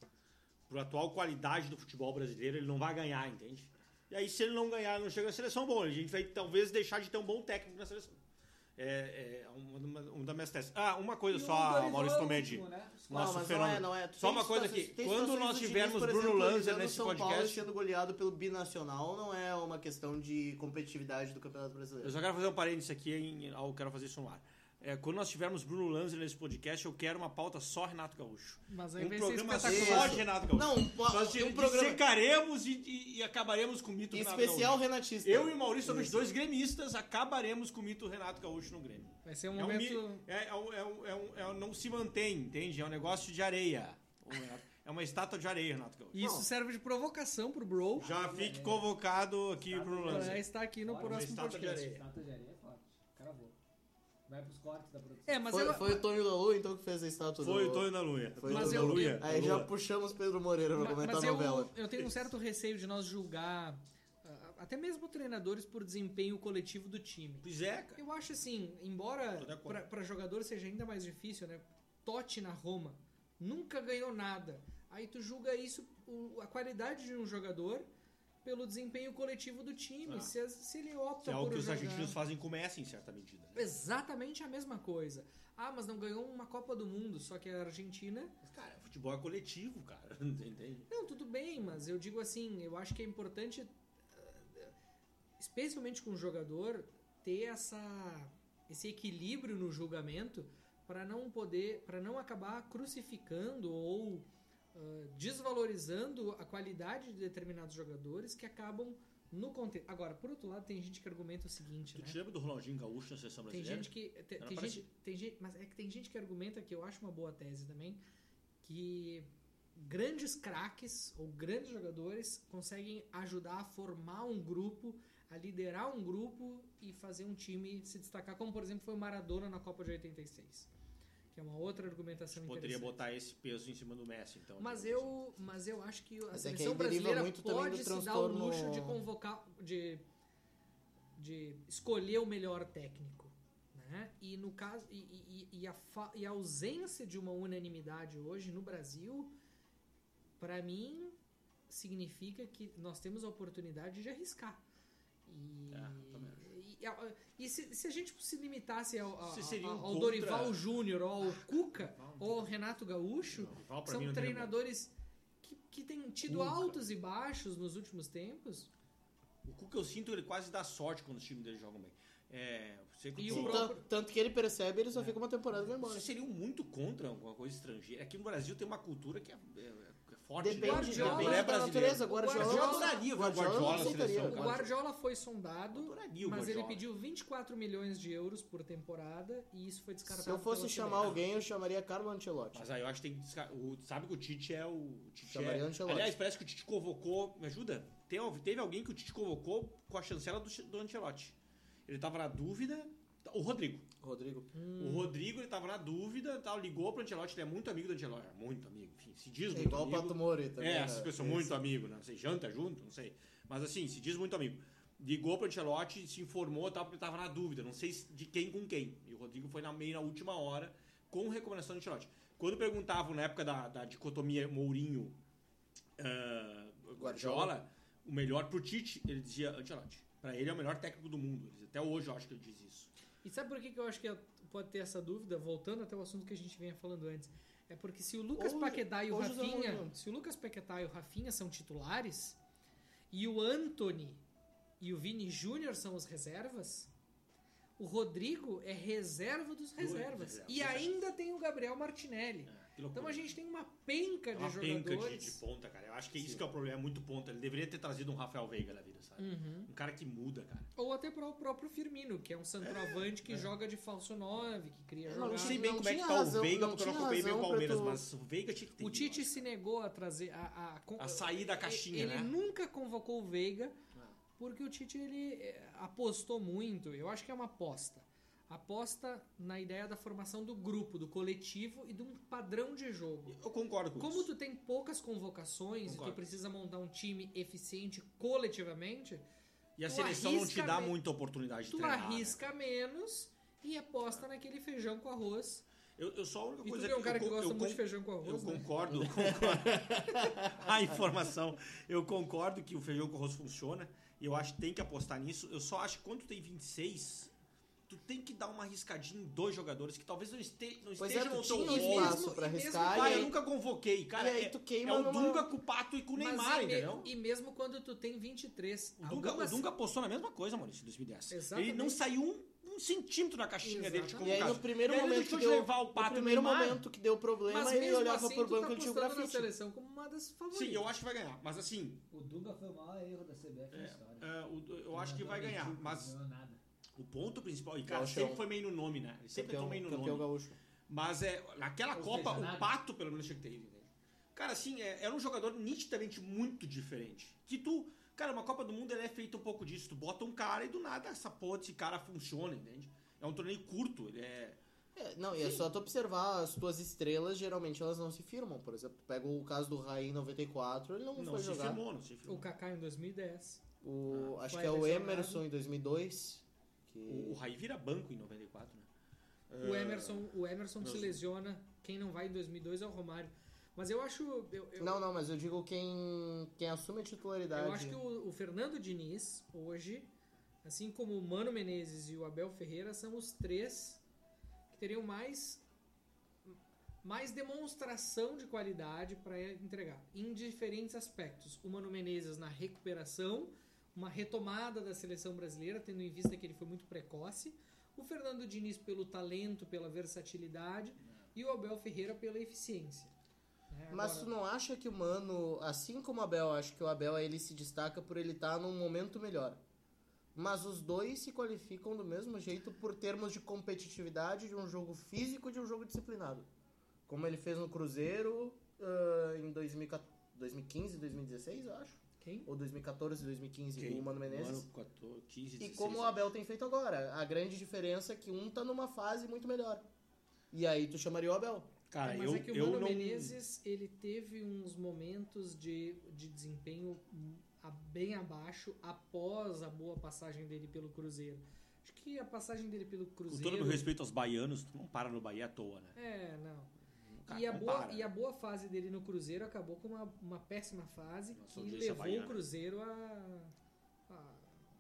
Speaker 2: pro atual qualidade do futebol brasileiro, ele não vai ganhar, entende? E aí, se ele não ganhar, ele não chega na seleção, bom, a gente vai talvez deixar de ter um bom técnico na seleção. É, é uma, uma, uma das minhas testes. Ah, uma coisa
Speaker 4: E o
Speaker 2: só,
Speaker 1: um,
Speaker 4: Dorival
Speaker 2: Maurício
Speaker 4: é o
Speaker 2: Tomedi.
Speaker 4: último, né?
Speaker 2: Nosso
Speaker 3: mas
Speaker 2: fenômeno.
Speaker 3: Não é, não é. Tu
Speaker 2: Só
Speaker 3: tem
Speaker 2: uma coisa
Speaker 3: situações-
Speaker 2: aqui.
Speaker 3: tem
Speaker 2: Quando
Speaker 3: situações
Speaker 2: nós
Speaker 3: do Diniz,
Speaker 2: tivermos
Speaker 3: por
Speaker 2: Bruno
Speaker 3: exemplo,
Speaker 2: Lanza
Speaker 3: liderando
Speaker 2: nesse
Speaker 3: São Paulo
Speaker 2: podcast-
Speaker 3: sendo goleado pelo binacional não é uma questão de competitividade do Campeonato
Speaker 2: Eu
Speaker 3: Brasileiro.
Speaker 2: só quero fazer um parênteses aqui, em, eu quero fazer isso no ar. É, quando nós tivermos Bruno Lanza nesse podcast, eu quero uma pauta só Renato Gaúcho.
Speaker 1: Mas aí
Speaker 2: Um
Speaker 1: vai ser
Speaker 2: programa
Speaker 1: espetacular.
Speaker 2: só de Renato Gaúcho.
Speaker 3: Não, um, po-
Speaker 2: Nós de,
Speaker 3: um programa
Speaker 2: secaremos e, e- e acabaremos com o mito Renato
Speaker 3: especial
Speaker 2: Gaúcho.
Speaker 3: renatista.
Speaker 2: Eu e o Maurício somos
Speaker 3: Isso.
Speaker 2: dois gremistas, acabaremos com o mito Renato Gaúcho no Grêmio.
Speaker 1: Vai ser um
Speaker 2: É um,
Speaker 1: momento...
Speaker 2: mi- é, é um- é um- é um- é um- não se mantém, entende? É um negócio de areia. o Renato. É uma estátua de areia, Renato Gaúcho.
Speaker 1: E isso serve de provocação pro Bro
Speaker 2: Já fique convocado aqui pro
Speaker 1: pra
Speaker 2: lance.
Speaker 1: estar É, aqui no
Speaker 4: Olha,
Speaker 1: próximo
Speaker 2: uma estátua de
Speaker 1: podcast.
Speaker 2: areia.
Speaker 4: Estátua de areia é forte. Cravou. Vai pros cortes da produção.
Speaker 1: É, mas
Speaker 3: foi,
Speaker 1: agora-
Speaker 3: foi o Tonho da Lua, então, que fez a estátua
Speaker 2: Foi
Speaker 3: do...
Speaker 2: o Tonho da Luia.
Speaker 3: Foi o
Speaker 1: Mas
Speaker 3: Tonho
Speaker 1: eu-
Speaker 3: da Luia.
Speaker 2: eu-
Speaker 3: Aí já
Speaker 2: Lua.
Speaker 3: puxamos Pedro Moreira pra
Speaker 1: Ma-
Speaker 3: comentar
Speaker 1: Mas
Speaker 3: a novela.
Speaker 1: eu, eu tenho um certo receio de nós julgar ah, até mesmo treinadores por desempenho coletivo do time.
Speaker 2: Pois é, cara.
Speaker 1: Eu acho assim,
Speaker 2: Tô de
Speaker 1: embora
Speaker 2: acordo.
Speaker 1: para jogador seja ainda mais difícil, né? Totti na Roma nunca ganhou nada. Aí tu julga isso, o- a qualidade de um jogador, pelo desempenho coletivo do time.
Speaker 2: Ah.
Speaker 1: Se, as- se ele opta
Speaker 2: Que é
Speaker 1: por
Speaker 2: o que os
Speaker 1: jogar...
Speaker 2: argentinos fazem com o Messi, em certa medida. né?
Speaker 1: Exatamente a mesma coisa. Ah, mas não ganhou uma Copa do Mundo, só que a Argentina
Speaker 2: Mas, Cara, futebol é coletivo, cara. Entende?
Speaker 1: Não, tudo bem, mas eu digo assim, eu acho que é importante, eh, especialmente com o jogador, ter essa, esse equilíbrio no julgamento para não poder, para não acabar crucificando ou ah, desvalorizando a qualidade de determinados jogadores que acabam no contexto. Agora, por outro lado, tem gente que argumenta o seguinte,
Speaker 2: Tu
Speaker 1: né?
Speaker 2: te lembra do Ronaldinho Gaúcho na seleção
Speaker 1: Tem
Speaker 2: brasileira?
Speaker 1: gente que. Tem,
Speaker 2: Era
Speaker 1: tem gente,
Speaker 2: parecido.
Speaker 1: tem gente. Mas é que tem gente que argumenta que eu acho uma boa tese também, que grandes craques ou grandes jogadores conseguem ajudar a formar um grupo, a liderar um grupo e fazer um time se destacar, como por exemplo foi o Maradona na Copa de 86. Que é uma outra argumentação
Speaker 2: Poderia
Speaker 1: interessante.
Speaker 2: botar esse peso em cima do Messi, então.
Speaker 1: Mas
Speaker 2: digamos
Speaker 1: eu, mas eu acho que a
Speaker 3: Mas é que
Speaker 1: seleção
Speaker 3: aí deriva
Speaker 1: brasileira
Speaker 3: muito também
Speaker 1: pode
Speaker 3: do
Speaker 1: se dar o
Speaker 3: transtorno-
Speaker 1: luxo de convocar, de, de escolher o melhor técnico, né? E no caso e, e- e- e a, fa- e a ausência de uma unanimidade hoje no Brasil, para mim significa que nós temos a oportunidade de arriscar. E,
Speaker 2: É, também acho.
Speaker 1: e a- e se, se a gente se limitasse ao, ao-
Speaker 2: Você seria
Speaker 1: ao-
Speaker 2: um
Speaker 1: ao
Speaker 2: contra- Ah,
Speaker 1: Dorival Júnior, ou ao Cuca,
Speaker 2: Dorival, não
Speaker 1: ou ao Renato Gaúcho,
Speaker 2: assim. Não, rival pra mim
Speaker 1: são
Speaker 2: não tem nada.
Speaker 1: treinadores que, que têm tido
Speaker 2: Nunca.
Speaker 1: altos e baixos nos últimos tempos.
Speaker 2: O Cuca eu sinto ele quase dá sorte quando os times dele jogam bem. É, sei que
Speaker 1: E
Speaker 2: eu
Speaker 1: o
Speaker 2: tô-
Speaker 3: Sim,
Speaker 1: próprio-
Speaker 3: tan- Tanto que ele percebe, ele só fica uma temporada e vai embora.
Speaker 2: Vocês seriam um muito contra alguma coisa estrangeira. Aqui no Brasil tem uma cultura que é, é- é forte.
Speaker 3: Depende,
Speaker 2: né?
Speaker 1: Guardiola.
Speaker 3: depende
Speaker 2: Não é
Speaker 3: da natureza.
Speaker 2: brasileiro.
Speaker 3: Guardiola,
Speaker 2: Mas eu adoraria ver o
Speaker 3: Guardiola,
Speaker 2: Guardiola na
Speaker 3: eu não aceitaria.
Speaker 2: seleção,
Speaker 1: O Guardiola foi sondado,
Speaker 2: Adoraria o
Speaker 1: mas ele
Speaker 2: Guardiola.
Speaker 1: pediu 24 milhões de euros por temporada e isso foi descartado.
Speaker 3: Se eu fosse
Speaker 1: pela
Speaker 3: chamar
Speaker 1: CBF.
Speaker 3: alguém, eu chamaria Carlo Ancelotti.
Speaker 2: Mas aí eu acho que tem que. desca- o- Sabe que o Tite é o. o Tite
Speaker 3: Chamaria
Speaker 2: é-
Speaker 3: Ancelotti.
Speaker 2: Aliás, parece que o Tite convocou. Me ajuda? Tem, teve alguém que o Tite convocou com a chancela do, do Ancelotti. Ele tava na dúvida. tá, O Rodrigo.
Speaker 3: Rodrigo.
Speaker 2: O Rodrigo, ele tava na dúvida, tal, ligou pro Ancelotti, ele é muito amigo do Ancelotti. é Muito amigo, enfim, se diz
Speaker 3: É
Speaker 2: muito
Speaker 3: igual o
Speaker 2: amigo.
Speaker 3: Pato Mori também.
Speaker 2: É,
Speaker 3: né?
Speaker 2: essas pessoas são muito amigo, né? Você janta junto, não sei. Mas assim, se diz muito amigo. Ligou pro Ancelotti, se informou, tal, porque tava na dúvida, não sei se- de quem com quem. E o Rodrigo foi na meio na última hora com recomendação do Ancelotti. Quando perguntavam na época da, da dicotomia Mourinho ah, Guardiola, o melhor pro Tite, ele dizia Ancelotti. Pra ele é o melhor técnico do mundo. Ele diz, Até hoje eu acho que ele diz isso.
Speaker 1: E sabe por que, que eu acho que pode ter essa dúvida, voltando até o assunto que a gente vinha falando antes? É porque se o Lucas
Speaker 3: Ou-
Speaker 1: Paquetá e o
Speaker 3: ou José
Speaker 1: Rafinha.
Speaker 3: Mourinho.
Speaker 1: Se o Lucas Paquetá e o Rafinha são titulares, e o Anthony e o Vini Júnior são os reservas, o Rodrigo é reserva dos
Speaker 2: Dois
Speaker 1: reservas.
Speaker 2: reservas,
Speaker 1: e
Speaker 2: é.
Speaker 1: ainda tem o Gabriel Martinelli.
Speaker 2: É, que loucura.
Speaker 1: Então a gente tem uma penca
Speaker 2: É
Speaker 1: de
Speaker 2: uma penca de,
Speaker 1: jogadores.
Speaker 2: de ponta, cara. Eu acho que é isso que é o problema, é muito ponta. Ele deveria ter trazido um Rafael Veiga na vida, sabe?
Speaker 1: Uhum.
Speaker 2: Um cara que muda, cara.
Speaker 1: Ou até para o próprio Firmino, que é um centroavante que joga de falso 9, que cria
Speaker 3: Eu
Speaker 1: jogar.
Speaker 2: Eu não sei
Speaker 3: Não
Speaker 2: bem como é que
Speaker 3: tinha
Speaker 2: tá
Speaker 3: razão-
Speaker 2: o Veiga,
Speaker 3: não
Speaker 2: porque eu não
Speaker 3: tinha
Speaker 2: acompanhei bem o
Speaker 3: razão pra
Speaker 2: Palmeiras,
Speaker 3: tu-
Speaker 2: mas o Veiga tinha que ter.
Speaker 1: O
Speaker 2: ido,
Speaker 1: Tite
Speaker 2: eu acho.
Speaker 1: se negou a trazer a, a,
Speaker 2: A sair da caixinha,
Speaker 1: ele
Speaker 2: né?
Speaker 1: nunca convocou o Veiga
Speaker 2: Ah.
Speaker 1: porque o Tite ele eh, apostou muito. Eu acho que é uma aposta. Aposta na ideia da formação do grupo, do coletivo e de um padrão de jogo.
Speaker 2: Eu concordo com
Speaker 1: Como
Speaker 2: isso.
Speaker 1: tu tem poucas convocações e
Speaker 2: Concordo.
Speaker 1: tu precisa montar um time eficiente coletivamente,
Speaker 2: E a
Speaker 1: tu
Speaker 2: seleção não te
Speaker 1: arrisca
Speaker 2: dá
Speaker 1: me-
Speaker 2: muita oportunidade de
Speaker 1: tu
Speaker 2: treinar. né?
Speaker 1: arrisca menos e aposta naquele feijão com arroz.
Speaker 2: Eu, eu só a única
Speaker 1: E tu
Speaker 2: coisa
Speaker 1: que é um
Speaker 2: eu
Speaker 1: cara que
Speaker 2: con-
Speaker 1: gosta
Speaker 2: eu
Speaker 1: muito
Speaker 2: con-
Speaker 1: de feijão com
Speaker 2: Eu
Speaker 1: arroz. né?
Speaker 2: concordo, concordo. a informação. Eu concordo que o feijão com arroz funciona. E eu acho que tem que apostar nisso. Eu só acho que quando tu tem 26, tu tem que dar uma arriscadinha em dois jogadores que talvez não, este, não
Speaker 3: Pois é,
Speaker 2: estejam
Speaker 3: tu
Speaker 2: no teu
Speaker 3: tinha
Speaker 2: rol.
Speaker 1: mesmo-
Speaker 3: espaço pra
Speaker 1: e mesmo
Speaker 3: arriscar.
Speaker 1: pai, é um
Speaker 2: Ah,
Speaker 3: e
Speaker 2: eu
Speaker 3: aí-
Speaker 2: nunca convoquei, cara.
Speaker 3: e aí
Speaker 2: é,
Speaker 3: tu
Speaker 2: é
Speaker 3: queima
Speaker 2: o
Speaker 3: numa-
Speaker 2: Dunga com o Pato e com o
Speaker 1: Mas
Speaker 2: Neymar,
Speaker 1: e, me-
Speaker 2: entendeu?
Speaker 1: e mesmo quando tu tem 23,
Speaker 2: O Dunga,
Speaker 1: algumas-
Speaker 2: o Dunga apostou na mesma coisa, Maurício, em 2010.
Speaker 1: Exatamente.
Speaker 2: Ele não saiu um, um centímetro na caixinha dele
Speaker 1: um
Speaker 2: de
Speaker 3: E aí
Speaker 2: convocado.
Speaker 3: no primeiro
Speaker 2: E aí ele
Speaker 3: momento que
Speaker 2: deixou de
Speaker 3: deu.
Speaker 2: levar o
Speaker 3: no
Speaker 2: Pato e o
Speaker 3: primeiro
Speaker 2: Neymar.
Speaker 3: momento que deu problema,
Speaker 1: Mas
Speaker 3: ele
Speaker 1: mesmo
Speaker 3: olhava
Speaker 1: assim,
Speaker 3: pro
Speaker 1: tu tá
Speaker 3: banco e tinha o
Speaker 1: apostando na
Speaker 3: grafite.
Speaker 1: seleção como uma das favoritas.
Speaker 2: Sim, eu acho que vai ganhar. Mas assim,
Speaker 4: O Dunga foi o maior erro da CBF na
Speaker 2: é,
Speaker 4: história.
Speaker 2: é, o- eu acho que vai ganhar. Mas
Speaker 4: Não ganhou nada.
Speaker 2: o ponto principal... E cara,
Speaker 3: Gauchão.
Speaker 2: sempre foi meio no nome,
Speaker 3: um-
Speaker 2: né? Ele sempre foi meio no
Speaker 3: campeão
Speaker 2: nome.
Speaker 3: gaúcho.
Speaker 2: Mas é, naquela
Speaker 4: Ou
Speaker 2: Copa,
Speaker 4: seja,
Speaker 2: o
Speaker 4: nada.
Speaker 2: Pato pelo menos tinha que ter ido, entende? Cara, assim, é- era um jogador nitidamente muito diferente. Que tu. Cara, uma Copa do Mundo ela é feita um pouco disso. Tu bota um cara e do nada essa porra desse cara funciona, entende? É um torneio curto, ele é.
Speaker 3: É, não, e é só tu observar as tuas estrelas, geralmente elas não se firmam. Por exemplo, pega o caso do Raí em 94, ele não,
Speaker 2: Não,
Speaker 3: foi
Speaker 2: se
Speaker 3: jogar.
Speaker 2: firmou, não se firmou.
Speaker 1: O Kaká em 2010.
Speaker 3: O, acho
Speaker 1: Ah, foi
Speaker 3: que é o
Speaker 1: lesionado.
Speaker 3: Emerson em 2002. Que...
Speaker 2: O, o Raí vira banco em 94, né?
Speaker 1: O
Speaker 2: É,
Speaker 1: Emerson, o Emerson se
Speaker 2: Não.
Speaker 1: lesiona. Quem não vai em 2002 é o Romário. Mas eu acho. Eu, eu,
Speaker 3: Não, não, mas eu digo quem, quem assume a titularidade.
Speaker 1: eu acho que o, o Fernando Diniz, hoje, assim como o Mano Menezes e o Abel Ferreira, são os três que teriam mais, mais demonstração de qualidade para entregar, em diferentes aspectos. O Mano Menezes na recuperação, uma retomada da seleção brasileira, tendo em vista que ele foi muito precoce. O Fernando Diniz pelo talento, pela versatilidade. E o Abel Ferreira pela eficiência. né?
Speaker 3: Mas
Speaker 1: Agora-
Speaker 3: tu não acha que o Mano, assim como o Abel, acho que o Abel ele se destaca por ele estar num momento melhor. Mas os dois se qualificam do mesmo jeito por termos de competitividade, de um jogo físico e de um jogo disciplinado. Como ele fez no Cruzeiro ah, em 2014, 2015, 2016, eu acho.
Speaker 1: Quem?
Speaker 3: Ou 2014, 2015,
Speaker 2: quem?
Speaker 3: com o Mano Menezes.
Speaker 2: Mano, 14, 15,
Speaker 3: E
Speaker 2: 16.
Speaker 3: como o Abel tem feito agora. A grande diferença é que um tá numa fase muito melhor. E aí tu chamaria o Abel.
Speaker 2: Cara,
Speaker 1: mas
Speaker 2: Ah, eu,
Speaker 1: é que o
Speaker 2: eu
Speaker 1: Mano
Speaker 2: não.
Speaker 1: Menezes, ele teve uns momentos de, de desempenho a- bem abaixo após a boa passagem dele pelo Cruzeiro. Acho que a passagem dele pelo
Speaker 2: Com
Speaker 1: Cruzeiro...
Speaker 2: todo meu respeito aos baianos, tu não para no Bahia à toa, né?
Speaker 1: É, não.
Speaker 2: Cara,
Speaker 1: e, a
Speaker 2: não
Speaker 1: boa,
Speaker 2: para.
Speaker 1: e a boa fase dele no Cruzeiro acabou com uma, uma péssima fase
Speaker 2: Nossa
Speaker 1: que
Speaker 2: audiência
Speaker 1: levou
Speaker 2: baiana.
Speaker 1: o Cruzeiro a... a-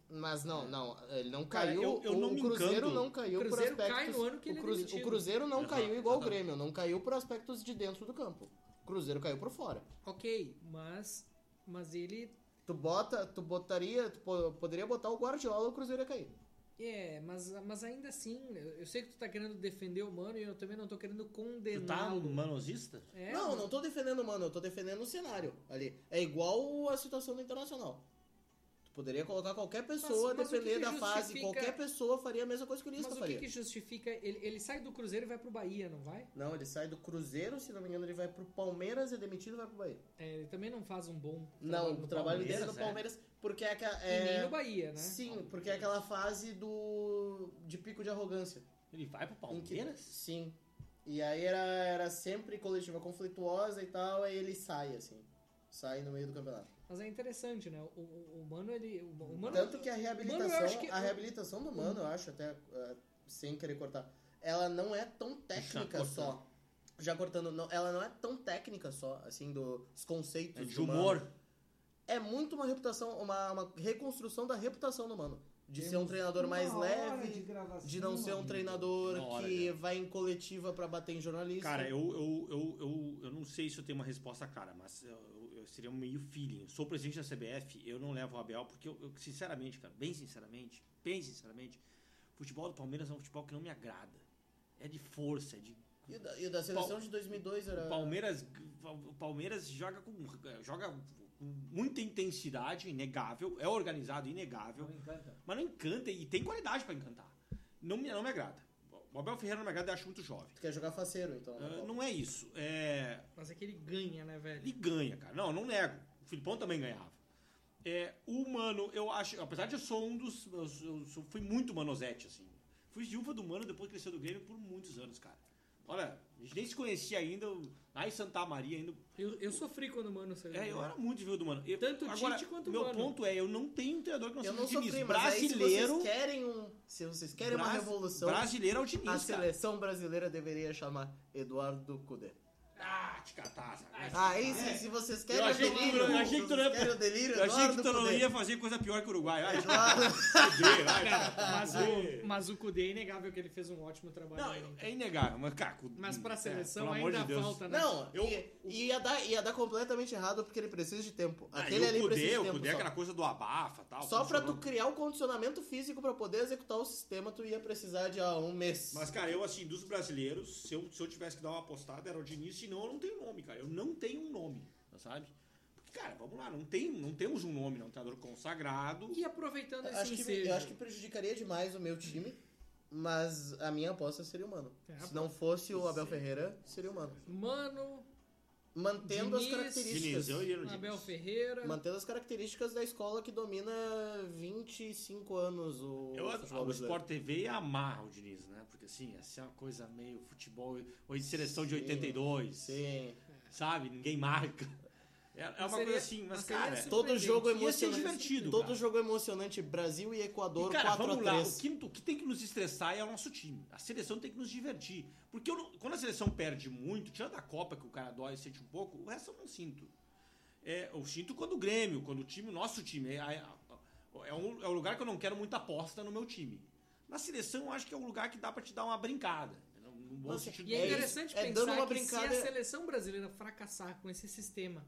Speaker 3: Mas não, não, ele não
Speaker 2: Cara,
Speaker 3: caiu.
Speaker 2: eu- eu
Speaker 3: o
Speaker 2: não me
Speaker 3: Cruzeiro
Speaker 2: encanto.
Speaker 3: não caiu
Speaker 1: O Cruzeiro
Speaker 3: por
Speaker 1: cai
Speaker 3: aspectos.
Speaker 1: no ano que
Speaker 3: o,
Speaker 1: ele é
Speaker 3: Cruze-
Speaker 1: demitido.
Speaker 3: o Cruzeiro não
Speaker 2: Exato,
Speaker 3: caiu igual o
Speaker 2: exatamente.
Speaker 3: Grêmio, não caiu por aspectos de dentro do campo. O Cruzeiro caiu por fora.
Speaker 1: Ok, mas, mas ele...
Speaker 3: Tu bota, tu botaria, tu po- poderia botar o Guardiola, o Cruzeiro ia cair.
Speaker 1: É, mas, mas ainda assim, eu eu sei que tu tá querendo defender o Mano e eu também não tô querendo
Speaker 2: Tu tá
Speaker 1: condená-lo.
Speaker 2: manosista?
Speaker 1: É,
Speaker 3: não, não tô defendendo, mano, eu tô defendendo o cenário ali. É igual a situação do Internacional. Tu poderia colocar qualquer pessoa,
Speaker 1: mas o que
Speaker 3: depender
Speaker 1: que
Speaker 3: da fase,
Speaker 1: justifica-
Speaker 3: qualquer pessoa faria a mesma coisa que o Lisca
Speaker 1: Mas o que,
Speaker 3: faria.
Speaker 1: que justifica? Ele, ele sai do Cruzeiro e vai pro Bahia, não vai?
Speaker 3: Não, ele sai do Cruzeiro, se não me engano, ele vai pro Palmeiras, é demitido e vai pro Bahia.
Speaker 1: É, ele também não faz um bom
Speaker 3: Não,
Speaker 1: no
Speaker 3: o trabalho
Speaker 1: Palmeiras.
Speaker 3: dele é do Palmeiras, porque é, aqua-
Speaker 1: E nem no
Speaker 3: é
Speaker 1: Bahia, né?
Speaker 3: Sim, porque é aquela fase do de pico de arrogância.
Speaker 2: Ele vai pro
Speaker 3: Em que-
Speaker 2: Palmeiras?
Speaker 3: Sim. E aí era, era sempre coletiva conflituosa e tal, aí ele sai, assim. Sai no meio do campeonato.
Speaker 1: Mas é interessante, né? O, o, o Mano, ele. O, o Mano,
Speaker 3: Tanto que é a
Speaker 1: Mano, eu acho
Speaker 3: reabilitação,
Speaker 1: que-
Speaker 3: a reabilitação do Mano, eu acho, até eh, sem querer cortar, ela não é tão técnica
Speaker 2: cortando.
Speaker 3: só. Já cortando, não, ela não é tão técnica só, assim, dos conceitos
Speaker 2: É de
Speaker 3: do Mano.
Speaker 2: humor.
Speaker 3: é muito uma reputação, uma, uma reconstrução da reputação do mano. De ser um
Speaker 4: Temos
Speaker 3: treinador
Speaker 4: uma
Speaker 3: mais
Speaker 4: hora
Speaker 3: leve,
Speaker 4: de, gravação,
Speaker 3: de não ser um
Speaker 4: amigo.
Speaker 3: treinador
Speaker 2: Uma hora,
Speaker 3: que vai em coletiva pra bater em jornalista.
Speaker 2: Cara, eu, eu, eu, eu, eu não sei se eu tenho uma resposta clara, mas eu, eu- eu seria um meio feeling. Sou presidente da CBF, eu não levo o Abel, porque eu, eu, sinceramente, cara, bem sinceramente, bem sinceramente, futebol do Palmeiras é um futebol que não me agrada. É de força, é de.
Speaker 3: E o da, e o da seleção
Speaker 2: Pal-
Speaker 3: de 2002
Speaker 2: O
Speaker 3: era...
Speaker 2: Palmeiras, o Palmeiras joga com joga com muita intensidade, inegável, é organizado, inegável.
Speaker 4: Não encanta.
Speaker 2: Mas não encanta e tem qualidade pra encantar. Não me, não me agrada. O Abel Ferreira não me agrada, eu acho muito jovem.
Speaker 3: Tu quer jogar faceiro, então. na
Speaker 2: Ah,
Speaker 3: Copa.
Speaker 2: não é isso. É,
Speaker 1: Mas é que ele ganha, né, velho?
Speaker 2: ele ganha, cara. Não, não nego. O Filipão também ganhava. É, o Mano, eu acho. Apesar de eu sou um dos. Eu, sou- eu sou- fui muito manosete, assim. Fui viúva do Mano depois que cresceu do Grêmio por muitos anos, cara. Olha, a gente nem se conhecia ainda. eu- Lá em Santa Maria ainda.
Speaker 1: Eu, eu sofri quando o Mano saiu.
Speaker 2: É,
Speaker 1: do
Speaker 2: eu
Speaker 1: Bahia.
Speaker 2: era muito viúva do Mano. Eu,
Speaker 1: Tanto o
Speaker 2: agora,
Speaker 1: Tite quanto o
Speaker 2: Meu
Speaker 1: Mano.
Speaker 2: ponto é, eu não tenho um treinador que não
Speaker 3: Eu
Speaker 2: seja
Speaker 3: não
Speaker 2: o Diniz.
Speaker 3: sofri, mas aí se
Speaker 2: brasileiro.
Speaker 3: vocês querem um... Se vocês querem uma
Speaker 2: Bras-
Speaker 3: revolução,
Speaker 2: Brasileiro é o Diniz,
Speaker 3: a
Speaker 2: cara.
Speaker 3: seleção brasileira deveria chamar Eduardo Cudê.
Speaker 2: Ah, te catar, sabe?
Speaker 3: Ah, Aí sim, se vocês querem
Speaker 2: É. Eu
Speaker 3: o
Speaker 2: achei que tu-
Speaker 3: delírio,
Speaker 2: eu achei
Speaker 3: se
Speaker 2: que tu
Speaker 3: vocês
Speaker 2: não-
Speaker 3: querem o delírio,
Speaker 2: Eu achei que tu
Speaker 3: Eduardo
Speaker 2: não
Speaker 3: Cudê.
Speaker 2: ia fazer coisa pior que o Uruguai. Ai,
Speaker 3: Eduardo-
Speaker 2: Cudê, vai, vai.
Speaker 1: Mas o, mas o Kudê é inegável que ele fez um ótimo trabalho.
Speaker 2: Não,
Speaker 1: né?
Speaker 2: eu- é inegável, mas, cara. com-
Speaker 1: mas pra
Speaker 2: é,
Speaker 1: seleção
Speaker 2: pelo amor
Speaker 1: ainda
Speaker 2: de Deus.
Speaker 1: falta, né?
Speaker 3: Não,
Speaker 2: Eu-
Speaker 3: ia, ia, dar, ia dar completamente errado porque ele precisa de tempo.
Speaker 2: Ah,
Speaker 3: Aquele
Speaker 2: e
Speaker 3: ali
Speaker 2: o Kudê,
Speaker 3: precisa
Speaker 2: o
Speaker 3: de tempo.
Speaker 2: Kudê é
Speaker 3: só.
Speaker 2: aquela coisa do abafa tal.
Speaker 3: Só pra tu
Speaker 2: funcionou.
Speaker 3: criar o condicionamento físico pra poder executar o sistema, tu ia precisar de ah, um mês.
Speaker 2: Mas, cara, eu, assim, dos brasileiros, se eu, se eu tivesse que dar uma apostada, era o Diniz, senão eu não tenho nome, cara. Eu não tenho um nome, sabe? Porque, cara, vamos lá, não, tem, não temos um nome, não. Um treinador consagrado.
Speaker 1: E aproveitando esse
Speaker 3: acho que,
Speaker 1: ensejo,
Speaker 3: eu acho que prejudicaria demais o meu time, mas a minha aposta seria o Mano.
Speaker 1: É,
Speaker 3: Se não fosse o Abel Ferreira, seria o Mano.
Speaker 1: Mano,
Speaker 3: mantendo as
Speaker 1: Diniz,
Speaker 3: características.
Speaker 2: Diniz, eu iria no
Speaker 1: Abel
Speaker 2: Diniz.
Speaker 1: Ferreira.
Speaker 3: Mantendo as características da escola que domina 25 anos o
Speaker 2: Eu,
Speaker 3: futebol
Speaker 2: o
Speaker 3: brasileiro.
Speaker 2: Sport TV amarra o Diniz, né? Porque assim, essa é uma coisa meio futebol, ou de seleção de
Speaker 3: Sim,
Speaker 2: 82,
Speaker 3: Sim.
Speaker 2: sabe? Ninguém marca. É, é uma
Speaker 1: seria-
Speaker 2: coisa assim, mas,
Speaker 1: mas seria
Speaker 2: cara,
Speaker 1: assim,
Speaker 3: é Todo
Speaker 1: Surpreendente.
Speaker 3: jogo
Speaker 2: Ia ser
Speaker 3: emocionante.
Speaker 2: divertido,
Speaker 3: Todo
Speaker 2: cara.
Speaker 3: jogo emocionante. Brasil e Equador
Speaker 2: E, cara,
Speaker 3: 4
Speaker 2: vamos
Speaker 3: a
Speaker 2: lá.
Speaker 3: 3.
Speaker 2: O que, o que tem que nos estressar é o nosso time. A seleção tem que nos divertir. Porque eu não- quando a seleção perde muito, tirando a Copa que o cara dói e sente um pouco, o resto eu não sinto. É, eu sinto quando o Grêmio, quando o time, o nosso time. É, é- é um, é um lugar que eu não quero muita aposta no meu time. Na seleção, eu acho que é um lugar que dá pra te dar uma brincada. entendeu? Num bom
Speaker 3: Nossa,
Speaker 2: sentido
Speaker 1: E
Speaker 2: do
Speaker 1: é
Speaker 3: É
Speaker 2: termo.
Speaker 1: interessante
Speaker 3: isso. É
Speaker 1: pensar
Speaker 3: dando uma
Speaker 1: que
Speaker 3: brincada-
Speaker 1: se a seleção brasileira fracassar com esse sistema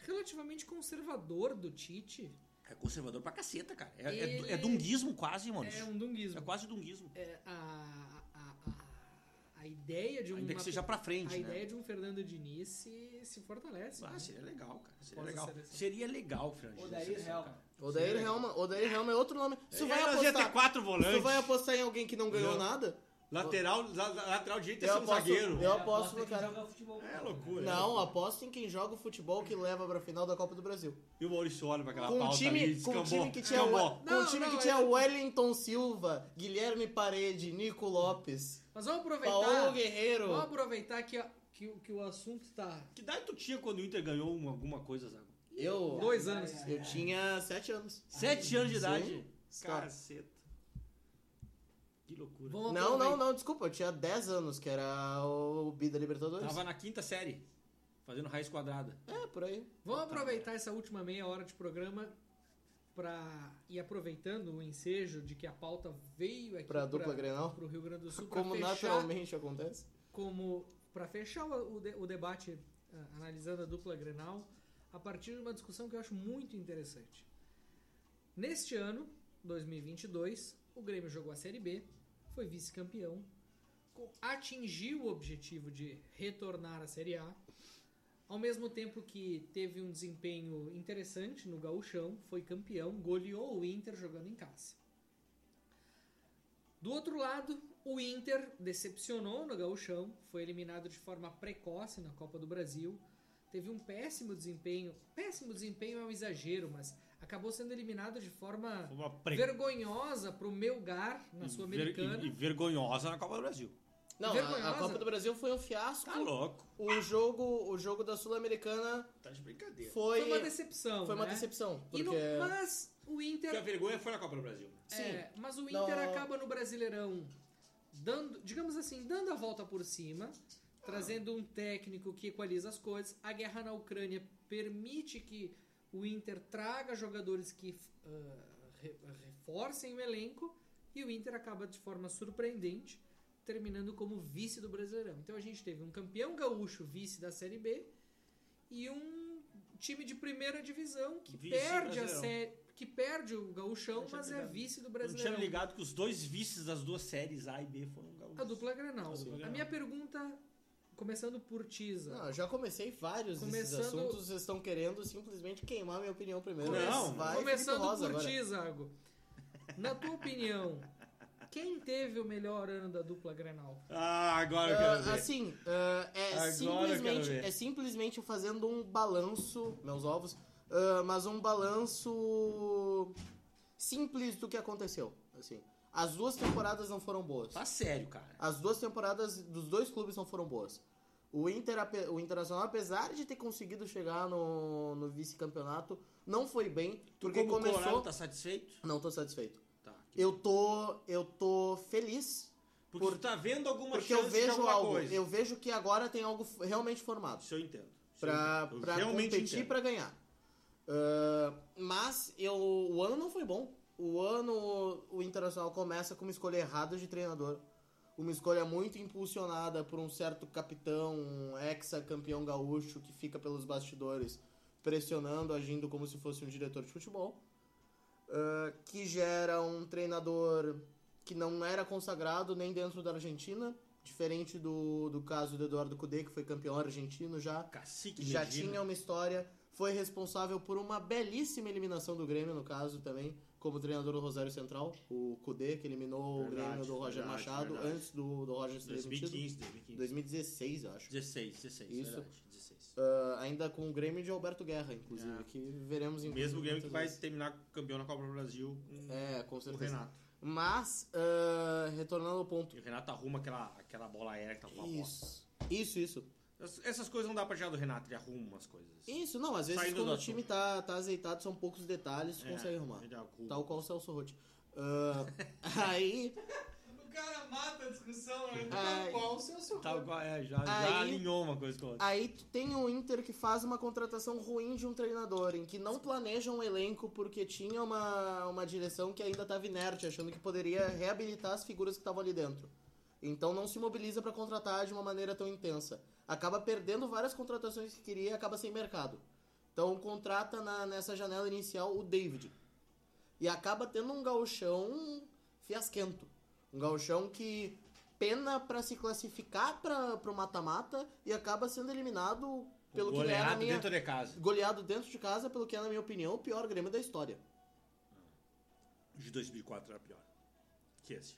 Speaker 1: relativamente conservador do Tite,
Speaker 2: É conservador pra caceta, cara. É, é,
Speaker 1: Ele-
Speaker 2: é dunguismo quase, mano.
Speaker 1: é
Speaker 2: É,
Speaker 1: um dunguismo.
Speaker 2: quase dunguismo.
Speaker 1: É, a, a, a, a ideia de um
Speaker 2: Ainda que seja pra frente,
Speaker 1: a
Speaker 2: né?
Speaker 1: ideia de um Fernando Diniz se, se fortalece.
Speaker 2: Ah,
Speaker 1: né?
Speaker 2: seria legal, cara. Seria
Speaker 1: Após a
Speaker 2: legal.
Speaker 1: seleção.
Speaker 2: Seria legal, Fernandinho.
Speaker 4: O Daí
Speaker 2: seleção,
Speaker 4: Real.
Speaker 2: cara.
Speaker 3: Odair
Speaker 2: Seria
Speaker 3: Helma, Odair Helma é outro nome. Se tu
Speaker 2: É,
Speaker 3: vai
Speaker 2: nós ia ter
Speaker 3: apostar,
Speaker 2: quatro
Speaker 3: se tu
Speaker 2: volantes.
Speaker 3: tá- vai apostar em alguém que não ganhou
Speaker 2: Não.
Speaker 3: nada,
Speaker 2: Lateral, la- la- lateral direito ia
Speaker 3: Eu
Speaker 2: ser um
Speaker 3: aposto-
Speaker 2: zagueiro.
Speaker 3: Eu
Speaker 4: É,
Speaker 3: aposto
Speaker 4: aposta
Speaker 3: no
Speaker 4: que
Speaker 3: cara.
Speaker 4: joga futebol.
Speaker 2: É loucura.
Speaker 3: não,
Speaker 2: é loucura.
Speaker 3: aposta em quem joga o futebol que leva pra final da Copa do Brasil.
Speaker 2: E o Maurício olha pra aquela
Speaker 3: Com um
Speaker 2: pauta ali,
Speaker 3: time, com
Speaker 2: descambou.
Speaker 3: um time que tinha,
Speaker 2: descambou.
Speaker 3: o- com um
Speaker 1: Não,
Speaker 3: time
Speaker 1: não,
Speaker 3: que
Speaker 1: é-
Speaker 3: tinha Wellington Silva, Guilherme Parede, Nico Lopes,
Speaker 1: Mas vamos aproveitar.
Speaker 3: Paulo Guerreiro.
Speaker 1: Vamos aproveitar que, a- que, o- que o assunto tá.
Speaker 2: Que idade tu tinha quando o Inter ganhou um- alguma coisa, Zago?
Speaker 3: Eu,
Speaker 1: Dois anos.
Speaker 3: eu tinha sete anos.
Speaker 2: Sete anos de idade?
Speaker 3: Cara.
Speaker 2: Caceta. Que loucura.
Speaker 1: Vamos
Speaker 3: Não, não,
Speaker 1: aproveitar-
Speaker 3: não, desculpa, eu tinha 10 anos, que era o Bi da Libertadores.
Speaker 2: Tava na quinta série, fazendo raiz quadrada.
Speaker 3: É, por aí.
Speaker 1: Vamos aproveitar essa última meia hora de programa pra ir aproveitando o ensejo de que a pauta veio aqui
Speaker 3: Pra dupla Grenal.
Speaker 1: pro Rio Grande do Sul pra
Speaker 3: Como
Speaker 1: fechar-
Speaker 3: naturalmente acontece.
Speaker 1: como para fechar o, o de- o debate ah, analisando a dupla Grenal, a partir de uma discussão que eu acho muito interessante. Neste ano, 2022, o Grêmio jogou a Série B, foi vice-campeão, co- atingiu o objetivo de retornar à Série A, ao mesmo tempo que teve um desempenho interessante no Gauchão, foi campeão, goleou o Inter jogando em casa. Do outro lado, o Inter decepcionou no Gauchão, foi eliminado de forma precoce na Copa do Brasil, teve um péssimo desempenho. Péssimo desempenho é um exagero, mas acabou sendo eliminado de forma
Speaker 2: Uma pre...
Speaker 1: vergonhosa pro Melgar na Sul-Americana.
Speaker 2: E, e vergonhosa na Copa do Brasil.
Speaker 3: Não, a,
Speaker 1: Vergonhosa.
Speaker 3: a Copa do Brasil foi um fiasco.
Speaker 2: Tá louco.
Speaker 3: O jogo, o jogo da Sul-Americana
Speaker 2: Tá de brincadeira.
Speaker 3: foi,
Speaker 1: Foi uma decepção.
Speaker 3: foi uma
Speaker 1: né?
Speaker 3: decepção,
Speaker 1: E
Speaker 3: porque
Speaker 1: no- mas o Inter.
Speaker 2: Porque a vergonha foi na Copa do Brasil.
Speaker 1: é, mas o Inter
Speaker 3: Não.
Speaker 1: acaba no Brasileirão dando, digamos assim, dando a volta por cima, trazendo um técnico que equaliza as coisas. A guerra na Ucrânia permite que o Inter traga jogadores que ah, re- reforcem o elenco e o Inter acaba de forma surpreendente terminando como vice do Brasileirão. Então a gente teve um campeão gaúcho vice da Série B e um time de primeira divisão que
Speaker 2: Vice
Speaker 1: perde a
Speaker 2: Brasileirão.
Speaker 1: série, É, que perde o gaúchão,
Speaker 2: tinha
Speaker 1: mas é
Speaker 2: ligado.
Speaker 1: vice do
Speaker 2: Não tinha me
Speaker 1: Brasileirão.
Speaker 2: ligado que os dois vices das duas séries A e B foram gaúchos.
Speaker 1: A dupla é Grenal.
Speaker 2: A dupla
Speaker 1: A
Speaker 2: Grenal.
Speaker 1: minha pergunta, começando por Tisa.
Speaker 3: Não, eu já comecei vários desses
Speaker 1: Começando-
Speaker 3: assuntos, vocês estão querendo simplesmente queimar minha opinião primeiro.
Speaker 2: Não,
Speaker 3: vai Felipe
Speaker 1: Começando
Speaker 3: Rosa
Speaker 1: por
Speaker 3: agora.
Speaker 1: ti, Zago. Na tua opinião, quem teve o melhor ano da dupla Grenal?
Speaker 2: Ah, agora eu
Speaker 3: Ah,
Speaker 2: quero ver.
Speaker 3: assim, ah, é,
Speaker 2: Agora eu
Speaker 3: simplesmente,
Speaker 2: quero ver.
Speaker 3: é simplesmente fazendo um balanço, meus ovos, ah, mas um balanço simples do que aconteceu. Assim, as duas temporadas não foram boas.
Speaker 2: Tá sério, cara.
Speaker 3: As duas temporadas dos dois clubes não foram boas. O, Inter, ape- o Internacional, apesar de ter conseguido chegar no, no vice-campeonato, não foi bem, porque
Speaker 2: Como o
Speaker 3: começou...
Speaker 2: Colorado tá satisfeito?
Speaker 3: Não tô satisfeito.
Speaker 2: Tá. que-
Speaker 3: Eu tô, eu tô feliz,
Speaker 2: Porque
Speaker 3: por-
Speaker 2: tu tá vendo alguma
Speaker 3: porque
Speaker 2: chance
Speaker 3: eu
Speaker 2: de
Speaker 3: vejo
Speaker 2: alguma
Speaker 3: algo.
Speaker 2: coisa.
Speaker 3: Eu vejo que agora tem algo f- realmente formado.
Speaker 2: Isso eu entendo. Isso
Speaker 3: Pra,
Speaker 2: eu entendo. Eu
Speaker 3: pra
Speaker 2: realmente
Speaker 3: competir e
Speaker 2: entendo.
Speaker 3: pra ganhar. Ah, mas eu, o ano não foi bom. O ano, o Internacional começa com uma escolha errada de treinador. Uma escolha muito impulsionada por um certo capitão, um ex-campeão gaúcho que fica pelos bastidores pressionando, agindo como se fosse um diretor de futebol. ah, que gera um treinador que não era consagrado nem dentro da Argentina, diferente do, do caso do Eduardo Cudê, que foi campeão argentino já
Speaker 2: Ah, Cacique
Speaker 3: já um-
Speaker 2: Medina.
Speaker 3: tinha uma história, foi responsável por uma belíssima eliminação do Grêmio, no caso também, como treinador do Rosário Central, o Cudê, que eliminou
Speaker 2: Verdade,
Speaker 3: o Grêmio do Roger
Speaker 2: verdade,
Speaker 3: Machado
Speaker 2: verdade.
Speaker 3: antes do, do Roger ser demitido.
Speaker 2: 2015, 2015.
Speaker 3: 2016, eu acho.
Speaker 2: 16, 16,
Speaker 3: Isso.
Speaker 2: verdade, 16.
Speaker 3: Ah, ainda com o Grêmio de Alberto Guerra, inclusive,
Speaker 2: É.
Speaker 3: que veremos
Speaker 2: O
Speaker 3: em
Speaker 2: mesmo Grêmio que vai terminar campeão na Copa do Brasil com
Speaker 3: É, com
Speaker 2: o
Speaker 3: certeza.
Speaker 2: Renato.
Speaker 3: Mas, ah, retornando ao ponto.
Speaker 2: E o Renato arruma aquela, aquela bola aérea que tá com a bosta.
Speaker 3: Isso. Isso, isso.
Speaker 2: Essas- Essas coisas não dá pra tirar do Renato, ele arruma umas coisas.
Speaker 3: Isso, não, às vezes
Speaker 2: Saindo
Speaker 3: quando
Speaker 2: do
Speaker 3: o time tá, tá azeitado, são poucos detalhes, tu
Speaker 2: É,
Speaker 3: consegue arrumar. Tá
Speaker 2: ele arruma.
Speaker 3: Tal qual o Celso Rotti. Ah, aí,
Speaker 1: O cara mata a discussão, né?
Speaker 3: Ai.
Speaker 1: Qual o seu suco?
Speaker 2: Tal qual, é, já, já
Speaker 3: Aí-
Speaker 2: alinhou uma coisa com a outra.
Speaker 3: aí tu tem um Inter que faz uma contratação ruim de um treinador, em que não planeja um elenco porque tinha uma, uma direção que ainda tava inerte, achando que poderia reabilitar as figuras que estavam ali dentro. Então não se mobiliza pra contratar de uma maneira tão intensa. Acaba perdendo várias contratações que queria e acaba sem mercado. Então contrata na- nessa janela inicial o David. E acaba tendo um gauchão fiasquento. Um gauchão que pena pra se classificar pra, pro mata-mata e acaba sendo eliminado pelo que é na
Speaker 2: goleado
Speaker 3: minha...
Speaker 2: dentro de casa.
Speaker 3: Goleado dentro de casa, pelo que é, na minha opinião, o pior Grêmio da história.
Speaker 2: De 2004 era pior. Que esse.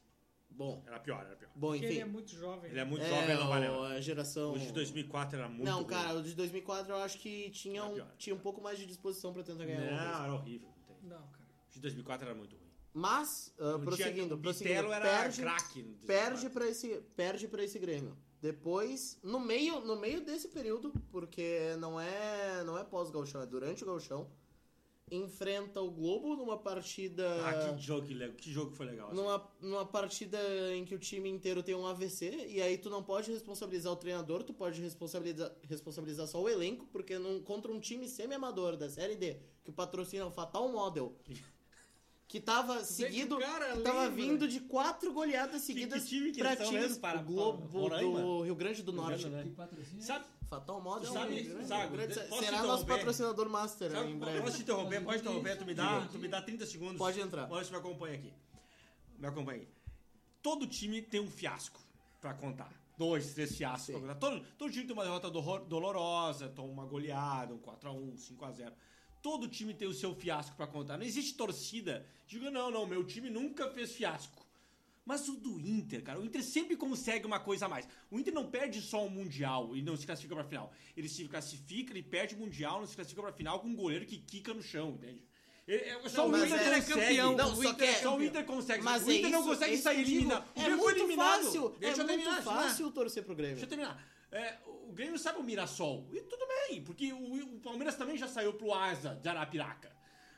Speaker 3: Bom,
Speaker 2: Era pior, era pior.
Speaker 3: bom,
Speaker 1: Porque ele é
Speaker 3: enfim.
Speaker 1: muito jovem.
Speaker 2: Ele é muito
Speaker 3: É,
Speaker 2: jovem, não vai
Speaker 3: o-
Speaker 2: lembrar.
Speaker 3: a geração...
Speaker 2: O de 2004 era muito
Speaker 3: não,
Speaker 2: ruim.
Speaker 3: cara, o de 2004 eu acho que tinha
Speaker 2: Era
Speaker 3: um,
Speaker 2: pior.
Speaker 3: tinha um pouco mais de disposição pra tentar ganhar. alguma
Speaker 2: Não,
Speaker 3: coisa.
Speaker 2: era horrível. não tem.
Speaker 1: Não, cara.
Speaker 2: O de 2004 era muito ruim.
Speaker 3: Mas, ah,
Speaker 2: Não tinha-
Speaker 3: prosseguindo,
Speaker 2: o
Speaker 3: prosseguindo.
Speaker 2: Bitello era
Speaker 3: perde,
Speaker 2: craque. no 2004.
Speaker 3: perde para esse perde para esse Grêmio. Depois, no meio, no meio desse período, porque não é não é pós gauchão, é durante o gauchão, enfrenta o Globo numa partida
Speaker 2: Ah, que jogo, que, le- que jogo foi legal. assim.
Speaker 3: numa, numa partida em que o time inteiro tem um AVC e aí tu não pode responsabilizar o treinador, tu pode responsabilizar responsabilizar só o elenco, porque não contra um time semi-amador da Série D, que patrocina o Fatal Model, que tava
Speaker 1: Vê que
Speaker 3: seguido
Speaker 1: o cara
Speaker 3: que tava
Speaker 1: lembra.
Speaker 3: vindo de quatro goleadas seguidas
Speaker 2: que time que
Speaker 3: pra
Speaker 2: eles são
Speaker 3: times
Speaker 2: mesmo? Para-
Speaker 3: o Globo
Speaker 2: para- Roraima?
Speaker 3: do Rio Grande do Norte.
Speaker 2: Entendeu, né?
Speaker 4: Que patrocina?
Speaker 2: Sabe,
Speaker 3: Fatal modo.
Speaker 2: Sabe- sabe, posso
Speaker 3: será
Speaker 2: interromper?
Speaker 3: nosso patrocinador master
Speaker 2: sabe é
Speaker 3: em
Speaker 2: eu posso
Speaker 3: breve.
Speaker 2: te interromper? Pode interromper, tu me dá, tu me dá 30 segundos.
Speaker 3: Pode entrar.
Speaker 2: Olha, me acompanha aqui. Me acompanha aí. Todo time tem um fiasco pra contar. Dois, três fiascos pra
Speaker 3: Sim.
Speaker 2: contar. Todo, todo time tem uma derrota dorro- dolorosa, toma uma goleada, um 4x1, 5x0. Todo time tem o seu fiasco pra contar. Não existe torcida. Diga, não, não, meu time nunca fez fiasco. Mas o do Inter, cara, o Inter sempre consegue uma coisa a mais. O Inter não perde só o Mundial e não se classifica pra final. Ele se classifica, ele perde o Mundial, não se classifica pra final com um goleiro que quica no chão, entende? Ele- é- só
Speaker 3: Não,
Speaker 2: o
Speaker 3: mas
Speaker 2: Inter
Speaker 3: é-
Speaker 2: consegue.
Speaker 3: campeão. Não,
Speaker 2: o
Speaker 3: só
Speaker 2: Inter,
Speaker 3: que é-
Speaker 2: só o Inter consegue.
Speaker 3: Mas
Speaker 2: o Inter
Speaker 3: é
Speaker 2: não
Speaker 3: isso-
Speaker 2: consegue
Speaker 3: é isso
Speaker 2: sair
Speaker 3: que eu digo.
Speaker 2: eliminado. O
Speaker 3: É
Speaker 2: Grêmio
Speaker 3: muito
Speaker 2: foi eliminado.
Speaker 3: fácil.
Speaker 2: Deixa
Speaker 3: é
Speaker 2: eu
Speaker 3: muito
Speaker 2: terminar, deixa eu terminar.
Speaker 3: fácil torcer pro Grêmio.
Speaker 2: Deixa eu terminar. É, o Grêmio sabe o Mirassol. E tudo bem, porque o, o Palmeiras também já saiu pro Asa de Arapiraca.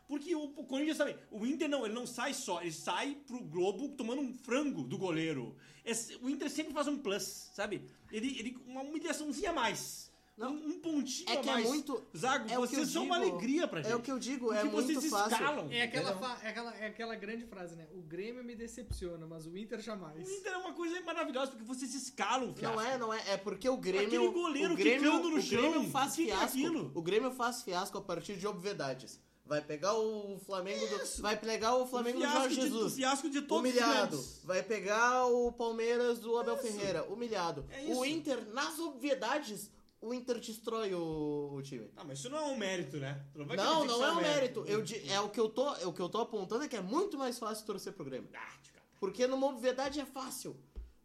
Speaker 2: Porque o, o Corinthians também. O Inter não, ele não sai só, ele sai pro Globo tomando um frango do goleiro. Esse- o Inter sempre faz um plus, sabe? Ele, ele uma humilhaçãozinha a mais.
Speaker 3: Não.
Speaker 2: um, um pontinho
Speaker 3: É
Speaker 2: a
Speaker 3: que é
Speaker 2: mais.
Speaker 3: muito-
Speaker 2: Zago,
Speaker 3: é o que eu
Speaker 2: vocês são uma
Speaker 3: digo,
Speaker 2: alegria pra gente.
Speaker 3: É o que eu digo,
Speaker 2: Porque
Speaker 3: é muito
Speaker 2: vocês
Speaker 3: fácil.
Speaker 2: escalam.
Speaker 1: É aquela,
Speaker 2: entendeu?
Speaker 1: fa- é, aquela, é aquela grande frase, né? O Grêmio me decepciona, mas o Inter jamais.
Speaker 2: O Inter é uma coisa maravilhosa, porque vocês escalam o fiasco.
Speaker 3: Não é, não é. É porque o
Speaker 2: Aquele
Speaker 3: Grêmio.
Speaker 2: goleiro
Speaker 3: o Grêmio,
Speaker 2: quicando no
Speaker 3: o Grêmio
Speaker 2: chão.
Speaker 3: faz
Speaker 2: Que que é
Speaker 3: fiasco.
Speaker 2: aquilo?
Speaker 3: o Grêmio faz fiasco a partir de obviedades. Vai pegar o Flamengo do. Vai pegar o Flamengo do
Speaker 2: fiasco
Speaker 3: Jorge
Speaker 2: de, o
Speaker 3: Jesus.
Speaker 2: fiasco de todos
Speaker 3: Humilhado.
Speaker 2: os grandes.
Speaker 3: Vai pegar o Palmeiras do Abel Ferreira. Humilhado.
Speaker 2: É isso.
Speaker 3: O Inter, nas obviedades, o Inter destrói o, o time.
Speaker 2: Ah, mas isso não é um mérito, né? Tu vai
Speaker 3: não,
Speaker 2: dizer que
Speaker 3: não
Speaker 2: isso
Speaker 3: é um mérito. Eu, di- é o que eu tô, é o que eu tô apontando é que é muito mais fácil torcer pro Grêmio.
Speaker 2: Ah, te catar.
Speaker 3: Porque numa obviedade é fácil.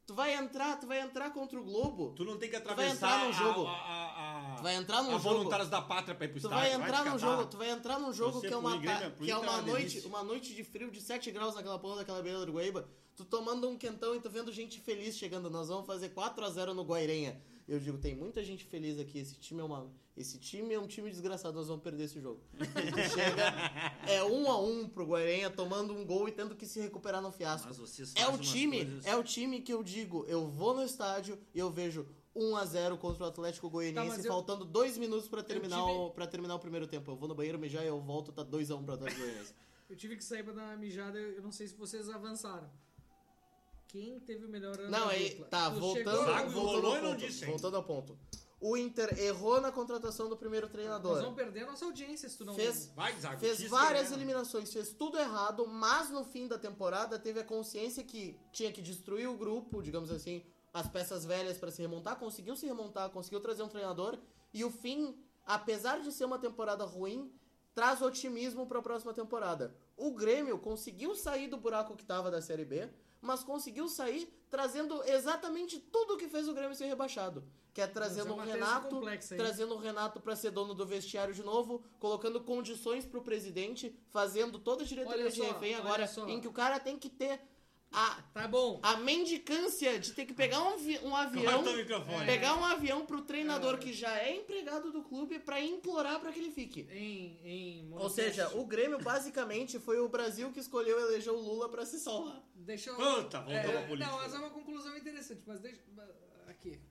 Speaker 3: Tu vai entrar, tu vai entrar contra o Globo.
Speaker 2: Tu não tem que
Speaker 3: vai entrar
Speaker 2: atravessar
Speaker 3: num
Speaker 2: a-
Speaker 3: jogo.
Speaker 2: a, a, a,
Speaker 3: Tu vai entrar num
Speaker 2: Ah, a
Speaker 3: jogo.
Speaker 2: voluntários da pátria pra ir pro
Speaker 3: Tu
Speaker 2: estádio.
Speaker 3: vai entrar
Speaker 2: te
Speaker 3: num
Speaker 2: catar.
Speaker 3: jogo, tu vai entrar num jogo
Speaker 2: Torcer
Speaker 3: que é
Speaker 2: pro
Speaker 3: uma
Speaker 2: Grêmio,
Speaker 3: ta-
Speaker 2: pro
Speaker 3: que é
Speaker 2: Inter é
Speaker 3: uma
Speaker 2: uma
Speaker 3: noite,
Speaker 2: delícia.
Speaker 3: uma noite de frio de 7 graus naquela porra daquela beira do Guaíba. Tu tomando um quentão e tu vendo gente feliz chegando. Nós vamos fazer 4 a 0 no Guairenha. Eu digo, tem muita gente feliz aqui. Esse time é uma, esse time é um time desgraçado. Nós vamos perder esse jogo. E tu chega é um a um pro Guairenha tomando um gol e tendo que se recuperar no fiasco.
Speaker 2: Mas vocês
Speaker 3: É
Speaker 2: fazem
Speaker 3: o
Speaker 2: umas
Speaker 3: time,
Speaker 2: coisas-
Speaker 3: é o time que eu digo, eu vou no estádio e eu vejo 1 a 0 contra o Atlético Goianiense,
Speaker 1: Tá, mas eu-
Speaker 3: faltando dois minutos pra terminar,
Speaker 1: tive-
Speaker 3: o, pra terminar o primeiro tempo. Eu vou no banheiro mijar e eu volto, tá 2 a 1 pro Atlético Goianiense.
Speaker 1: Eu tive que sair pra dar uma mijada, eu eu não sei se vocês avançaram. Quem teve o melhor ano
Speaker 3: Não,
Speaker 1: da
Speaker 3: aí,
Speaker 1: dupla?
Speaker 3: tá,
Speaker 1: Tu
Speaker 3: voltando,
Speaker 1: chegou-
Speaker 2: Zago
Speaker 3: voltando,
Speaker 2: enrolou e
Speaker 3: ao
Speaker 2: não
Speaker 3: ponto,
Speaker 2: disse, hein?
Speaker 3: voltando ao ponto. O Inter errou na contratação do primeiro
Speaker 1: Nós vamos
Speaker 3: treinador.
Speaker 1: perder a nossa audiência se tu não...
Speaker 3: Fez,
Speaker 2: Vai, Zago.
Speaker 3: fez
Speaker 2: diz
Speaker 3: várias
Speaker 2: que é, né?
Speaker 3: eliminações, fez tudo errado, mas no fim da temporada teve a consciência que tinha que destruir o grupo, digamos assim, as peças velhas pra se remontar, conseguiu se remontar, conseguiu trazer um treinador e o fim, apesar de ser uma temporada ruim, traz otimismo pra próxima temporada. O Grêmio conseguiu sair do buraco que estava da Série B, mas conseguiu sair trazendo exatamente tudo o que fez o Grêmio ser rebaixado. Que é trazendo
Speaker 1: é
Speaker 3: o
Speaker 1: uma tese
Speaker 3: Renato,
Speaker 1: complexa, hein?
Speaker 3: trazendo o Renato para ser dono do vestiário de novo, colocando condições pro presidente, fazendo toda a diretoria
Speaker 1: Olha
Speaker 3: de
Speaker 1: só,
Speaker 3: refém
Speaker 1: olha
Speaker 3: agora,
Speaker 1: só.
Speaker 3: em que o cara tem que ter a,
Speaker 1: Tá bom.
Speaker 3: a mendicância de ter que pegar um, vi- um avião,
Speaker 2: Corta o microfone.
Speaker 3: pegar um avião pro treinador que já é empregado do clube para implorar para que ele fique.
Speaker 1: Em, em
Speaker 3: Ou seja, o Grêmio basicamente foi o Brasil que escolheu eleger o Lula pra se salvar.
Speaker 1: Deixa eu.
Speaker 2: Puta, voltou pra
Speaker 1: é,
Speaker 2: política.
Speaker 1: não, mas é uma conclusão interessante, mas deixa. Aqui.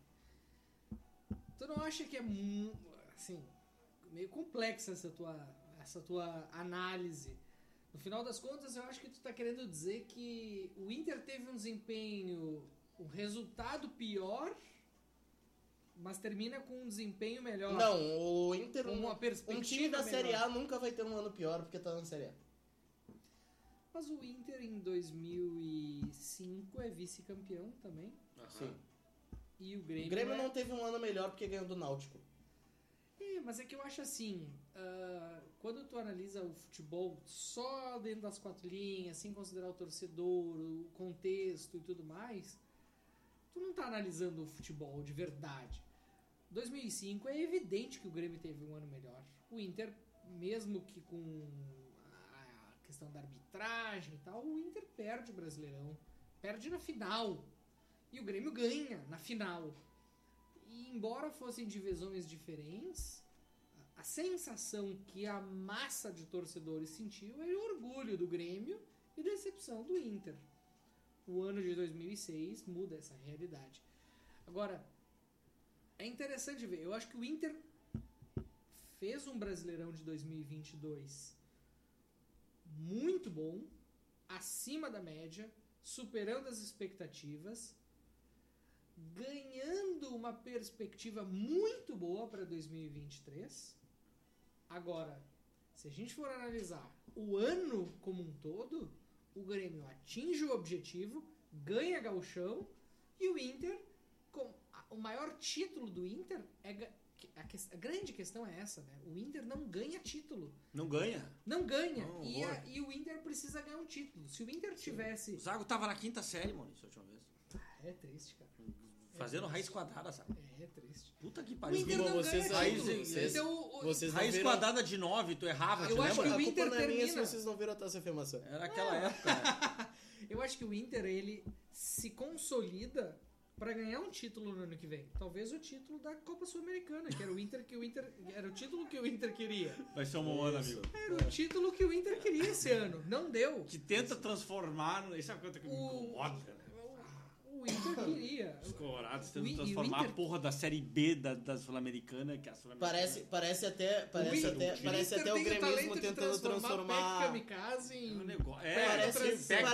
Speaker 1: Tu não acha que é mu- assim, meio complexa essa tua, essa tua análise? No final das contas, eu acho que tu tá querendo dizer que o Inter teve um desempenho, um resultado pior, mas termina com um desempenho melhor.
Speaker 3: Não, o Inter,
Speaker 1: com
Speaker 3: um,
Speaker 1: uma perspectiva
Speaker 3: um time da
Speaker 1: melhor.
Speaker 3: Série A nunca vai ter um ano pior porque tá na Série A.
Speaker 1: Mas o Inter em 2005 é vice-campeão também.
Speaker 3: Sim.
Speaker 1: E o Grêmio.
Speaker 3: O Grêmio
Speaker 1: é-
Speaker 3: não teve um ano melhor porque ganhou do Náutico.
Speaker 1: É, mas é que eu acho assim, ah, quando tu analisa o futebol só dentro das quatro linhas, sem considerar o torcedor, o contexto e tudo mais, tu não tá analisando o futebol de verdade. 2005 é evidente que o Grêmio teve um ano melhor. O Inter, mesmo que com a questão da arbitragem e tal, o Inter perde o Brasileirão. Perde na final. E o Grêmio ganha na final. E embora fossem divisões diferentes, a sensação que a massa de torcedores sentiu é orgulho do Grêmio e decepção do Inter. O ano de 2006 muda essa realidade. Agora, é interessante ver. Eu acho que o Inter fez um Brasileirão de 2022 muito bom, acima da média, superando as expectativas ganhando uma perspectiva muito boa para 2023. Agora, se a gente for analisar o ano como um todo, o Grêmio atinge o objetivo, ganha gauchão e o Inter, com a- o maior título do Inter é ga- que- a, ques- a grande questão é essa, né? O Inter não ganha título,
Speaker 2: Não ganha.
Speaker 1: não ganha
Speaker 2: Não,
Speaker 1: e, a- e o Inter precisa ganhar um título. Se o Inter
Speaker 2: O
Speaker 1: tivesse,
Speaker 2: Zago tava na quinta série, Maurício, a última vez.
Speaker 1: é triste, cara.
Speaker 2: Fazendo raiz quadrada, sabe?
Speaker 1: É é triste.
Speaker 2: Puta que
Speaker 1: O
Speaker 2: pariu.
Speaker 1: Inter não
Speaker 3: vocês
Speaker 1: ganha
Speaker 2: aí,
Speaker 1: título.
Speaker 2: vocês-
Speaker 1: Então, o-
Speaker 3: Vocês Ah, não
Speaker 2: Raiz
Speaker 3: viram...
Speaker 2: quadrada de 9, tu errava,
Speaker 1: Eu acho
Speaker 2: tu lembra?
Speaker 1: que o
Speaker 3: a culpa
Speaker 1: Inter
Speaker 3: não é minha se
Speaker 1: termina.
Speaker 3: vocês não viram a taça afirmação.
Speaker 2: Era aquela
Speaker 3: é.
Speaker 2: época, né?
Speaker 1: Eu acho que o Inter ele se consolida pra ganhar um título no ano que vem. Talvez o título da Copa Sul-Americana, que era o Inter que o Inter era o título que o Inter queria.
Speaker 2: Vai ser um bom ano, amigo.
Speaker 1: Era o título que o Inter queria esse ano. Não deu.
Speaker 2: Que tenta transformar... Isso é uma coisa que me
Speaker 1: O-
Speaker 2: incomoda, né?
Speaker 1: O Inter queria.
Speaker 2: Os colorados
Speaker 1: O I- e
Speaker 2: tentam
Speaker 1: o
Speaker 2: transformar
Speaker 1: Inter-
Speaker 2: a porra da Série B da, da Sul-Americana, que é a Sul-Americana...
Speaker 3: Parece, parece até, parece
Speaker 1: Inter-
Speaker 3: até,
Speaker 2: o
Speaker 3: parece
Speaker 1: Inter
Speaker 3: até o
Speaker 1: tem talento
Speaker 3: gremismo
Speaker 1: de
Speaker 3: tentando transformar... né?
Speaker 1: Pepe Kamikaze
Speaker 2: É um
Speaker 1: em...
Speaker 2: negócio... É,
Speaker 3: parece,
Speaker 2: tem
Speaker 3: parece,
Speaker 2: pega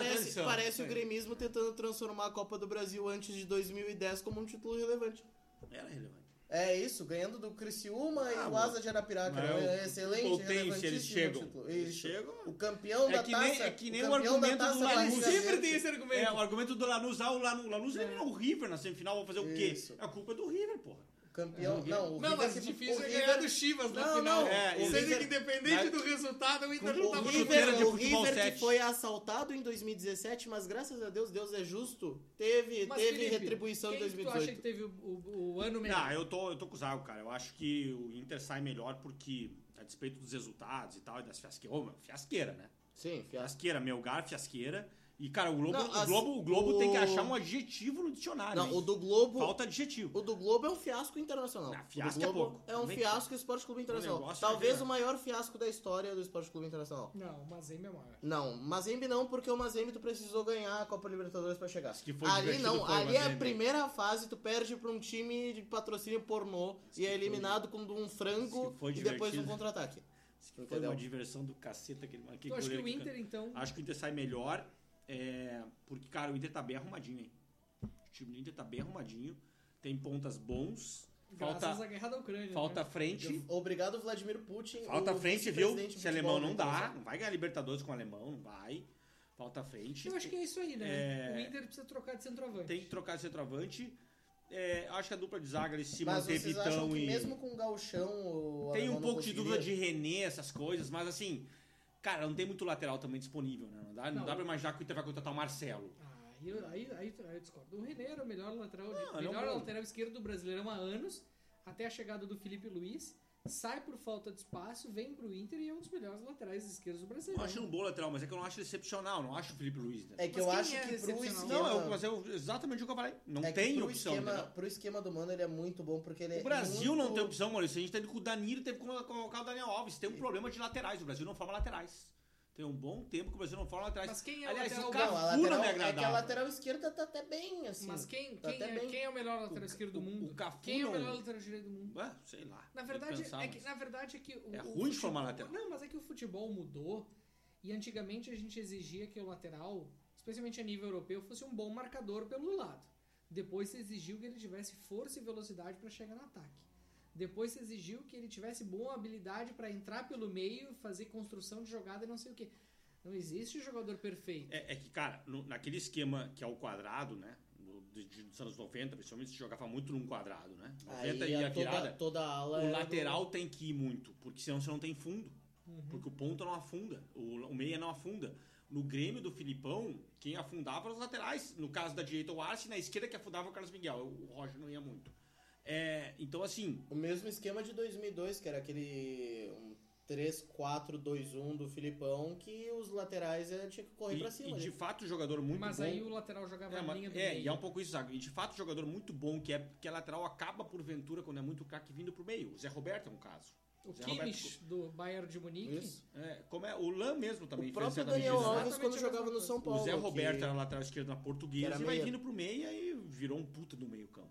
Speaker 2: É.
Speaker 3: parece,
Speaker 2: atenção.
Speaker 3: o gremismo tentando transformar a Copa do Brasil antes de 2010 como um título relevante.
Speaker 2: Era relevante.
Speaker 3: É isso, ganhando do Criciúma
Speaker 2: Ah,
Speaker 3: e o
Speaker 2: mas-
Speaker 3: Asa de Arapiraca.
Speaker 2: mas
Speaker 3: né?
Speaker 2: é
Speaker 3: é excelente,
Speaker 2: potência, eles
Speaker 3: relevantíssimo
Speaker 2: chegam.
Speaker 3: título.
Speaker 2: Eles
Speaker 3: Isso.
Speaker 2: chegam.
Speaker 3: O campeão
Speaker 2: É
Speaker 3: da
Speaker 2: que
Speaker 3: taça...
Speaker 2: nem- é que nem o
Speaker 3: campeão da
Speaker 2: argumento do
Speaker 3: taça vai
Speaker 2: Lanús.
Speaker 3: ganhar
Speaker 1: Sempre
Speaker 3: verde.
Speaker 1: tem esse argumento.
Speaker 2: É, o argumento do Lanús, ah, o Lanús, o Lanús eliminou o River na semifinal, vai fazer o quê?
Speaker 3: Isso.
Speaker 2: A culpa é do River, porra.
Speaker 3: Campeão... Não, o
Speaker 1: Não,
Speaker 3: River-
Speaker 1: mas difícil
Speaker 3: o
Speaker 1: é
Speaker 3: River-
Speaker 1: ganhar do Chivas na
Speaker 3: Não,
Speaker 1: final.
Speaker 3: não,
Speaker 2: É,
Speaker 1: Ou
Speaker 2: o
Speaker 1: seja,
Speaker 2: River-
Speaker 1: que independente
Speaker 2: Mas-
Speaker 1: do resultado, o Inter
Speaker 2: O
Speaker 1: não
Speaker 3: O
Speaker 1: tava
Speaker 2: chuteira
Speaker 3: River,
Speaker 2: de
Speaker 3: o
Speaker 2: futebol
Speaker 3: River que
Speaker 2: sete.
Speaker 3: foi assaltado em 2017, mas graças a Deus, Deus é justo, teve,
Speaker 1: Mas,
Speaker 3: teve
Speaker 1: Felipe,
Speaker 3: retribuição em
Speaker 1: quem que tu acha que
Speaker 3: 2018.
Speaker 1: teve o, o- o ano melhor?
Speaker 2: Não,
Speaker 3: é.
Speaker 2: eu tô, eu tô com o Zago, cara. Eu acho que o Inter sai melhor porque, a despeito dos resultados e tal, e das fiasqueiras. Ô, meu, fiasqueira, né?
Speaker 3: Sim, fiasco.
Speaker 2: Fiasqueira, Melgar, fiasqueira. E, cara, o Globo,
Speaker 3: Não,
Speaker 2: o
Speaker 3: as-
Speaker 2: Globo, o Globo
Speaker 3: o-
Speaker 2: tem que achar um adjetivo no dicionário.
Speaker 3: Não,
Speaker 2: hein?
Speaker 3: o do Globo...
Speaker 2: Ah, Falta adjetivo.
Speaker 3: O do Globo é um fiasco internacional.
Speaker 2: Ah, fiasco
Speaker 3: O do
Speaker 2: é
Speaker 3: Globo
Speaker 2: pouco.
Speaker 3: É um
Speaker 2: Também
Speaker 3: fiasco do Esporte Clube
Speaker 2: O
Speaker 3: Internacional.
Speaker 2: negócio é
Speaker 3: Talvez
Speaker 2: que-
Speaker 3: o maior fiasco da história do Esporte Clube Internacional.
Speaker 1: Não, é mas em memória.
Speaker 3: Não, Mazembe não, porque o Mazembe tu precisou ganhar a Copa Libertadores pra chegar.
Speaker 2: Acho que foi
Speaker 3: ali
Speaker 2: divertido
Speaker 3: não,
Speaker 2: foi o
Speaker 3: ali é a
Speaker 2: Mazembe.
Speaker 3: primeiro primeira fase, tu perde pra um time de patrocínio pornô e é eliminado com um
Speaker 2: Acho
Speaker 3: frango
Speaker 2: que foi
Speaker 3: e depois um
Speaker 2: divertido.
Speaker 3: contra-ataque.
Speaker 2: Foi
Speaker 3: Entendeu?
Speaker 2: uma diversão do caceta aquele aquele
Speaker 1: Tu acha que
Speaker 2: goleiro
Speaker 1: o
Speaker 2: que Ah,
Speaker 1: Inter, então.
Speaker 2: Acho que o Inter sai melhor, é, porque, cara, o Inter tá bem arrumadinho, hein? O time do Inter tá bem arrumadinho, tem pontas bons,
Speaker 1: Graças
Speaker 2: falta,
Speaker 1: à guerra da Ucrânia.
Speaker 2: falta
Speaker 1: né?
Speaker 2: frente,
Speaker 3: Obrigado, Vladimir Putin.
Speaker 2: falta
Speaker 3: o
Speaker 2: frente, viu?
Speaker 3: vice-presidente
Speaker 2: Se
Speaker 3: do futebol né, então,
Speaker 2: alemão não dá,
Speaker 3: internacional.
Speaker 2: não vai ganhar Libertadores com alemão, não vai. Falta frente.
Speaker 1: Eu acho que é isso aí, né?
Speaker 2: É.
Speaker 1: O Inter precisa trocar de centroavante.
Speaker 2: Tem que trocar de centroavante. É, acho que a dupla de zaga ele se
Speaker 3: Mas
Speaker 2: manteve
Speaker 3: vocês acham
Speaker 2: tão
Speaker 3: que
Speaker 2: e.
Speaker 3: mesmo com o Galchão... o
Speaker 2: Tem
Speaker 3: alemão
Speaker 2: um
Speaker 3: não
Speaker 2: pouco de
Speaker 3: conseguiria?
Speaker 2: dúvida de René, essas coisas, mas assim, Cara, não tem muito lateral também disponível, né? Não dá, não
Speaker 1: Não.
Speaker 2: dá pra imaginar que o Inter vai contratar o Marcelo.
Speaker 1: Ah, aí, eu- aí, aí, eu discordo. O René era o melhor lateral,
Speaker 2: Não, ele é um
Speaker 1: melhor
Speaker 2: bom.
Speaker 1: lateral esquerdo do Brasileirão há anos, até a chegada do Felipe Luiz. Sai por falta de espaço, vem pro Inter e é um dos melhores laterais esquerdos do
Speaker 2: Eu
Speaker 1: Brasileirão.
Speaker 2: acho ele um bom lateral, mas é que eu não acho ele excepcional, não acho o Felipe Luiz. né?
Speaker 3: É que
Speaker 1: Mas
Speaker 3: eu
Speaker 1: quem
Speaker 3: acho
Speaker 1: é
Speaker 3: que pro
Speaker 1: excepcional?
Speaker 3: esquema...
Speaker 2: Não, é o- mas é o- exatamente o que eu falei. Não
Speaker 3: é que
Speaker 2: tem
Speaker 3: pro
Speaker 2: opção.
Speaker 3: Esquema,
Speaker 2: entendeu?
Speaker 3: pro esquema do Mano, ele é muito bom, porque ele é
Speaker 2: O Brasil não
Speaker 3: muito-
Speaker 2: tem opção, Maurício. A gente teve com o Danilo, teve que colocar o Daniel Alves. Tem um problema de laterais. O Brasil não forma laterais. Tem um bom tempo que o Brasil não forma laterais.
Speaker 1: Mas quem é o
Speaker 2: Aliás,
Speaker 1: lateral
Speaker 2: o
Speaker 3: Não,
Speaker 2: Cafu
Speaker 1: bom?
Speaker 3: a
Speaker 2: não me
Speaker 3: lateral, é que a
Speaker 2: agradava.
Speaker 3: lateral esquerda tá até bem, assim.
Speaker 1: Mas quem,
Speaker 3: Tá
Speaker 1: quem,
Speaker 3: até
Speaker 1: é,
Speaker 3: bem.
Speaker 1: quem é o melhor lateral esquerdo do mundo?
Speaker 2: O Cafu
Speaker 1: Quem é o
Speaker 2: não-
Speaker 1: melhor lateral direito do mundo?
Speaker 2: Ué, sei lá.
Speaker 1: Na
Speaker 2: tem que
Speaker 1: verdade,
Speaker 2: pensar, né?
Speaker 1: é que,
Speaker 2: mas-
Speaker 1: na verdade é que o,
Speaker 2: É
Speaker 1: o
Speaker 2: ruim de
Speaker 1: futebol-
Speaker 2: formar lateral.
Speaker 1: Não, mas é que o futebol mudou e antigamente a gente exigia que o lateral, especialmente a nível europeu, fosse um bom marcador pelo lado. Depois se exigiu que ele tivesse força e velocidade para chegar no ataque. Depois se exigiu que ele tivesse boa habilidade para entrar pelo meio, fazer construção de jogada e não sei o quê. Não existe jogador perfeito.
Speaker 2: É, é que, cara, no- naquele esquema que é o quadrado, né? do- de- de- dos anos 90, principalmente, se jogava muito num quadrado, né? 90
Speaker 3: Aí
Speaker 2: e
Speaker 3: a
Speaker 2: a virada.
Speaker 3: toda, toda a ala é
Speaker 2: O
Speaker 3: era do-
Speaker 2: lateral tem que ir muito, porque senão você não tem fundo.
Speaker 3: Uhum.
Speaker 2: Porque o ponta não afunda, o, o meia não afunda. No Grêmio do Filipão, quem afundava eram os laterais. No caso da direita, o Arce, na esquerda que afundava o Carlos Miguel. O Roger não ia muito. É, então, assim,
Speaker 3: O mesmo esquema de 2002, que era aquele um 3-4-2-1 do Filipão, que os laterais eh, tinha que correr
Speaker 2: e,
Speaker 3: pra cima.
Speaker 2: e de
Speaker 3: né?
Speaker 2: fato, jogador É muito
Speaker 1: mas
Speaker 2: bom.
Speaker 1: aí o lateral jogava
Speaker 2: É,
Speaker 1: na
Speaker 2: mas-
Speaker 1: linha do
Speaker 2: é,
Speaker 1: meio.
Speaker 2: e é um pouco isso, sabe? E de fato, jogador muito bom, que é, que é lateral, acaba por Ventura quando é muito craque vindo pro meio. O Zé Roberto é um caso.
Speaker 1: O
Speaker 2: Zé
Speaker 1: Kimmich do Bayern de Munique.
Speaker 3: Isso.
Speaker 2: É, como é, o Lan mesmo também
Speaker 3: o
Speaker 2: fez
Speaker 3: próprio
Speaker 2: certa
Speaker 3: Daniel
Speaker 2: medida, né?
Speaker 3: Alves, quando
Speaker 1: Exatamente a
Speaker 3: jogava
Speaker 1: mesma
Speaker 3: no
Speaker 1: coisa.
Speaker 3: São Paulo.
Speaker 2: o Zé
Speaker 3: que-
Speaker 2: Roberto era lateral esquerdo na portuguesa
Speaker 3: Era
Speaker 2: e vai
Speaker 3: meia.
Speaker 2: vindo pro meia e virou um puta do meio campo.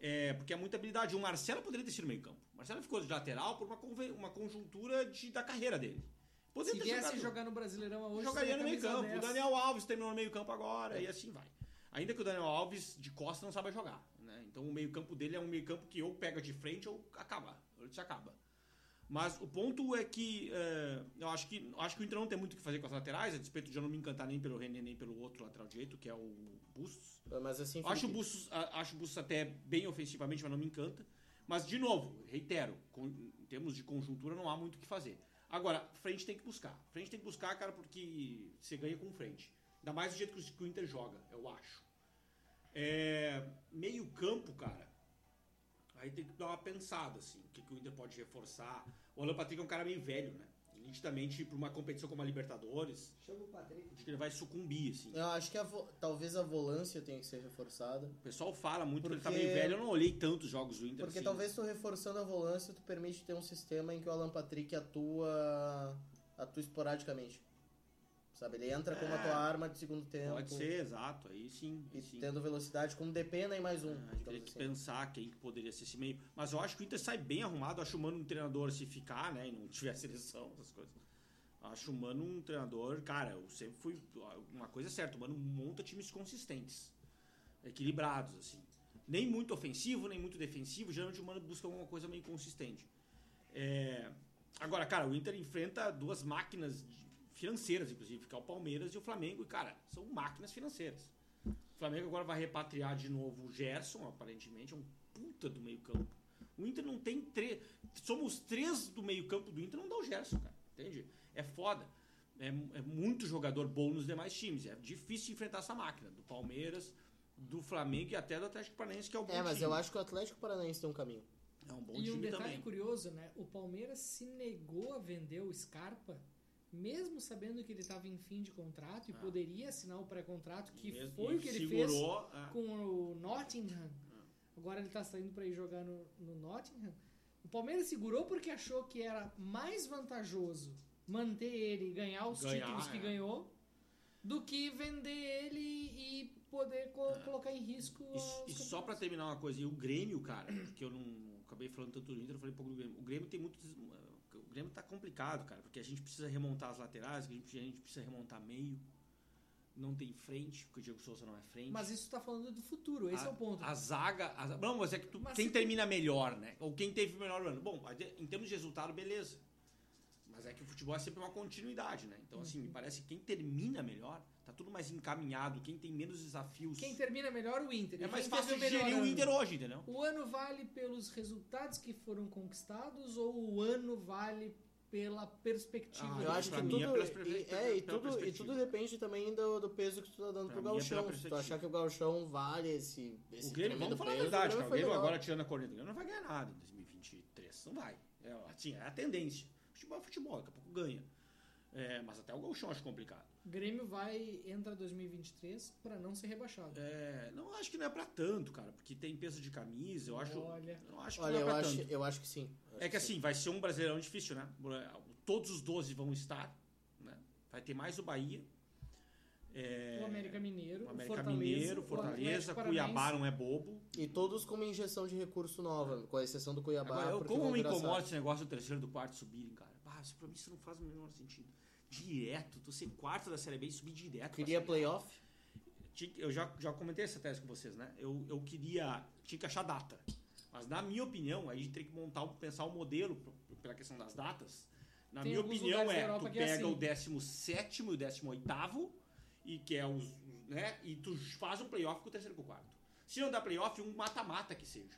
Speaker 2: É, porque é muita habilidade. O Marcelo poderia ter sido meio campo. O Marcelo ficou de lateral por uma, conve- uma conjuntura de- da carreira dele. Poderia
Speaker 1: Se
Speaker 2: ter
Speaker 1: viesse
Speaker 2: jogado-
Speaker 1: jogar no Brasileirão hoje,
Speaker 2: jogaria
Speaker 1: seria
Speaker 2: no né? meio
Speaker 1: camisa
Speaker 2: campo. O
Speaker 1: 10.
Speaker 2: Daniel Alves terminou no meio campo agora e assim vai. Ainda que o Daniel Alves de costa não saiba jogar. né? Então o meio campo dele é um meio campo que ou pega de frente ou acaba. Ou se acaba. Mas o ponto é que eh, eu acho que eu acho que o Inter não tem muito o que fazer com as laterais, a despeito de eu não me encantar nem pelo René nem pelo outro lateral direito, que é o Bustos.
Speaker 3: Mas assim,
Speaker 2: Eu Acho o
Speaker 3: Felipe,
Speaker 2: Bustos, a- acho o Bustos até bem ofensivamente, mas não me encanta. Mas, de novo, reitero, com- em termos de conjuntura não há muito o que fazer. Agora, frente tem que buscar. Frente tem que buscar, cara, porque você ganha com frente. Ainda mais do jeito que o- que o Inter joga, eu acho. É, meio campo, cara, aí tem que dar uma pensada, assim. O que, que o Inter pode reforçar. O Alan Patrick é um cara meio velho, né? Nitidamente, para uma competição como a Libertadores,
Speaker 4: Chama o Patrick.
Speaker 2: acho que ele vai sucumbir, assim.
Speaker 3: eu acho que a vo- talvez a volância tenha que ser reforçada.
Speaker 2: O pessoal fala muito que ele tá
Speaker 3: Porque-
Speaker 2: meio velho. Eu não olhei tantos jogos do Inter.
Speaker 3: Porque
Speaker 2: assim.
Speaker 3: talvez tu reforçando a volância, tu permite ter um sistema em que o Alan Patrick atua, atua esporadicamente. Sabe, ele entra como a tua arma de segundo tempo.
Speaker 2: Ah, Pode ser, exato. Aí sim. Aí
Speaker 3: E
Speaker 2: sim.
Speaker 3: tendo velocidade, como depena e mais
Speaker 2: Ah,
Speaker 3: um.
Speaker 2: a gente teria
Speaker 3: digamos
Speaker 2: que
Speaker 3: assim.
Speaker 2: pensar quem que poderia ser esse meio. Mas eu acho que o Inter sai bem arrumado. Acho o Mano um treinador se ficar, né? E não tiver seleção, essas coisas. Acho o Mano um treinador... Cara, eu sempre fui... Uma coisa é certa. O Mano monta times consistentes. Equilibrados, assim. Nem muito ofensivo, nem muito defensivo. Geralmente o Mano busca alguma coisa meio consistente. É, Agora, cara, o Inter enfrenta duas máquinas de- financeiras, inclusive, que é o Palmeiras e o Flamengo. E, cara, são máquinas financeiras. O Flamengo agora vai repatriar de novo o Gerson, aparentemente, é um puta do meio-campo. O Inter não tem três. Somos três do meio-campo do Inter, não dá o Gerson, cara. Entende? É foda. É, mu- é muito jogador bom nos demais times. É difícil enfrentar essa máquina. Do Palmeiras, do Flamengo e até do Atlético Paranaense, que é o bom
Speaker 3: É, mas
Speaker 2: time.
Speaker 3: eu acho que o Atlético Paranaense tem um caminho.
Speaker 2: É um bom
Speaker 1: E um
Speaker 2: time
Speaker 1: detalhe
Speaker 2: também.
Speaker 1: curioso, né? O Palmeiras se negou a vender o Scarpa, mesmo sabendo que ele estava em fim de contrato e
Speaker 2: Ah.
Speaker 1: poderia assinar o pré-contrato, que
Speaker 2: Mesmo-
Speaker 1: foi o que ele fez
Speaker 2: segurou, Ah. é.
Speaker 1: com o Nottingham. Agora ele tá saindo para ir jogar no, no Nottingham. O Palmeiras segurou porque achou que era mais vantajoso manter ele e ganhar os
Speaker 2: Ganhar,
Speaker 1: títulos que
Speaker 2: é.
Speaker 1: ganhou do que vender ele e poder co- colocar em risco.
Speaker 2: Ah. E,
Speaker 1: os
Speaker 2: e
Speaker 1: campeonatos.
Speaker 2: só pra terminar uma coisa, e o Grêmio, cara, porque eu não acabei falando tanto do Inter, eu falei um pouco do Grêmio. O Grêmio tem muitos. O Grêmio tá complicado, cara, porque a gente precisa remontar as laterais, a gente, a gente precisa remontar meio. Não tem frente, porque o Diego Souza não é frente.
Speaker 1: Mas isso tá falando do futuro, esse
Speaker 2: a,
Speaker 1: é o ponto.
Speaker 2: A zaga. a za- não, mas é que tu,
Speaker 1: Mas
Speaker 2: quem
Speaker 1: se tu-
Speaker 2: termina melhor, né? Ou quem teve o melhor ano. Bom, a de- em termos de resultado, beleza. Mas é que o futebol é sempre uma continuidade, né? Então, assim, me
Speaker 1: Uhum.
Speaker 2: parece que quem termina melhor tá tudo mais encaminhado, quem tem menos desafios.
Speaker 1: Quem termina melhor, o Inter.
Speaker 2: É
Speaker 1: E
Speaker 2: mais
Speaker 1: quem teve
Speaker 2: fácil gerir o
Speaker 1: ano?
Speaker 2: Inter hoje, entendeu?
Speaker 1: O ano vale pelos resultados que foram conquistados ou o ano vale pela perspectiva.
Speaker 2: Ah,
Speaker 1: dele.
Speaker 3: Eu acho que
Speaker 2: pra mim é
Speaker 3: tudo,
Speaker 2: pelas
Speaker 3: e,
Speaker 2: perfe-
Speaker 3: é, e
Speaker 2: pela
Speaker 3: tudo, e
Speaker 2: perspectiva.
Speaker 3: tudo depende também do, do peso que tu tá
Speaker 2: Pra
Speaker 3: dando pro
Speaker 2: mim é pela
Speaker 3: gauchão. Se tu
Speaker 2: perspectiva.
Speaker 3: achar que o gauchão vale esse, esse
Speaker 2: O Grêmio,
Speaker 3: tremendo
Speaker 2: vamos falar a
Speaker 3: peso,
Speaker 2: verdade,
Speaker 3: o
Speaker 2: cara. O
Speaker 3: Grêmio foi
Speaker 2: Grêmio
Speaker 3: legal.
Speaker 2: agora tirando a corrida, o Grêmio não vai ganhar nada em 2023. Não vai. É, assim, é a tendência. Futebol é futebol, daqui a pouco ganha. É, mas até o Golchão acho complicado.
Speaker 1: Grêmio vai entra 2023 pra não ser rebaixado.
Speaker 2: É, não acho que não é pra tanto, cara, porque tem peso de camisa, eu acho.
Speaker 1: Olha.
Speaker 2: eu acho que
Speaker 3: Olha,
Speaker 2: não é
Speaker 3: eu
Speaker 2: pra
Speaker 3: acho,
Speaker 2: tanto.
Speaker 3: eu acho que sim. Eu acho
Speaker 2: É que
Speaker 3: sim.
Speaker 2: assim, vai ser um brasileirão difícil, né? Todos os 12 vão estar, né? Vai ter mais o Bahia. É,
Speaker 1: o América Mineiro,
Speaker 2: o América
Speaker 1: Fortaleza,
Speaker 2: Mineiro,
Speaker 1: o
Speaker 2: Fortaleza,
Speaker 1: Atlético
Speaker 2: Cuiabá
Speaker 1: Paranaense.
Speaker 2: não é bobo.
Speaker 3: E todos com uma injeção de recurso nova, com exceção do Cuiabá.
Speaker 2: É. Agora, eu-
Speaker 3: porque
Speaker 2: como
Speaker 3: vão
Speaker 2: me
Speaker 3: virar
Speaker 2: incomoda
Speaker 3: SAF.
Speaker 2: esse negócio do terceiro e do quarto subirem, cara? Ah, isso pra mim isso não faz o menor sentido. Direto, tu ser quarto da Série B e subir direto. pra
Speaker 3: Queria
Speaker 2: Série A.
Speaker 3: playoff?
Speaker 2: Tinha que- Eu já, já comentei essa tese com vocês, né? Eu, eu queria. Tinha que achar data. Mas, na minha opinião, aí tem que montar, um- pensar um modelo p- pela questão das datas. Na
Speaker 1: Tem
Speaker 2: minha
Speaker 1: alguns
Speaker 2: opinião,
Speaker 1: lugares da
Speaker 2: é:
Speaker 1: Europa
Speaker 2: tu
Speaker 1: que é
Speaker 2: pega o
Speaker 1: assim.
Speaker 2: 17 e o 18, e que é os. os- né? E tu faz um playoff com o terceiro e com o quarto. Se não dá playoff, um mata-mata que seja.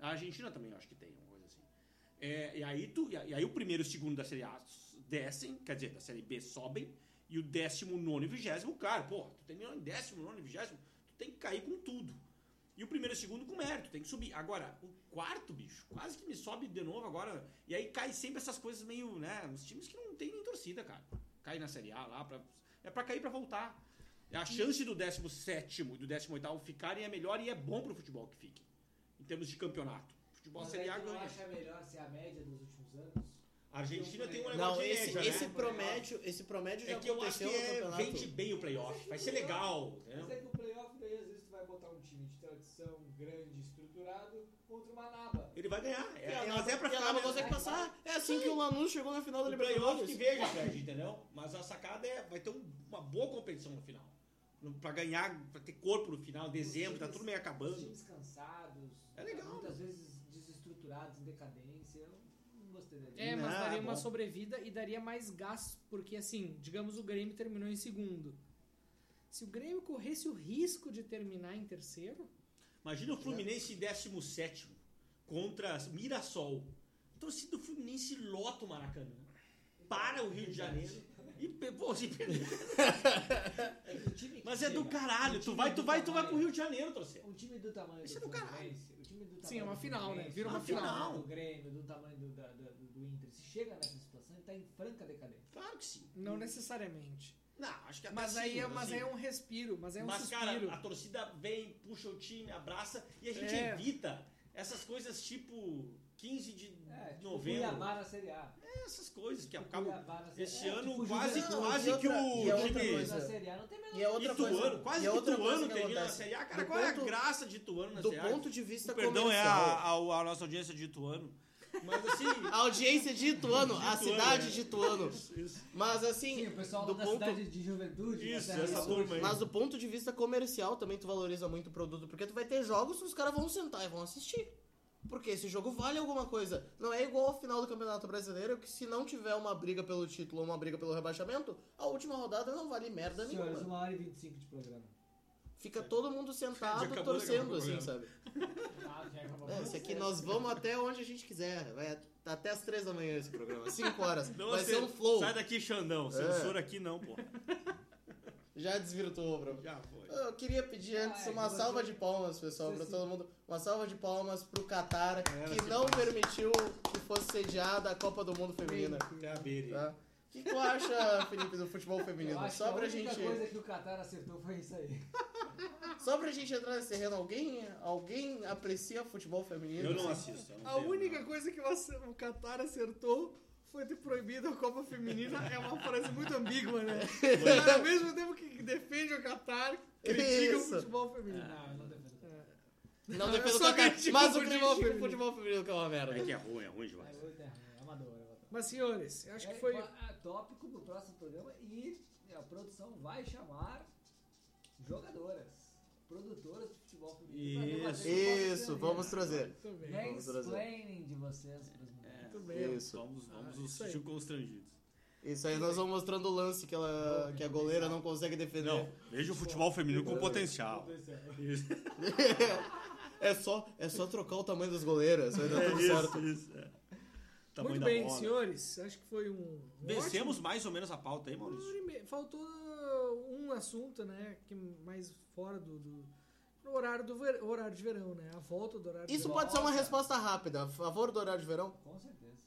Speaker 2: A Argentina também eu acho que tem, uma coisa assim. É, e, aí tu, e aí o primeiro e o segundo da Série A descem, quer dizer, da Série B sobem, e o décimo, nono e vigésimo, cara, porra, tu terminou em décimo, nono e vigésimo, tu tem que cair com tudo. E o primeiro e o segundo com mérito, tem que subir. Agora, o quarto, bicho, quase que me sobe de novo agora. E aí cai sempre essas coisas meio, né, uns times que não tem nem torcida, cara. Cai na Série A lá, pra, é pra cair pra voltar. É A chance do décimo sétimo e do décimo oitavo ficarem é melhor e é bom pro futebol que fique. Em termos de campeonato. Futebol
Speaker 4: Mas é
Speaker 2: Série A
Speaker 4: aí tu não
Speaker 2: ganha.
Speaker 4: acha melhor ser a média dos últimos anos?
Speaker 2: A Argentina tem um negócio
Speaker 3: Não,
Speaker 2: de
Speaker 3: esse,
Speaker 2: média, né?
Speaker 3: esse promédio, esse promédio já
Speaker 2: É que eu acho que
Speaker 3: aconteceu no
Speaker 2: é,
Speaker 3: campeonato.
Speaker 2: vende bem o playoff. Vai ser legal, entendeu?
Speaker 4: Mas é que o playoff daí às vezes tu vai botar um time de tradição grande, estruturado, contra uma naba.
Speaker 2: Ele vai ganhar. É,
Speaker 3: E
Speaker 2: mas é pra ficar
Speaker 3: e ela não
Speaker 2: mesmo. Ah,
Speaker 3: consegue passar. É assim que o Lanús chegou na final da
Speaker 2: O playoff que
Speaker 3: Libertadores.
Speaker 2: veja, Fred, entendeu? Mas a sacada é, vai ter um- uma boa competição no final. No- Pra ganhar, pra ter corpo no final, dezembro, tá tudo meio
Speaker 4: Os
Speaker 2: acabando.
Speaker 4: times cansados,
Speaker 2: É legal,
Speaker 4: muitas vezes desestruturados, em decadência. Eu não gostei da
Speaker 1: É,
Speaker 4: ideia.
Speaker 1: mas
Speaker 2: Não,
Speaker 1: daria
Speaker 2: bom.
Speaker 1: uma sobrevida e daria mais gasto, porque assim, digamos o Grêmio terminou em segundo. Se o Grêmio corresse o risco de terminar em terceiro,
Speaker 2: Imagina o Fluminense em 17 contra Mirassol. A torcida do Fluminense lota o Maracanã. Para o Rio de Janeiro. E, pe- pô, se perder.
Speaker 4: Um time que
Speaker 2: Mas é do
Speaker 4: chega,
Speaker 2: caralho. Tu vai, tu vai, tu vai pro Rio de Janeiro, torcer.
Speaker 4: Um time do tamanho
Speaker 2: Isso
Speaker 4: do
Speaker 2: é do caralho.
Speaker 4: Fluminense, o time do tamanho
Speaker 1: Sim, é uma
Speaker 4: do
Speaker 1: final, né?
Speaker 4: Fluminense,
Speaker 1: Vira
Speaker 2: uma
Speaker 4: do tamanho
Speaker 2: final.
Speaker 4: Do Grêmio, do tamanho do, da- da- do, do Inter. Se chega nessa situação, ele tá em franca decadência.
Speaker 2: Claro que sim.
Speaker 1: não necessariamente.
Speaker 2: Não, acho que até
Speaker 1: Mas aí
Speaker 2: sim,
Speaker 1: é, mas
Speaker 2: assim.
Speaker 1: aí é um respiro, mas é um
Speaker 2: Mas,
Speaker 1: suspiro.
Speaker 2: cara, a torcida vem, puxa o time, abraça e a gente
Speaker 1: É.
Speaker 2: evita essas coisas tipo 15 de
Speaker 4: É, tipo o
Speaker 2: novembro.
Speaker 4: Cuiabá na Série A.
Speaker 2: essas coisas que
Speaker 4: Tipo
Speaker 2: acabam.
Speaker 4: Cuiabá na Série A.
Speaker 2: Esse
Speaker 4: É,
Speaker 2: ano
Speaker 4: tipo o
Speaker 2: quase,
Speaker 4: Juventude
Speaker 3: Juventude.
Speaker 2: quase
Speaker 3: E
Speaker 2: que
Speaker 3: outra- e
Speaker 2: o
Speaker 3: a outra
Speaker 2: time.
Speaker 3: coisa.
Speaker 4: na Série A não tem
Speaker 3: E é
Speaker 4: melhor.
Speaker 3: outra
Speaker 2: Ituano,
Speaker 3: coisa,
Speaker 2: quase
Speaker 3: e é
Speaker 2: que
Speaker 3: outra coisa
Speaker 2: Ituano
Speaker 3: que
Speaker 2: termina na
Speaker 3: acontece.
Speaker 2: Série A. Cara,
Speaker 3: Do
Speaker 2: qual é a
Speaker 3: ponto-
Speaker 2: graça de Ituano na
Speaker 3: Do
Speaker 2: Série A?
Speaker 3: ponto de vista
Speaker 2: O perdão é a,
Speaker 3: comercial.
Speaker 2: a- a nossa audiência de Ituano. Mas assim.
Speaker 3: A audiência de Ituano,
Speaker 2: De
Speaker 3: a
Speaker 2: Ituano,
Speaker 3: cidade
Speaker 2: é.
Speaker 3: de Ituano.
Speaker 2: isso, isso.
Speaker 3: Mas assim,
Speaker 4: Sim, o pessoal
Speaker 3: do
Speaker 4: da
Speaker 3: ponto...
Speaker 4: cidade de juventude.
Speaker 2: Isso,
Speaker 4: da Serra
Speaker 2: essa
Speaker 4: Sul.
Speaker 2: turma aí.
Speaker 3: Mas do ponto de vista comercial também tu valoriza muito o produto, porque tu vai ter jogos que os caras vão sentar e vão assistir. Porque esse jogo vale alguma coisa. Não é igual ao final do Campeonato Brasileiro, que se não tiver uma briga pelo título ou uma briga pelo rebaixamento, a última rodada não vale merda
Speaker 4: Senhores,
Speaker 3: nenhuma.
Speaker 4: uma hora e 25 de programa.
Speaker 3: Fica todo mundo
Speaker 2: Já
Speaker 3: sentado
Speaker 2: acabou,
Speaker 3: torcendo,
Speaker 2: acabou o
Speaker 3: assim,
Speaker 2: programa.
Speaker 3: sabe?
Speaker 4: Ah, já acabou.
Speaker 3: É, esse aqui nós vamos até onde a gente quiser. Vai at- até as três da manhã esse programa, cinco horas.
Speaker 2: Não
Speaker 3: Vai ser
Speaker 2: aceito.
Speaker 3: um flow. É.
Speaker 2: Sai daqui, Xandão. Censura aqui não, pô.
Speaker 3: Já desvirtuou o programa.
Speaker 2: Já foi.
Speaker 3: Eu queria pedir antes
Speaker 4: Ai,
Speaker 3: uma
Speaker 4: Ah, é, você-
Speaker 3: salva de palmas, pessoal,
Speaker 4: você
Speaker 3: pra
Speaker 4: se-
Speaker 3: todo mundo. Uma salva de palmas pro Qatar, que
Speaker 2: É, que
Speaker 3: não
Speaker 2: massa.
Speaker 3: permitiu que fosse sediada a Copa do Mundo Feminina.
Speaker 2: Até a beira.
Speaker 3: tá? O que tu acha, Felipe, do futebol
Speaker 4: Eu
Speaker 3: feminino?
Speaker 4: acho
Speaker 3: Só
Speaker 4: que a
Speaker 3: pra,
Speaker 4: única
Speaker 3: gente,
Speaker 4: coisa que o Qatar acertou foi isso aí.
Speaker 3: só pra gente entrar nesse terreno, alguém, alguém aprecia futebol feminino?
Speaker 2: Eu não assisto. eu não
Speaker 1: A
Speaker 2: tenho,
Speaker 1: única
Speaker 2: não.
Speaker 1: coisa que o ace- o Qatar acertou foi ter proibido a Copa Feminina. É uma frase muito ambígua, né?
Speaker 2: é.
Speaker 1: Mas, ao mesmo tempo que defende o Qatar, critica
Speaker 3: Isso.
Speaker 1: o futebol feminino. É.
Speaker 4: Não, eu não
Speaker 2: É.
Speaker 4: defendo.
Speaker 3: Não
Speaker 1: Eu
Speaker 3: defendo o
Speaker 1: só
Speaker 3: Qatar,
Speaker 1: critico
Speaker 3: mas
Speaker 1: o
Speaker 3: o futebol,
Speaker 1: futebol
Speaker 3: o futebol feminino que é uma merda.
Speaker 2: É que é ruim, é ruim
Speaker 4: É
Speaker 2: demais.
Speaker 4: muito errado, é amador, é amador.
Speaker 1: Mas, senhores, eu acho que
Speaker 4: É,
Speaker 1: foi.
Speaker 4: a- tópico do próximo programa e a produção vai chamar jogadoras, produtoras de futebol feminino. pra
Speaker 2: Isso.
Speaker 4: debater futebol
Speaker 3: Isso,
Speaker 4: feminino.
Speaker 3: vamos trazer.
Speaker 1: Muito bem.
Speaker 4: É.
Speaker 3: vamos trazer.
Speaker 4: Mansplaining de vocês pras mulheres.
Speaker 1: Muito bem.
Speaker 3: Isso.
Speaker 2: Vamos, vamos
Speaker 1: Ah,
Speaker 2: nos
Speaker 1: isso aí.
Speaker 2: sentir constrangidos.
Speaker 3: Isso aí nós vamos mostrando o lance que, ela, que a goleira não consegue defender.
Speaker 2: Não, veja o futebol feminino com potencial. É Isso,
Speaker 3: É só, é só trocar o tamanho das goleiras, vai dar
Speaker 2: é
Speaker 3: tudo certo.
Speaker 2: isso, isso, é. tamanho
Speaker 1: Muito
Speaker 2: da
Speaker 1: bem,
Speaker 2: bola.
Speaker 1: senhores. Acho que foi um. um
Speaker 2: Vencemos
Speaker 1: ótimo-
Speaker 2: mais ou menos a pauta aí,
Speaker 1: uma
Speaker 2: Maurício.
Speaker 1: hora e meia. Faltou um assunto, né? Que mais fora do. do- do horário, do ver- horário de verão, né? A volta do horário de
Speaker 3: Isso
Speaker 1: verão.
Speaker 3: pode ser uma resposta rápida. A favor do horário de verão?
Speaker 4: Com certeza.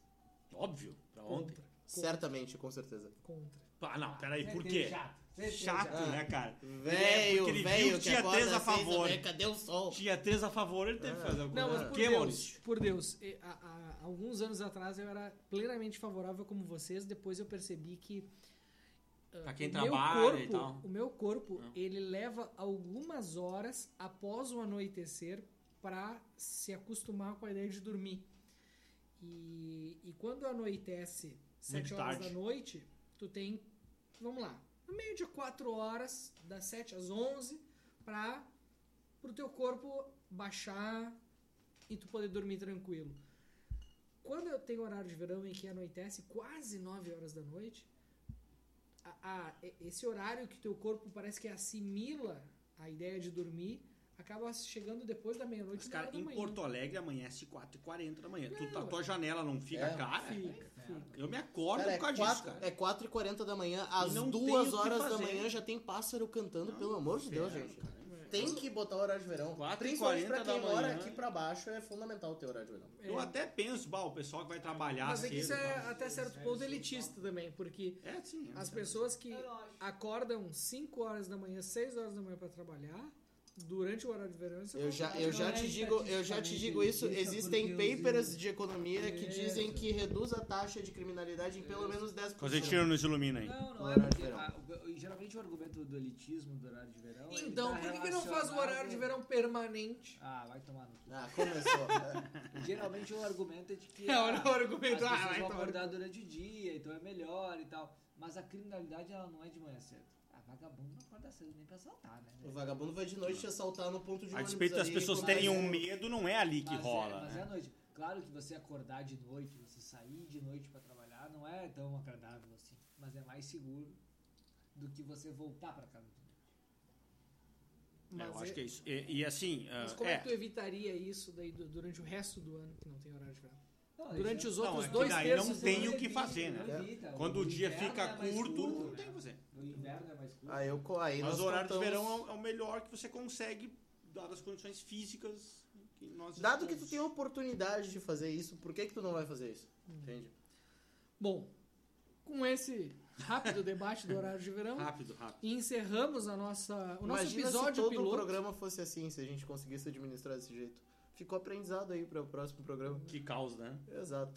Speaker 2: Óbvio, pra ontem.
Speaker 1: Contra.
Speaker 3: Certamente, com certeza.
Speaker 1: Contra.
Speaker 2: Ah, não, peraí, por
Speaker 4: Certeza,
Speaker 2: quê?
Speaker 4: Chato. certeza,
Speaker 2: Chato,
Speaker 3: Ah.
Speaker 2: né, cara? É,
Speaker 3: Velho,
Speaker 2: porque ele
Speaker 3: velho,
Speaker 2: viu
Speaker 3: que
Speaker 2: que tinha
Speaker 3: acorda
Speaker 2: três a
Speaker 3: às seis da
Speaker 2: favor.
Speaker 3: manhã, Cadê o sol?
Speaker 2: Tinha três a favor, ele teve que fazer alguma
Speaker 1: Ah. Não, mas
Speaker 2: coisa.
Speaker 1: por
Speaker 2: Por quê,
Speaker 1: Deus,
Speaker 2: é Maurício?
Speaker 1: por Deus, e- há- há alguns anos atrás eu era plenamente favorável como vocês, depois eu percebi que ah,
Speaker 2: Pra quem
Speaker 1: o meu
Speaker 2: trabalha e
Speaker 1: corpo-
Speaker 2: tal.
Speaker 1: O meu corpo,
Speaker 2: Ah.
Speaker 1: ele leva algumas horas após o anoitecer pra se acostumar com a ideia de dormir. E, e quando anoitece 7 horas
Speaker 2: tarde.
Speaker 1: da noite, tu tem, vamos lá, na média 4 horas, das 7 às 11, para o teu corpo baixar e tu poder dormir tranquilo. Quando eu tenho horário de verão em que anoitece quase 9 horas da noite, a- a- e- esse horário que teu corpo parece que assimila a ideia de dormir, acaba chegando depois da meia-noite.
Speaker 2: Mas,
Speaker 1: uma
Speaker 2: cara,
Speaker 1: hora da
Speaker 2: em
Speaker 1: manhã.
Speaker 2: Porto Alegre amanhece 4h40 da manhã. Tu, tá
Speaker 1: Não, é.
Speaker 2: a tua janela não fica
Speaker 3: é,
Speaker 2: cara?
Speaker 1: Fica, fica.
Speaker 2: Eu me acordo
Speaker 3: Cara,
Speaker 2: por causa
Speaker 3: é, quatro,
Speaker 2: disso, cara.
Speaker 3: é 4h40 da manhã,
Speaker 2: E
Speaker 3: às
Speaker 2: não tem o
Speaker 3: duas
Speaker 2: que
Speaker 3: horas da
Speaker 2: fazer.
Speaker 3: manhã já tem pássaro cantando,
Speaker 2: Não,
Speaker 3: pelo amor de Deus,
Speaker 2: inferno,
Speaker 3: gente.
Speaker 2: cara.
Speaker 1: É.
Speaker 3: Tem que botar o horário de verão.
Speaker 2: 4h40
Speaker 3: Principalmente pra
Speaker 2: da
Speaker 3: quem mora
Speaker 2: manhã.
Speaker 3: aqui pra baixo, é fundamental ter horário de verão.
Speaker 1: É,
Speaker 2: Eu até penso, bah, o pessoal que vai trabalhar
Speaker 1: Mas é
Speaker 2: cedo.
Speaker 1: que isso é
Speaker 2: e
Speaker 1: até certo ponto elitista também, porque
Speaker 2: tal. É, sim. é,
Speaker 1: as
Speaker 2: é.
Speaker 1: pessoas que
Speaker 4: É lógico.
Speaker 1: acordam 5 horas da manhã, 6 horas da manhã pra trabalhar, durante o horário de verão, isso
Speaker 3: Eu já, eu já
Speaker 4: Não é
Speaker 3: te digo, eu já te digo isso.
Speaker 4: estatisticamente
Speaker 3: Existem
Speaker 4: porque os-
Speaker 3: papers de economia que dizem
Speaker 4: Isso.
Speaker 3: que reduz a taxa de criminalidade em pelo menos 10%.
Speaker 2: Cosentino nos ilumina aí.
Speaker 4: Não,
Speaker 3: No
Speaker 4: não é
Speaker 3: horário
Speaker 4: porque.
Speaker 3: de verão.
Speaker 4: ah, o- o- geralmente o argumento do elitismo do horário de verão. ele
Speaker 1: Então,
Speaker 4: tá
Speaker 1: por que, que não faz o horário de
Speaker 4: relacionado-
Speaker 1: verão permanente?
Speaker 4: Ah, vai tomar no cu.
Speaker 3: Ah, começou.
Speaker 4: Geralmente o argumento é de que.
Speaker 1: É,
Speaker 4: ah,
Speaker 1: olha o
Speaker 4: As
Speaker 1: argumento. Ah,
Speaker 4: pessoas
Speaker 1: vai
Speaker 2: então,
Speaker 4: vão
Speaker 1: tomar.
Speaker 4: acordar durante o dia, então é melhor e tal. Mas a criminalidade, ela não é de manhã cedo. A vagabundo não acorda cedo nem pra assaltar, né?
Speaker 3: o vagabundo vai de noite te assaltar no ponto de
Speaker 2: A
Speaker 3: ônibus
Speaker 2: despeito das
Speaker 3: ali,
Speaker 2: pessoas
Speaker 3: com-
Speaker 2: terem
Speaker 3: mas-
Speaker 2: um medo, não é ali que
Speaker 4: mas É,
Speaker 2: rola.
Speaker 4: mas é à
Speaker 2: né?
Speaker 4: noite. Claro que você acordar de noite, você sair de noite pra trabalhar, não é tão agradável assim. Mas é mais seguro do que você voltar pra casa.
Speaker 2: É, eu
Speaker 1: Mas
Speaker 2: acho
Speaker 1: é-
Speaker 2: que é isso. E, e assim,
Speaker 1: Mas
Speaker 2: ah,
Speaker 1: como é.
Speaker 2: é.
Speaker 1: que tu evitaria isso daí du- durante o resto do ano que não tem horário de verão?
Speaker 4: Não,
Speaker 1: Durante os
Speaker 2: Não,
Speaker 1: outros
Speaker 2: é que
Speaker 1: dois
Speaker 2: daí
Speaker 1: terços
Speaker 2: não
Speaker 1: do
Speaker 2: tem
Speaker 1: ano.
Speaker 2: o que fazer, né?
Speaker 1: é?
Speaker 2: quando o dia fica curto, não tem o que
Speaker 1: né?
Speaker 2: fazer.
Speaker 4: O inverno é mais curto.
Speaker 3: Ah, eu co- aí
Speaker 2: Mas
Speaker 3: nós
Speaker 2: o horário de
Speaker 3: contamos-
Speaker 2: verão é o- é o melhor que você consegue, dadas as condições físicas que nós
Speaker 3: Dado que tu
Speaker 2: estamos.
Speaker 3: tem a oportunidade de fazer isso, por que que tu não vai fazer isso?
Speaker 1: Hum.
Speaker 3: Entende?
Speaker 1: Bom, com esse rápido debate do horário de
Speaker 3: um-
Speaker 1: verão,
Speaker 2: Rápido, rápido.
Speaker 1: encerramos a nossa, o nosso
Speaker 3: Imagina se
Speaker 1: episódio
Speaker 3: todo o
Speaker 1: piloto.
Speaker 3: programa fosse assim, se a gente conseguisse administrar desse jeito. Ficou aprendizado aí para o próximo programa.
Speaker 2: Que caos, né?
Speaker 3: Exato.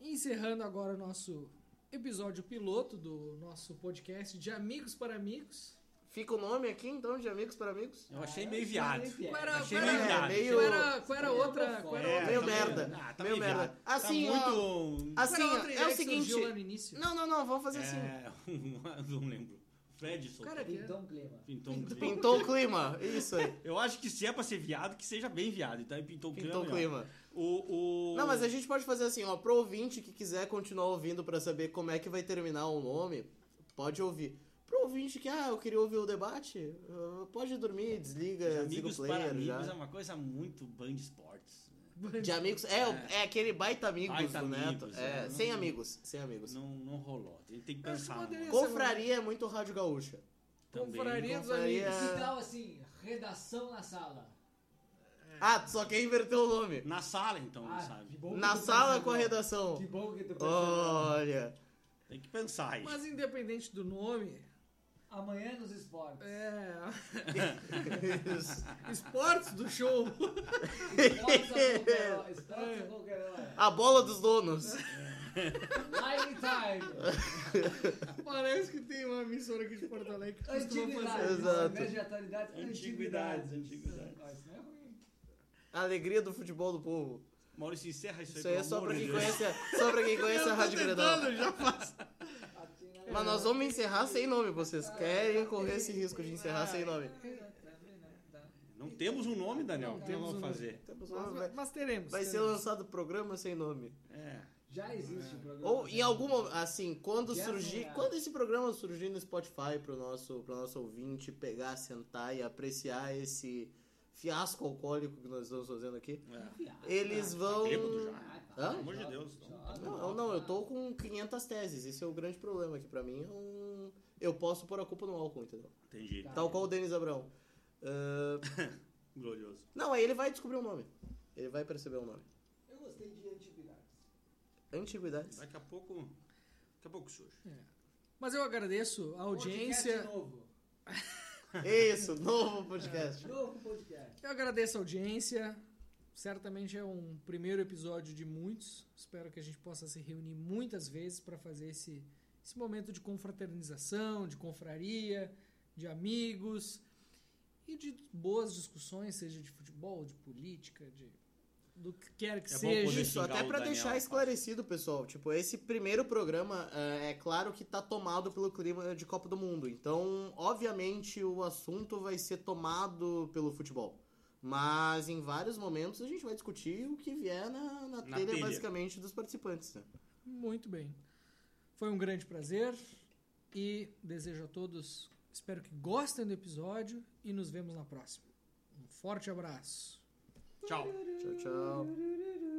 Speaker 1: Encerrando agora o nosso episódio piloto do nosso podcast de Amigos para Amigos.
Speaker 3: Fica o nome aqui então de amigos para amigos?
Speaker 2: Eu
Speaker 1: Ah,
Speaker 2: achei
Speaker 4: é
Speaker 2: meio viado.
Speaker 1: Qual era,
Speaker 2: É, Achei
Speaker 1: qual era-
Speaker 2: meio viado.
Speaker 1: qual era- qual era outra? Qual era
Speaker 2: É,
Speaker 1: outra
Speaker 3: meio
Speaker 2: tá
Speaker 3: merda.
Speaker 2: meio- Ah, tá
Speaker 3: meio
Speaker 2: meio
Speaker 3: merda.
Speaker 2: viado. Tá
Speaker 3: Assim,
Speaker 2: muito...
Speaker 3: Assim,
Speaker 1: qual era
Speaker 3: ó,
Speaker 1: Hum. outra
Speaker 3: é
Speaker 1: ideia
Speaker 3: o
Speaker 1: que
Speaker 3: seguinte.
Speaker 1: surgiu lá no início?
Speaker 3: Não, não, não, vamos fazer assim.
Speaker 2: É, não lembro. Fred soltou.
Speaker 1: Cara, que-
Speaker 4: Então, clima.
Speaker 2: pintou um clima.
Speaker 3: Pintou o clima. Isso aí.
Speaker 2: Eu acho que se é pra ser viado, que seja bem viado. Então ele pintou o clima.
Speaker 3: Pintou o
Speaker 2: melhor.
Speaker 3: clima.
Speaker 2: O, o...
Speaker 3: Não, mas a gente pode fazer assim, ó, pro ouvinte que quiser continuar ouvindo pra saber como é que vai terminar o nome, pode ouvir. Pro ouvinte que, ah, eu queria ouvir o debate, uh, pode dormir, desliga,
Speaker 2: Os
Speaker 3: desliga o
Speaker 2: amigos
Speaker 3: player
Speaker 2: para amigos é
Speaker 3: já.
Speaker 2: uma coisa muito Band Sports. né?
Speaker 3: De amigos, é, é, aquele baita amigos
Speaker 2: Baita
Speaker 3: do Neto.
Speaker 2: amigos,
Speaker 3: é,
Speaker 2: é.
Speaker 3: sem amigos, sem amigos.
Speaker 2: Não, não rolou. Tem, tem que
Speaker 1: Eu acho que
Speaker 2: pensar.
Speaker 1: poderia
Speaker 2: mano.
Speaker 1: ser-
Speaker 3: Confraria é muito rádio gaúcha.
Speaker 2: Também.
Speaker 1: Confraria dos
Speaker 3: confraria-
Speaker 1: amigos.
Speaker 4: Que tal assim, redação na sala?
Speaker 3: Ah, tu só quer inverter o nome.
Speaker 2: Na sala, então, não
Speaker 4: Ah, que
Speaker 2: sabe?
Speaker 4: bom que
Speaker 3: Na
Speaker 4: tu
Speaker 3: sala
Speaker 4: percebeu.
Speaker 3: com a redação. Oh.
Speaker 4: Que bom que tu percebeu.
Speaker 3: Olha.
Speaker 2: Tem que pensar aí.
Speaker 1: Mas independente do nome,
Speaker 4: Amanhã nos esportes.
Speaker 1: é.
Speaker 3: Isso.
Speaker 1: Esportes do show.
Speaker 4: Esportes a qualquer hora. Esportes a
Speaker 3: É.
Speaker 4: qualquer hora.
Speaker 3: A bola dos donos.
Speaker 4: Line time.
Speaker 1: Parece que tem uma emissora aqui de Porto Alegre que costuma fazer. isso.
Speaker 4: Antiguidades.
Speaker 3: Exato.
Speaker 4: Ao invés de atualidades,
Speaker 2: Antiguidades,
Speaker 4: antiguidades.
Speaker 2: antiguidades.
Speaker 4: Ah, Isso não é ruim.
Speaker 3: A alegria do futebol do povo.
Speaker 2: Maurício, encerra isso aí,
Speaker 3: Isso aí é
Speaker 2: pelo
Speaker 3: só
Speaker 2: amor
Speaker 3: pra
Speaker 2: de
Speaker 3: quem
Speaker 2: Deus.
Speaker 3: conhece, só pra quem conhece a Rádio Grenal.
Speaker 1: já faz.
Speaker 3: Mas nós vamos encerrar sem nome, vocês querem correr esse risco de encerrar sem nome.
Speaker 2: Não temos um nome, Daniel. O que nós
Speaker 1: temos
Speaker 2: vamos
Speaker 1: um
Speaker 2: fazer?
Speaker 1: Mas, mas teremos.
Speaker 3: Vai ser um
Speaker 1: teremos.
Speaker 3: lançado programa sem nome.
Speaker 2: É.
Speaker 4: Já existe o programa.
Speaker 3: Ou em algum momento, assim, quando
Speaker 4: Já
Speaker 3: surgir,
Speaker 4: será.
Speaker 3: quando esse programa surgir no Spotify pro nosso, pro nosso ouvinte pegar, sentar e apreciar esse fiasco alcoólico que nós estamos fazendo aqui,
Speaker 2: É.
Speaker 3: eles
Speaker 4: Ah, tá.
Speaker 3: vão.
Speaker 2: bêbado já.
Speaker 3: Hã?
Speaker 2: Pelo amor de Deus.
Speaker 3: Não, eu, não, eu tô com 500 teses. Esse é o grande problema aqui pra mim. É um... Eu posso pôr a culpa no álcool, entendeu?
Speaker 2: Entendi.
Speaker 4: Tá.
Speaker 3: Tal qual o Denis Abrão. Ah,
Speaker 2: Glorioso.
Speaker 3: não, aí ele vai descobrir o nome. Ele vai perceber o nome.
Speaker 4: Eu gostei de antiguidades.
Speaker 3: Antiguidades.
Speaker 2: Daqui a pouco. Daqui a pouco surge.
Speaker 1: Mas eu agradeço a
Speaker 4: Podcast
Speaker 1: audiência.
Speaker 4: novo.
Speaker 3: Isso, novo podcast.
Speaker 4: Novo podcast.
Speaker 1: Eu agradeço a audiência. Certamente é um primeiro episódio de muitos. Espero que a gente possa se reunir muitas vezes para fazer esse, esse momento de confraternização, de confraria, de amigos e de boas discussões, seja de futebol, de política, de do que quer que
Speaker 2: É bom
Speaker 1: seja.
Speaker 2: poder
Speaker 3: Isso, até
Speaker 2: xingar o
Speaker 3: pra
Speaker 2: Daniel,
Speaker 3: deixar
Speaker 2: fala.
Speaker 3: esclarecido, pessoal. Tipo, esse primeiro programa eh, é, claro que tá tomado pelo clima de Copa do Mundo. Então, obviamente, o assunto vai ser tomado pelo futebol. Mas em vários momentos a gente vai discutir o que vier na, na,
Speaker 2: Na
Speaker 3: telha,
Speaker 2: telha.
Speaker 3: basicamente, dos participantes. Né?
Speaker 1: Muito bem. Foi um grande prazer e desejo a todos, espero que gostem do episódio e
Speaker 3: Então
Speaker 1: nos vemos na próxima. Um forte abraço.
Speaker 3: é
Speaker 2: Tchau.
Speaker 3: Tchau, tchau.